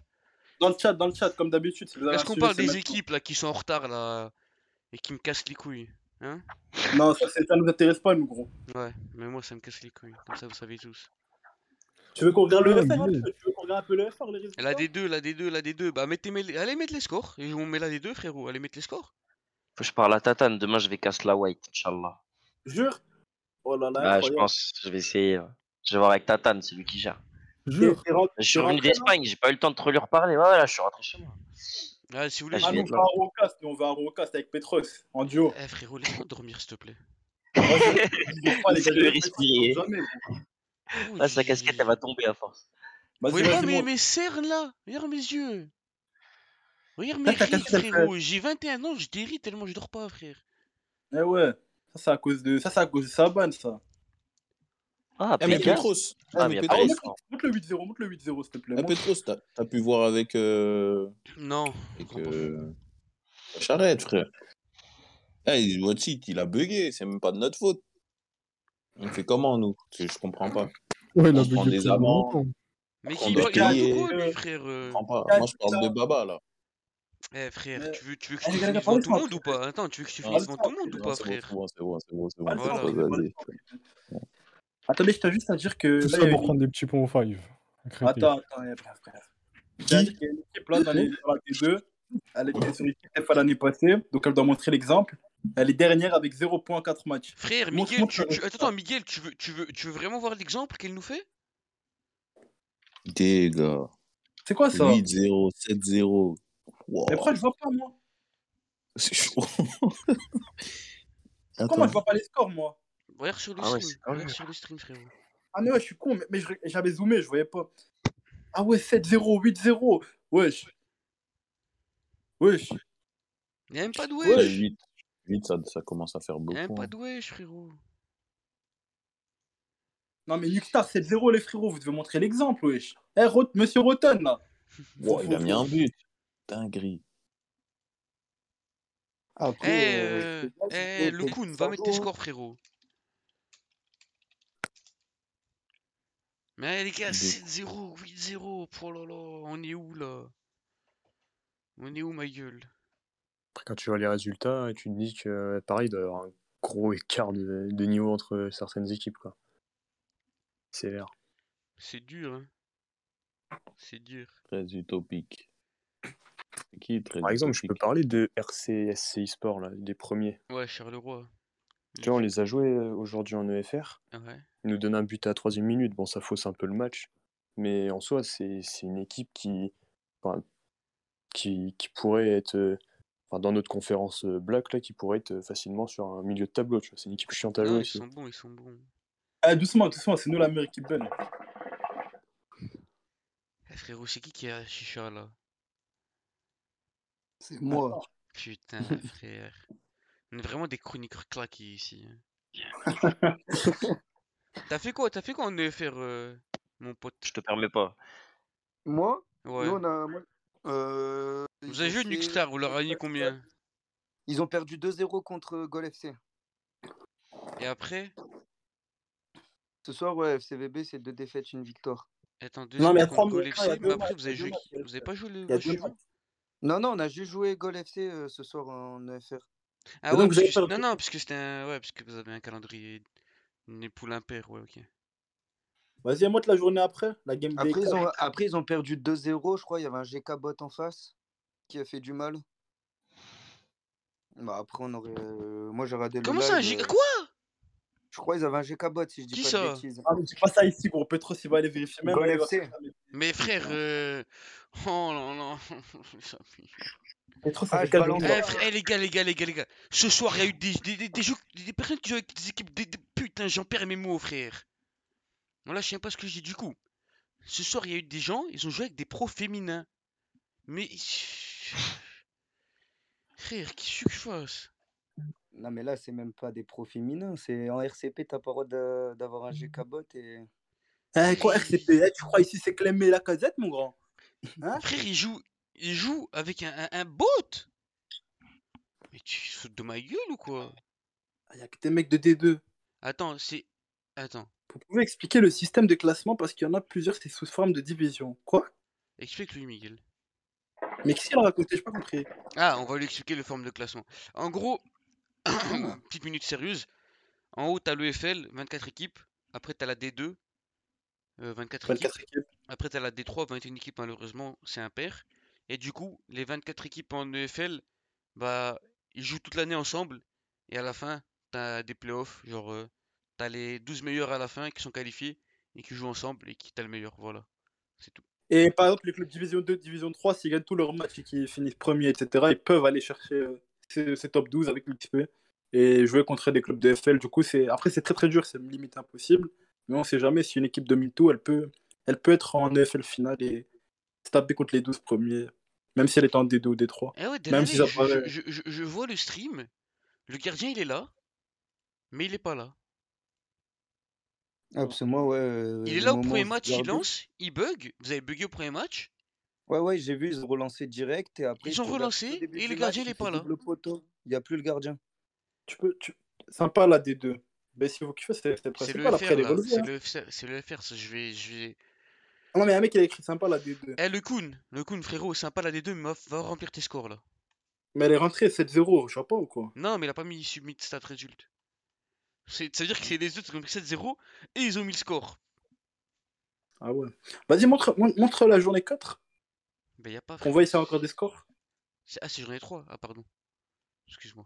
Speaker 5: Dans le chat, dans le chat, comme d'habitude. si vous avez
Speaker 1: Est-ce
Speaker 5: un
Speaker 1: qu'on
Speaker 5: sujet,
Speaker 1: parle
Speaker 5: Bah, c'est
Speaker 1: des
Speaker 5: maintenant.
Speaker 1: équipes là qui sont en retard là et qui me cassent les couilles
Speaker 5: Non, ça, c'est- ça nous intéresse pas, nous, gros.
Speaker 1: Ouais, mais moi ça me casse les couilles. Comme ça, vous savez tous.
Speaker 5: Tu veux qu'on regarde le
Speaker 3: Ouais,
Speaker 5: FR un
Speaker 3: mais-
Speaker 5: peu Tu veux qu'on regarde un peu le FR, les résultats
Speaker 1: La D2, la D2, la D2. Bah, mettez mes... allez mettre les scores. Et on met la D2, frérot. Allez mettre les scores.
Speaker 2: Faut que je parle à Tatane. Demain, je vais casser la white, Inch'Allah.
Speaker 5: Jure Oh là là,
Speaker 2: Ah, je
Speaker 5: incroyable.
Speaker 2: pense, je vais essayer. ouais. Je vais voir avec Tatane, c'est lui qui gère.
Speaker 5: T'es-
Speaker 3: Jure.
Speaker 5: t'es rentré-
Speaker 2: Je suis
Speaker 5: t'es
Speaker 2: revenu
Speaker 5: rentré, là
Speaker 2: d'Espagne, j'ai pas eu le temps de trop lui reparler. Ouais, ouais, là, je suis rentré chez moi.
Speaker 1: Ah, si vous
Speaker 2: Ah,
Speaker 1: voulez,
Speaker 2: je
Speaker 5: Ah,
Speaker 1: je
Speaker 2: vais
Speaker 5: nous, on
Speaker 1: vous.
Speaker 2: être
Speaker 5: va
Speaker 2: là.
Speaker 5: à Rocast, nous, on va à Rocast avec Petros, en duo.
Speaker 1: Eh, frérot, laisse-moi dormir, s'il te plaît.
Speaker 5: Moi, je- je dors pas, les
Speaker 2: Laisse-le
Speaker 5: gars, je dors
Speaker 2: respirer.
Speaker 5: jamais, gros.
Speaker 1: Oh,
Speaker 2: Là, sa
Speaker 1: j'ai-
Speaker 2: Ah, casquette, elle va tomber à force.
Speaker 1: Vous
Speaker 5: Vas-y,
Speaker 1: voyez pas
Speaker 5: vas-y,
Speaker 1: mes,
Speaker 5: mon-
Speaker 1: mes cernes là Regarde mes yeux Regarde mes
Speaker 5: Putain, ta
Speaker 1: rides,
Speaker 5: casquette, elle fait-
Speaker 1: frérot J'ai 21 ans, je déris tellement je dors pas, frère
Speaker 5: Eh ouais, ça, c'est à cause de... Ça, c'est à cause de Saban, ça.
Speaker 2: Ah,
Speaker 4: Eh, mais
Speaker 2: Pégas.
Speaker 4: Petros, eh,
Speaker 2: Ah, mais
Speaker 4: mais
Speaker 2: y a pas
Speaker 5: Allez,
Speaker 4: Petros,
Speaker 2: de-
Speaker 5: monte monte le 8-0, monte le 8-0, s'il te plaît.
Speaker 4: eh,
Speaker 5: monte.
Speaker 4: Petros, t'as- t'as pu voir avec. euh,
Speaker 1: Non
Speaker 4: Et
Speaker 1: Grand bof.
Speaker 4: que. J'arrête, frère. Eh, votre site, il a bugué, c'est même pas de notre faute. On fait comment, nous Je je comprends pas.
Speaker 3: Ouais, il
Speaker 4: On
Speaker 3: a
Speaker 4: se prend
Speaker 3: bugué
Speaker 4: des
Speaker 3: pour le
Speaker 4: amants.
Speaker 3: longtemps.
Speaker 1: Mais
Speaker 4: Contre
Speaker 1: qui
Speaker 4: des
Speaker 1: parle Il parle de
Speaker 4: pays,
Speaker 1: quoi,
Speaker 5: euh,
Speaker 1: lui, frère euh
Speaker 4: Je comprends pas.
Speaker 5: Quatre,
Speaker 4: Moi, je parle
Speaker 5: putain.
Speaker 4: de Baba, là.
Speaker 1: Eh, frère,
Speaker 5: Mais-
Speaker 1: tu veux, tu veux que
Speaker 5: Eh,
Speaker 1: je te
Speaker 5: les gars, les gars,
Speaker 1: finisse devant tout le
Speaker 5: parlez-moi,
Speaker 1: monde ou pas Attends, tu veux que je te
Speaker 4: Non,
Speaker 1: finisse
Speaker 5: c'est
Speaker 1: devant
Speaker 5: ça,
Speaker 1: tout le monde
Speaker 5: c'est
Speaker 1: ou pas,
Speaker 4: Non, c'est bon, c'est
Speaker 1: frère
Speaker 4: bon, c'est bon, c'est bon, c'est bon,
Speaker 5: Allez,
Speaker 4: c'est
Speaker 1: Voilà.
Speaker 4: bon, vas-y.
Speaker 5: Attendez, je t'ai juste à dire que...
Speaker 3: Tout
Speaker 5: là,
Speaker 3: ça
Speaker 5: il y a
Speaker 3: pour
Speaker 5: une-
Speaker 3: prendre des petits points au five. Incroyable.
Speaker 5: Attends, attends, eh, bref, bref. Je tiens à dire qu'il y a une équipe là dans les dans la T2 Elle était sur l'équipe FA l'année passée, donc elle doit montrer l'exemple. Elle est dernière avec 0 points en 4 matchs.
Speaker 1: Frère,
Speaker 5: Montre-
Speaker 1: Miguel, tu,
Speaker 5: montre-
Speaker 1: tu- attends, attends, Miguel, tu veux, tu veux, tu veux vraiment voir l'exemple qu'elle nous fait
Speaker 4: Des gars.
Speaker 5: C'est quoi ça
Speaker 4: 8-0, 7-0. Wow.
Speaker 5: Mais pourquoi je vois pas, moi
Speaker 4: C'est chaud.
Speaker 5: Comment
Speaker 4: Attends.
Speaker 5: je vois pas les scores, moi
Speaker 1: Regarde sur le
Speaker 2: Ah ouais,
Speaker 1: stream,
Speaker 2: c'est quand même-
Speaker 1: regarde sur le stream, frérot.
Speaker 5: Ah, mais ouais, je suis con, mais, mais je- j'avais zoomé, je voyais pas. Ah, ouais, 7-0, 8-0. Wesh. Wesh.
Speaker 1: Il a même pas de
Speaker 4: Ouais,
Speaker 1: wesh.
Speaker 4: 8, 8 ça, ça commence à faire
Speaker 1: Il
Speaker 4: beaucoup.
Speaker 2: Eh,
Speaker 1: a même pas
Speaker 4: hein.
Speaker 1: de wesh, frérot.
Speaker 5: Non, mais Nukstar 7-0, les frérots, vous devez montrer l'exemple, wesh. Eh, Rot- monsieur Rotten, là.
Speaker 4: Wow, il a mis un but. Dinguerie.
Speaker 1: Eh,
Speaker 6: Après,
Speaker 1: euh, eh, le Kun, va mettre tes scores, frérot. Mais les gars,
Speaker 4: Des-
Speaker 1: 7-0, 8-0, oh là là, on est où là On est où, ma gueule
Speaker 7: Après, quand tu vois les résultats, tu te dis que Paris doit y avoir un gros écart de, de niveau entre certaines équipes. Quoi. Sévère.
Speaker 1: C'est dur, hein. C'est dur.
Speaker 4: Très utopique. C'est qui très
Speaker 7: Par exemple, je peux
Speaker 4: utopique
Speaker 7: parler de RCSCI E Sport, là, des premiers.
Speaker 1: Ouais, Charleroi.
Speaker 7: Tu vois, on les a joués euh, aujourd'hui en EFR.
Speaker 1: Ouais.
Speaker 7: Ils nous donnent un but à la troisième minute. Bon, ça fausse un peu le match. Mais en soi, c'est c'est une équipe qui, enfin, qui, qui pourrait être, euh, enfin, dans notre conférence euh, Black, là, qui pourrait être euh, facilement sur un milieu de tableau. tu vois. C'est une équipe chiante à jouer
Speaker 1: Non, ils
Speaker 7: aussi.
Speaker 1: sont bons, ils sont bons.
Speaker 5: Eh, doucement, doucement, c'est nous la meilleure équipe bonne.
Speaker 1: Eh, frérot, c'est qui qui a Chicha là
Speaker 6: c'est moi.
Speaker 1: Putain, frère. On est vraiment des chroniqueurs claqués ici. hein. T'as fait quoi T'as fait quoi en EFR, euh, mon pote
Speaker 2: Je te permets pas.
Speaker 6: Moi
Speaker 1: Ouais.
Speaker 6: Nous, on a. moi- Euh,
Speaker 1: Vous
Speaker 6: ils
Speaker 1: avez
Speaker 6: ont
Speaker 1: joué
Speaker 6: fait-
Speaker 1: Nuxstar, vous leur avez mis combien
Speaker 6: Ils ont perdu 2-0 contre euh, Gol FC.
Speaker 1: Et après
Speaker 6: Ce soir, ouais, FCVB, c'est deux défaites, une victoire.
Speaker 1: Attends,
Speaker 5: Non, mais il y a
Speaker 1: 2-0
Speaker 5: trois
Speaker 1: contre Gol
Speaker 5: matchs,
Speaker 1: FC,
Speaker 5: il y a deux
Speaker 1: mais après
Speaker 5: matchs,
Speaker 1: vous
Speaker 5: il y a
Speaker 1: avez
Speaker 5: deux
Speaker 1: joué
Speaker 5: matchs,
Speaker 1: qui Vous avez pas joué le
Speaker 5: y a
Speaker 1: match
Speaker 5: deux
Speaker 1: suivant
Speaker 6: Non, non, on a juste joué Gol FC euh, ce soir en EFR.
Speaker 1: Ah
Speaker 5: Et
Speaker 1: ouais,
Speaker 5: donc,
Speaker 1: parce
Speaker 5: vous avez
Speaker 1: que...
Speaker 5: perdu.
Speaker 1: Non, non, parce que c'était un... Ouais, parce que vous avez un calendrier... Une époule impair, ouais, ok.
Speaker 5: Vas-y, monte la journée après, la game day.
Speaker 6: Après, ils ont, après, ils ont perdu 2-0, je crois. Il y avait un GK bot en face qui a fait du mal. Bah, après, on aurait. euh, Moi, j'ai regardé le.
Speaker 1: Comment ça, un
Speaker 6: live,
Speaker 1: giga
Speaker 6: euh,
Speaker 1: Quoi
Speaker 6: Je crois qu'ils avaient un GK bot, si je dis
Speaker 1: Qui
Speaker 6: pas
Speaker 1: ça
Speaker 6: de bêtises.
Speaker 5: Ah, mais dis pas ça ici, gros. Petros, il va aller vérifier même.
Speaker 6: Gol
Speaker 5: il va
Speaker 6: FC.
Speaker 5: faire ça, mais-
Speaker 1: Mais frère, euh... Oh là là... ça pue.
Speaker 5: Petros,
Speaker 6: Ah,
Speaker 5: ça fait
Speaker 6: je
Speaker 5: quel
Speaker 6: balance.
Speaker 1: Eh,
Speaker 5: joueur
Speaker 1: fr- eh, les gars, les gars, les gars, les gars. Ce soir, il y a eu des, des, des, des jeux- des- des personnes qui jouent avec des équipes. Des, des- Putain, j'en perds mes mots, frère. Bon, là, je sais pas ce que je dis du coup. Ce soir, il y a eu des gens, ils ont joué avec des pros féminins. Mais. Frère, qu'est-ce que je fasse
Speaker 6: Non, mais là, c'est même pas des pros féminins. C'est en RCP, t'as pas le droit d'a- d'avoir un GK bot. Et...
Speaker 5: Eh, quoi, RCP eh, Tu crois ici, c'est Clem et la casette, mon grand
Speaker 1: Frère, ils jouent, ils jouent avec un, un, un bot Mais tu sautes de ma gueule ou quoi
Speaker 5: Il y a Ah, que des mecs de D2.
Speaker 1: Attends, c'est. Attends,
Speaker 5: Vous pouvez expliquer le système de classement parce qu'il y en a plusieurs, c'est sous forme de division. Quoi
Speaker 1: explique-lui, Miguel.
Speaker 5: Mais qu'est-ce qu'il a raconté J'ai pas compris.
Speaker 1: Ah, on va lui expliquer le forme de classement. En gros, petite minute sérieuse. En haut, t'as l'EFL, 24 équipes. Après, t'as la D2, euh, 24 équipes.
Speaker 5: 24 équipes.
Speaker 1: Après, t'as la D3, 21 équipes, malheureusement, c'est impair. Et du coup, les 24 équipes en EFL, bah, ils jouent toute l'année ensemble. Et à la fin, t'as des playoffs. Genre, euh, t'as les 12 meilleurs à la fin qui sont qualifiés et qui jouent ensemble et qui t'as le meilleur. Voilà, c'est tout.
Speaker 5: Et par exemple, les clubs Division 2, Division 3, s'ils gagnent tous leurs matchs et qu'ils finissent premiers, etc., ils peuvent aller chercher euh, ces, ces top 12 avec l'XP et jouer contre des clubs de FL. Du coup, c'est après, c'est très très dur, c'est limite impossible. Mais on sait jamais si une équipe domine tout, elle peut, elle peut être en EFL finale et se taper contre les 12 premiers, même si elle est en D2 ou D3.
Speaker 1: Eh ouais,
Speaker 5: Même si
Speaker 1: Delary,
Speaker 5: ça paraît-
Speaker 1: je, je- je- je vois le stream. Le gardien, il est là. Mais il est pas là.
Speaker 6: Ah, parce que moi, ouais. euh,
Speaker 1: Il est
Speaker 6: le
Speaker 1: là au
Speaker 6: moment
Speaker 1: premier
Speaker 6: où
Speaker 1: match,
Speaker 6: je
Speaker 1: il
Speaker 6: regardais-
Speaker 1: lance, il bug. Vous avez bugué au premier match.
Speaker 6: Ouais, ouais, j'ai vu, ils ont relancé direct. Et après,
Speaker 1: Ils ont
Speaker 6: tu regardes
Speaker 1: relancé
Speaker 6: au début
Speaker 1: et
Speaker 6: du
Speaker 1: le
Speaker 6: match,
Speaker 1: gardien, il est
Speaker 6: fait
Speaker 1: pas là.
Speaker 6: double poteau. Il n'y a plus le gardien.
Speaker 5: Tu peux, tu... Sympa la D2. Mais si vous kiffez, c'est c'est
Speaker 1: C'est le
Speaker 5: principal.
Speaker 1: FR
Speaker 5: Après, les
Speaker 1: là.
Speaker 5: relevés,
Speaker 1: C'est
Speaker 5: hein.
Speaker 1: le FR, c'est le FR. ça, Je vais, je vais.
Speaker 5: Non, mais un mec, il a écrit sympa la D2.
Speaker 1: Eh le Kun, le Kun frérot, sympa la D2, mais va, va remplir tes scores là.
Speaker 5: Mais elle est rentrée 7-0, je sais pas ou quoi.
Speaker 1: Non, mais il a pas mis submit stat result. C'est, ça veut dire que c'est les autres qui ont pris 7-0 et ils ont mis le score.
Speaker 5: Ah ouais. Vas-y, montre, mon- montre la journée 4.
Speaker 1: Ben y a pas.
Speaker 5: Qu'on
Speaker 1: frérot.
Speaker 5: voit ici encore des scores.
Speaker 1: C'est- Ah, c'est journée 3. Ah, pardon. Excuse-moi.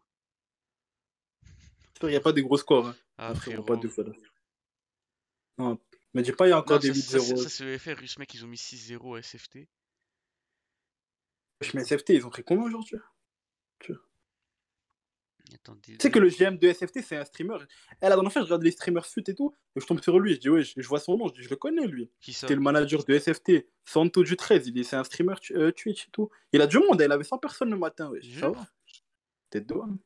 Speaker 5: Il n'y a pas des gros scores. Hein.
Speaker 1: Ah,
Speaker 5: On fera
Speaker 1: frérot.
Speaker 5: pas deux fois. là. Non, mais dis pas, il y a encore
Speaker 1: Non,
Speaker 5: des
Speaker 1: ça, ça, ça,
Speaker 5: 8-0.
Speaker 1: ça, c'est EFR. Russe, mec, ils ont mis 6-0 à SFT.
Speaker 5: Je mets SFT, ils ont pris combien aujourd'hui
Speaker 1: Attendez.
Speaker 5: Tu sais que le GM de SFT, c'est un streamer. Elle a dans fois, je regarde les streamers fut et tout, et je tombe sur lui. Je dis, ouais, je, je vois son nom, je dis, je le connais lui.
Speaker 1: Qui ça
Speaker 5: C'était le manager de SFT, Santo du 13. Il est, c'est un streamer tu- euh, Twitch et tout. Il a du monde, il avait 100 personnes le matin. Ouais. Ça
Speaker 1: Jure
Speaker 5: va Tête de homme.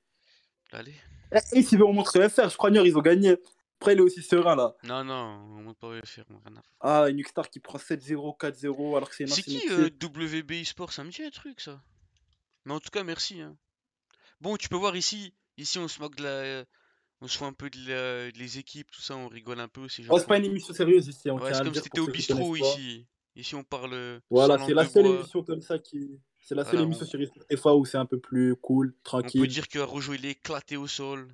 Speaker 1: Allez.
Speaker 5: Eh, eh, s'il veut on montre FR, je crois, Niort, ils ont gagné. Après, il est aussi serein là.
Speaker 1: Non, non, on monte pas EFR. moi, rien à foutre.
Speaker 5: Ah, une Nuxstar qui prend 7-0, 4-0, alors que c'est une
Speaker 1: C'est qui
Speaker 5: ancienne
Speaker 1: euh,
Speaker 5: équipe.
Speaker 1: WBI Sport Ça me dit un truc, ça. Mais en tout cas, merci. hein. Bon, tu peux voir ici, ici on se moque de la. On se fout un peu de la- des équipes, tout ça, on rigole un peu. C'est genre.
Speaker 5: Oh, c'est pas une émission sérieuse ici. On
Speaker 1: Ouais,
Speaker 5: tient à
Speaker 1: c'est
Speaker 5: le
Speaker 1: comme si
Speaker 5: dire
Speaker 1: t'étais
Speaker 5: pour
Speaker 1: au
Speaker 5: ceux qui connaissent
Speaker 1: bistrot
Speaker 5: pas.
Speaker 1: ici. Ici on parle. euh,
Speaker 5: Voilà,
Speaker 1: sans
Speaker 5: c'est
Speaker 1: langue de
Speaker 5: la seule
Speaker 1: bois.
Speaker 5: émission comme ça qui. C'est la seule
Speaker 1: Voilà,
Speaker 5: émission
Speaker 1: on-
Speaker 5: sur des fois où c'est un peu plus cool,
Speaker 1: On peut
Speaker 5: tranquille.
Speaker 1: dire que Rojo il est éclaté au sol.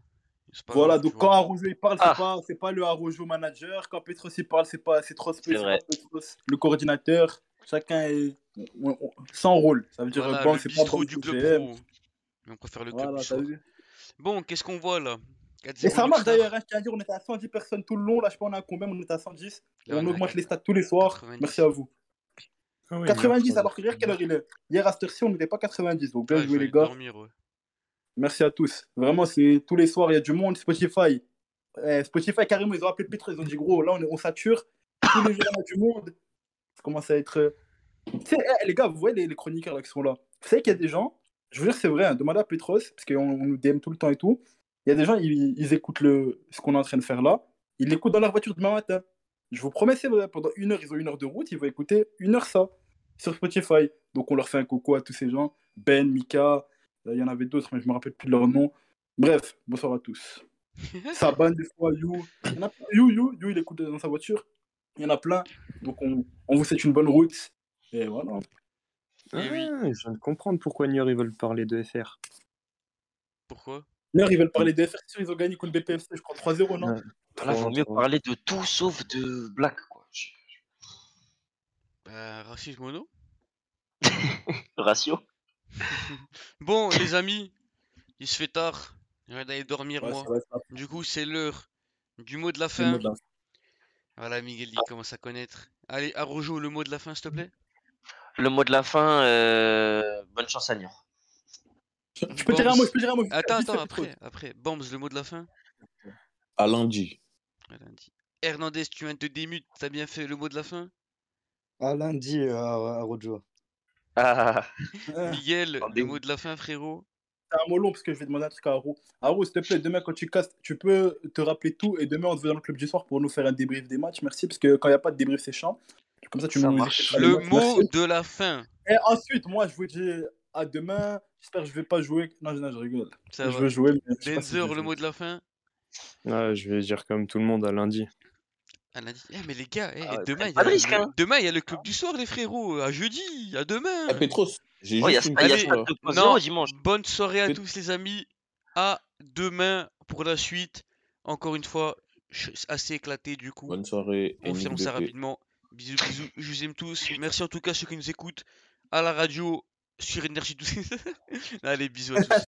Speaker 1: C'est pas
Speaker 5: Voilà,
Speaker 1: grave, tu
Speaker 5: donc
Speaker 1: vois.
Speaker 5: quand Arrojo il parle, c'est
Speaker 2: Ah.
Speaker 5: pas, c'est pas le Arrojo manager. Quand Petros il parle, c'est pas c'est trop
Speaker 2: C'est vrai.
Speaker 5: le coordinateur. Chacun est on- on- sans rôle. Ça veut dire
Speaker 1: Voilà,
Speaker 5: bon,
Speaker 1: le
Speaker 5: c'est pas
Speaker 1: bistrot
Speaker 5: bon,
Speaker 1: du
Speaker 5: c'est
Speaker 1: club
Speaker 5: GM.
Speaker 1: pro. Mais on préfère le club
Speaker 5: Voilà,
Speaker 1: du
Speaker 5: t'as
Speaker 1: soir.
Speaker 5: vu.
Speaker 1: Bon, qu'est-ce qu'on voit là 4-0
Speaker 5: Et ça marche
Speaker 1: Luxor.
Speaker 5: d'ailleurs, hein, je tiens à dire, on était à 110 personnes tout le long. Là, je sais pas, on a combien, mais on est à 110. Et
Speaker 1: Là,
Speaker 5: on
Speaker 1: on est à
Speaker 5: augmente
Speaker 1: 90.
Speaker 5: les stats tous les soirs.
Speaker 1: 90.
Speaker 5: Merci à vous.
Speaker 7: Ah ouais,
Speaker 5: 90,
Speaker 7: merde.
Speaker 5: alors que hier, quelle heure il est Hier, à cette heure-ci, on n'était pas 90. Donc
Speaker 1: Ah,
Speaker 5: bien
Speaker 1: je
Speaker 5: joué,
Speaker 1: vais
Speaker 5: les
Speaker 1: aller
Speaker 5: gars.
Speaker 1: dormir, ouais.
Speaker 5: Merci à tous. Vraiment, c'est tous les soirs, il y a du monde. Spotify. Eh, Spotify, carrément, ils ont appelé Petro. Ils ont dit, gros, là, on, est- on sature. Tous les jours, il y a du monde. Ça commence à être. euh, Tu sais, eh, les gars, vous voyez les, les chroniqueurs là, qui sont là. Vous savez qu'il y a des gens. Je veux dire, c'est vrai. hein, demandez à Petros, parce qu'on on nous DM tout le temps et tout. Il y a des gens, ils, ils écoutent le, ce qu'on est en train de faire là. Ils l'écoutent dans leur voiture demain matin. Je vous promets, c'est vrai. Pendant une heure, ils ont une heure de route. Ils vont écouter une heure ça sur Spotify. Donc, on leur fait un coucou à tous ces gens. Ben, Mika, euh, Il y en avait d'autres, mais je me rappelle plus de leur nom. Bref, bonsoir à tous. Saban, des fois, You. Il y en a plein. You, You, You, il écoute dans sa voiture. Il y en a plein. Donc, on, on vous souhaite une bonne route. Et voilà.
Speaker 7: Ah,
Speaker 1: Eh oui.
Speaker 7: je viens de comprendre pourquoi Niort ils veulent parler de FR.
Speaker 1: Pourquoi
Speaker 5: D'ailleurs, ils veulent parler des FR, ils ont gagné contre BPFC, je crois 3-0, non
Speaker 7: Ouais.
Speaker 2: Là, vaut mieux parler de tout sauf de Black, quoi. Je-
Speaker 1: Bah, racisme mono.
Speaker 2: Le ratio.
Speaker 1: Bon, les amis, il se fait tard. J'ai envie d'aller dormir,
Speaker 5: Ouais,
Speaker 1: moi.
Speaker 5: ça va être
Speaker 1: Du coup, c'est l'heure du mot de la
Speaker 5: un
Speaker 1: fin.
Speaker 5: mot de la fin.
Speaker 1: Voilà, Miguel, il commence à connaître. Allez, Arrojo, le mot de la fin, s'il te plaît.
Speaker 2: Le mot de la fin, euh, bonne chance à Niort.
Speaker 5: Je peux dire un mot, je peux dire un mot. vite fait,
Speaker 1: Attends,
Speaker 5: vite fait,
Speaker 1: attends,
Speaker 5: vite fait.
Speaker 1: après, après. Bombs, le mot de la fin.
Speaker 4: À lundi.
Speaker 1: Ouais, lundi. Hernandez, tu viens de te démute, t'as bien fait le mot de la fin.
Speaker 6: À lundi, euh, à à Rojo.
Speaker 2: Ah,
Speaker 5: Euh,
Speaker 1: Miguel,
Speaker 2: en
Speaker 1: le
Speaker 2: démute.
Speaker 1: mot de la fin, frérot.
Speaker 5: C'est un mot long parce que je vais demander un truc à Haro. Haro, s'il te plaît, demain quand tu castes, tu peux te rappeler tout et demain on se voit dans le club du soir pour nous faire un débrief des matchs. Merci parce que quand il n'y a pas de débrief, c'est chiant. Comme ça, tu
Speaker 2: Ça
Speaker 5: nous
Speaker 2: marche.
Speaker 5: écoutes pas les
Speaker 1: Le
Speaker 5: matchs.
Speaker 1: mot
Speaker 5: Merci.
Speaker 1: de la fin.
Speaker 5: Et ensuite, moi, je vous dis à demain. J'espère que je vais pas jouer. Non, non, je rigole.
Speaker 1: Ça
Speaker 5: je
Speaker 1: va.
Speaker 5: veux jouer. Mais je sais pas si je
Speaker 1: Denzer,
Speaker 5: vais
Speaker 1: le
Speaker 5: jouer.
Speaker 1: mot de la fin.
Speaker 7: Ah, je vais dire comme tout le monde à lundi.
Speaker 1: Ah, lundi. Eh, mais les gars, eh,
Speaker 2: Ah ouais,
Speaker 1: demain, il
Speaker 2: prenez
Speaker 1: y
Speaker 2: pas
Speaker 1: a
Speaker 2: de risque,
Speaker 1: le...
Speaker 2: hein.
Speaker 1: demain, il y a le club du soir, les frérots. À jeudi, à demain.
Speaker 4: Eh, Petros, j'ai
Speaker 2: Ah. Oh, il y a
Speaker 4: juste une
Speaker 1: allez,
Speaker 4: question.
Speaker 1: question,
Speaker 2: Stade
Speaker 4: là.
Speaker 2: de
Speaker 1: Non.
Speaker 2: 0 dimanche.
Speaker 1: Bonne soirée à
Speaker 4: Que-
Speaker 1: tous les amis. À demain pour la suite. Encore une fois, je suis assez éclaté du coup.
Speaker 4: Bonne soirée. et
Speaker 1: On
Speaker 4: nique
Speaker 1: ferme
Speaker 4: de
Speaker 1: ça
Speaker 4: paix.
Speaker 1: rapidement. Bisous, bisous. Je vous aime tous. Merci en tout cas ceux qui nous écoutent à la radio sur Energy 12. Allez, bisous à tous.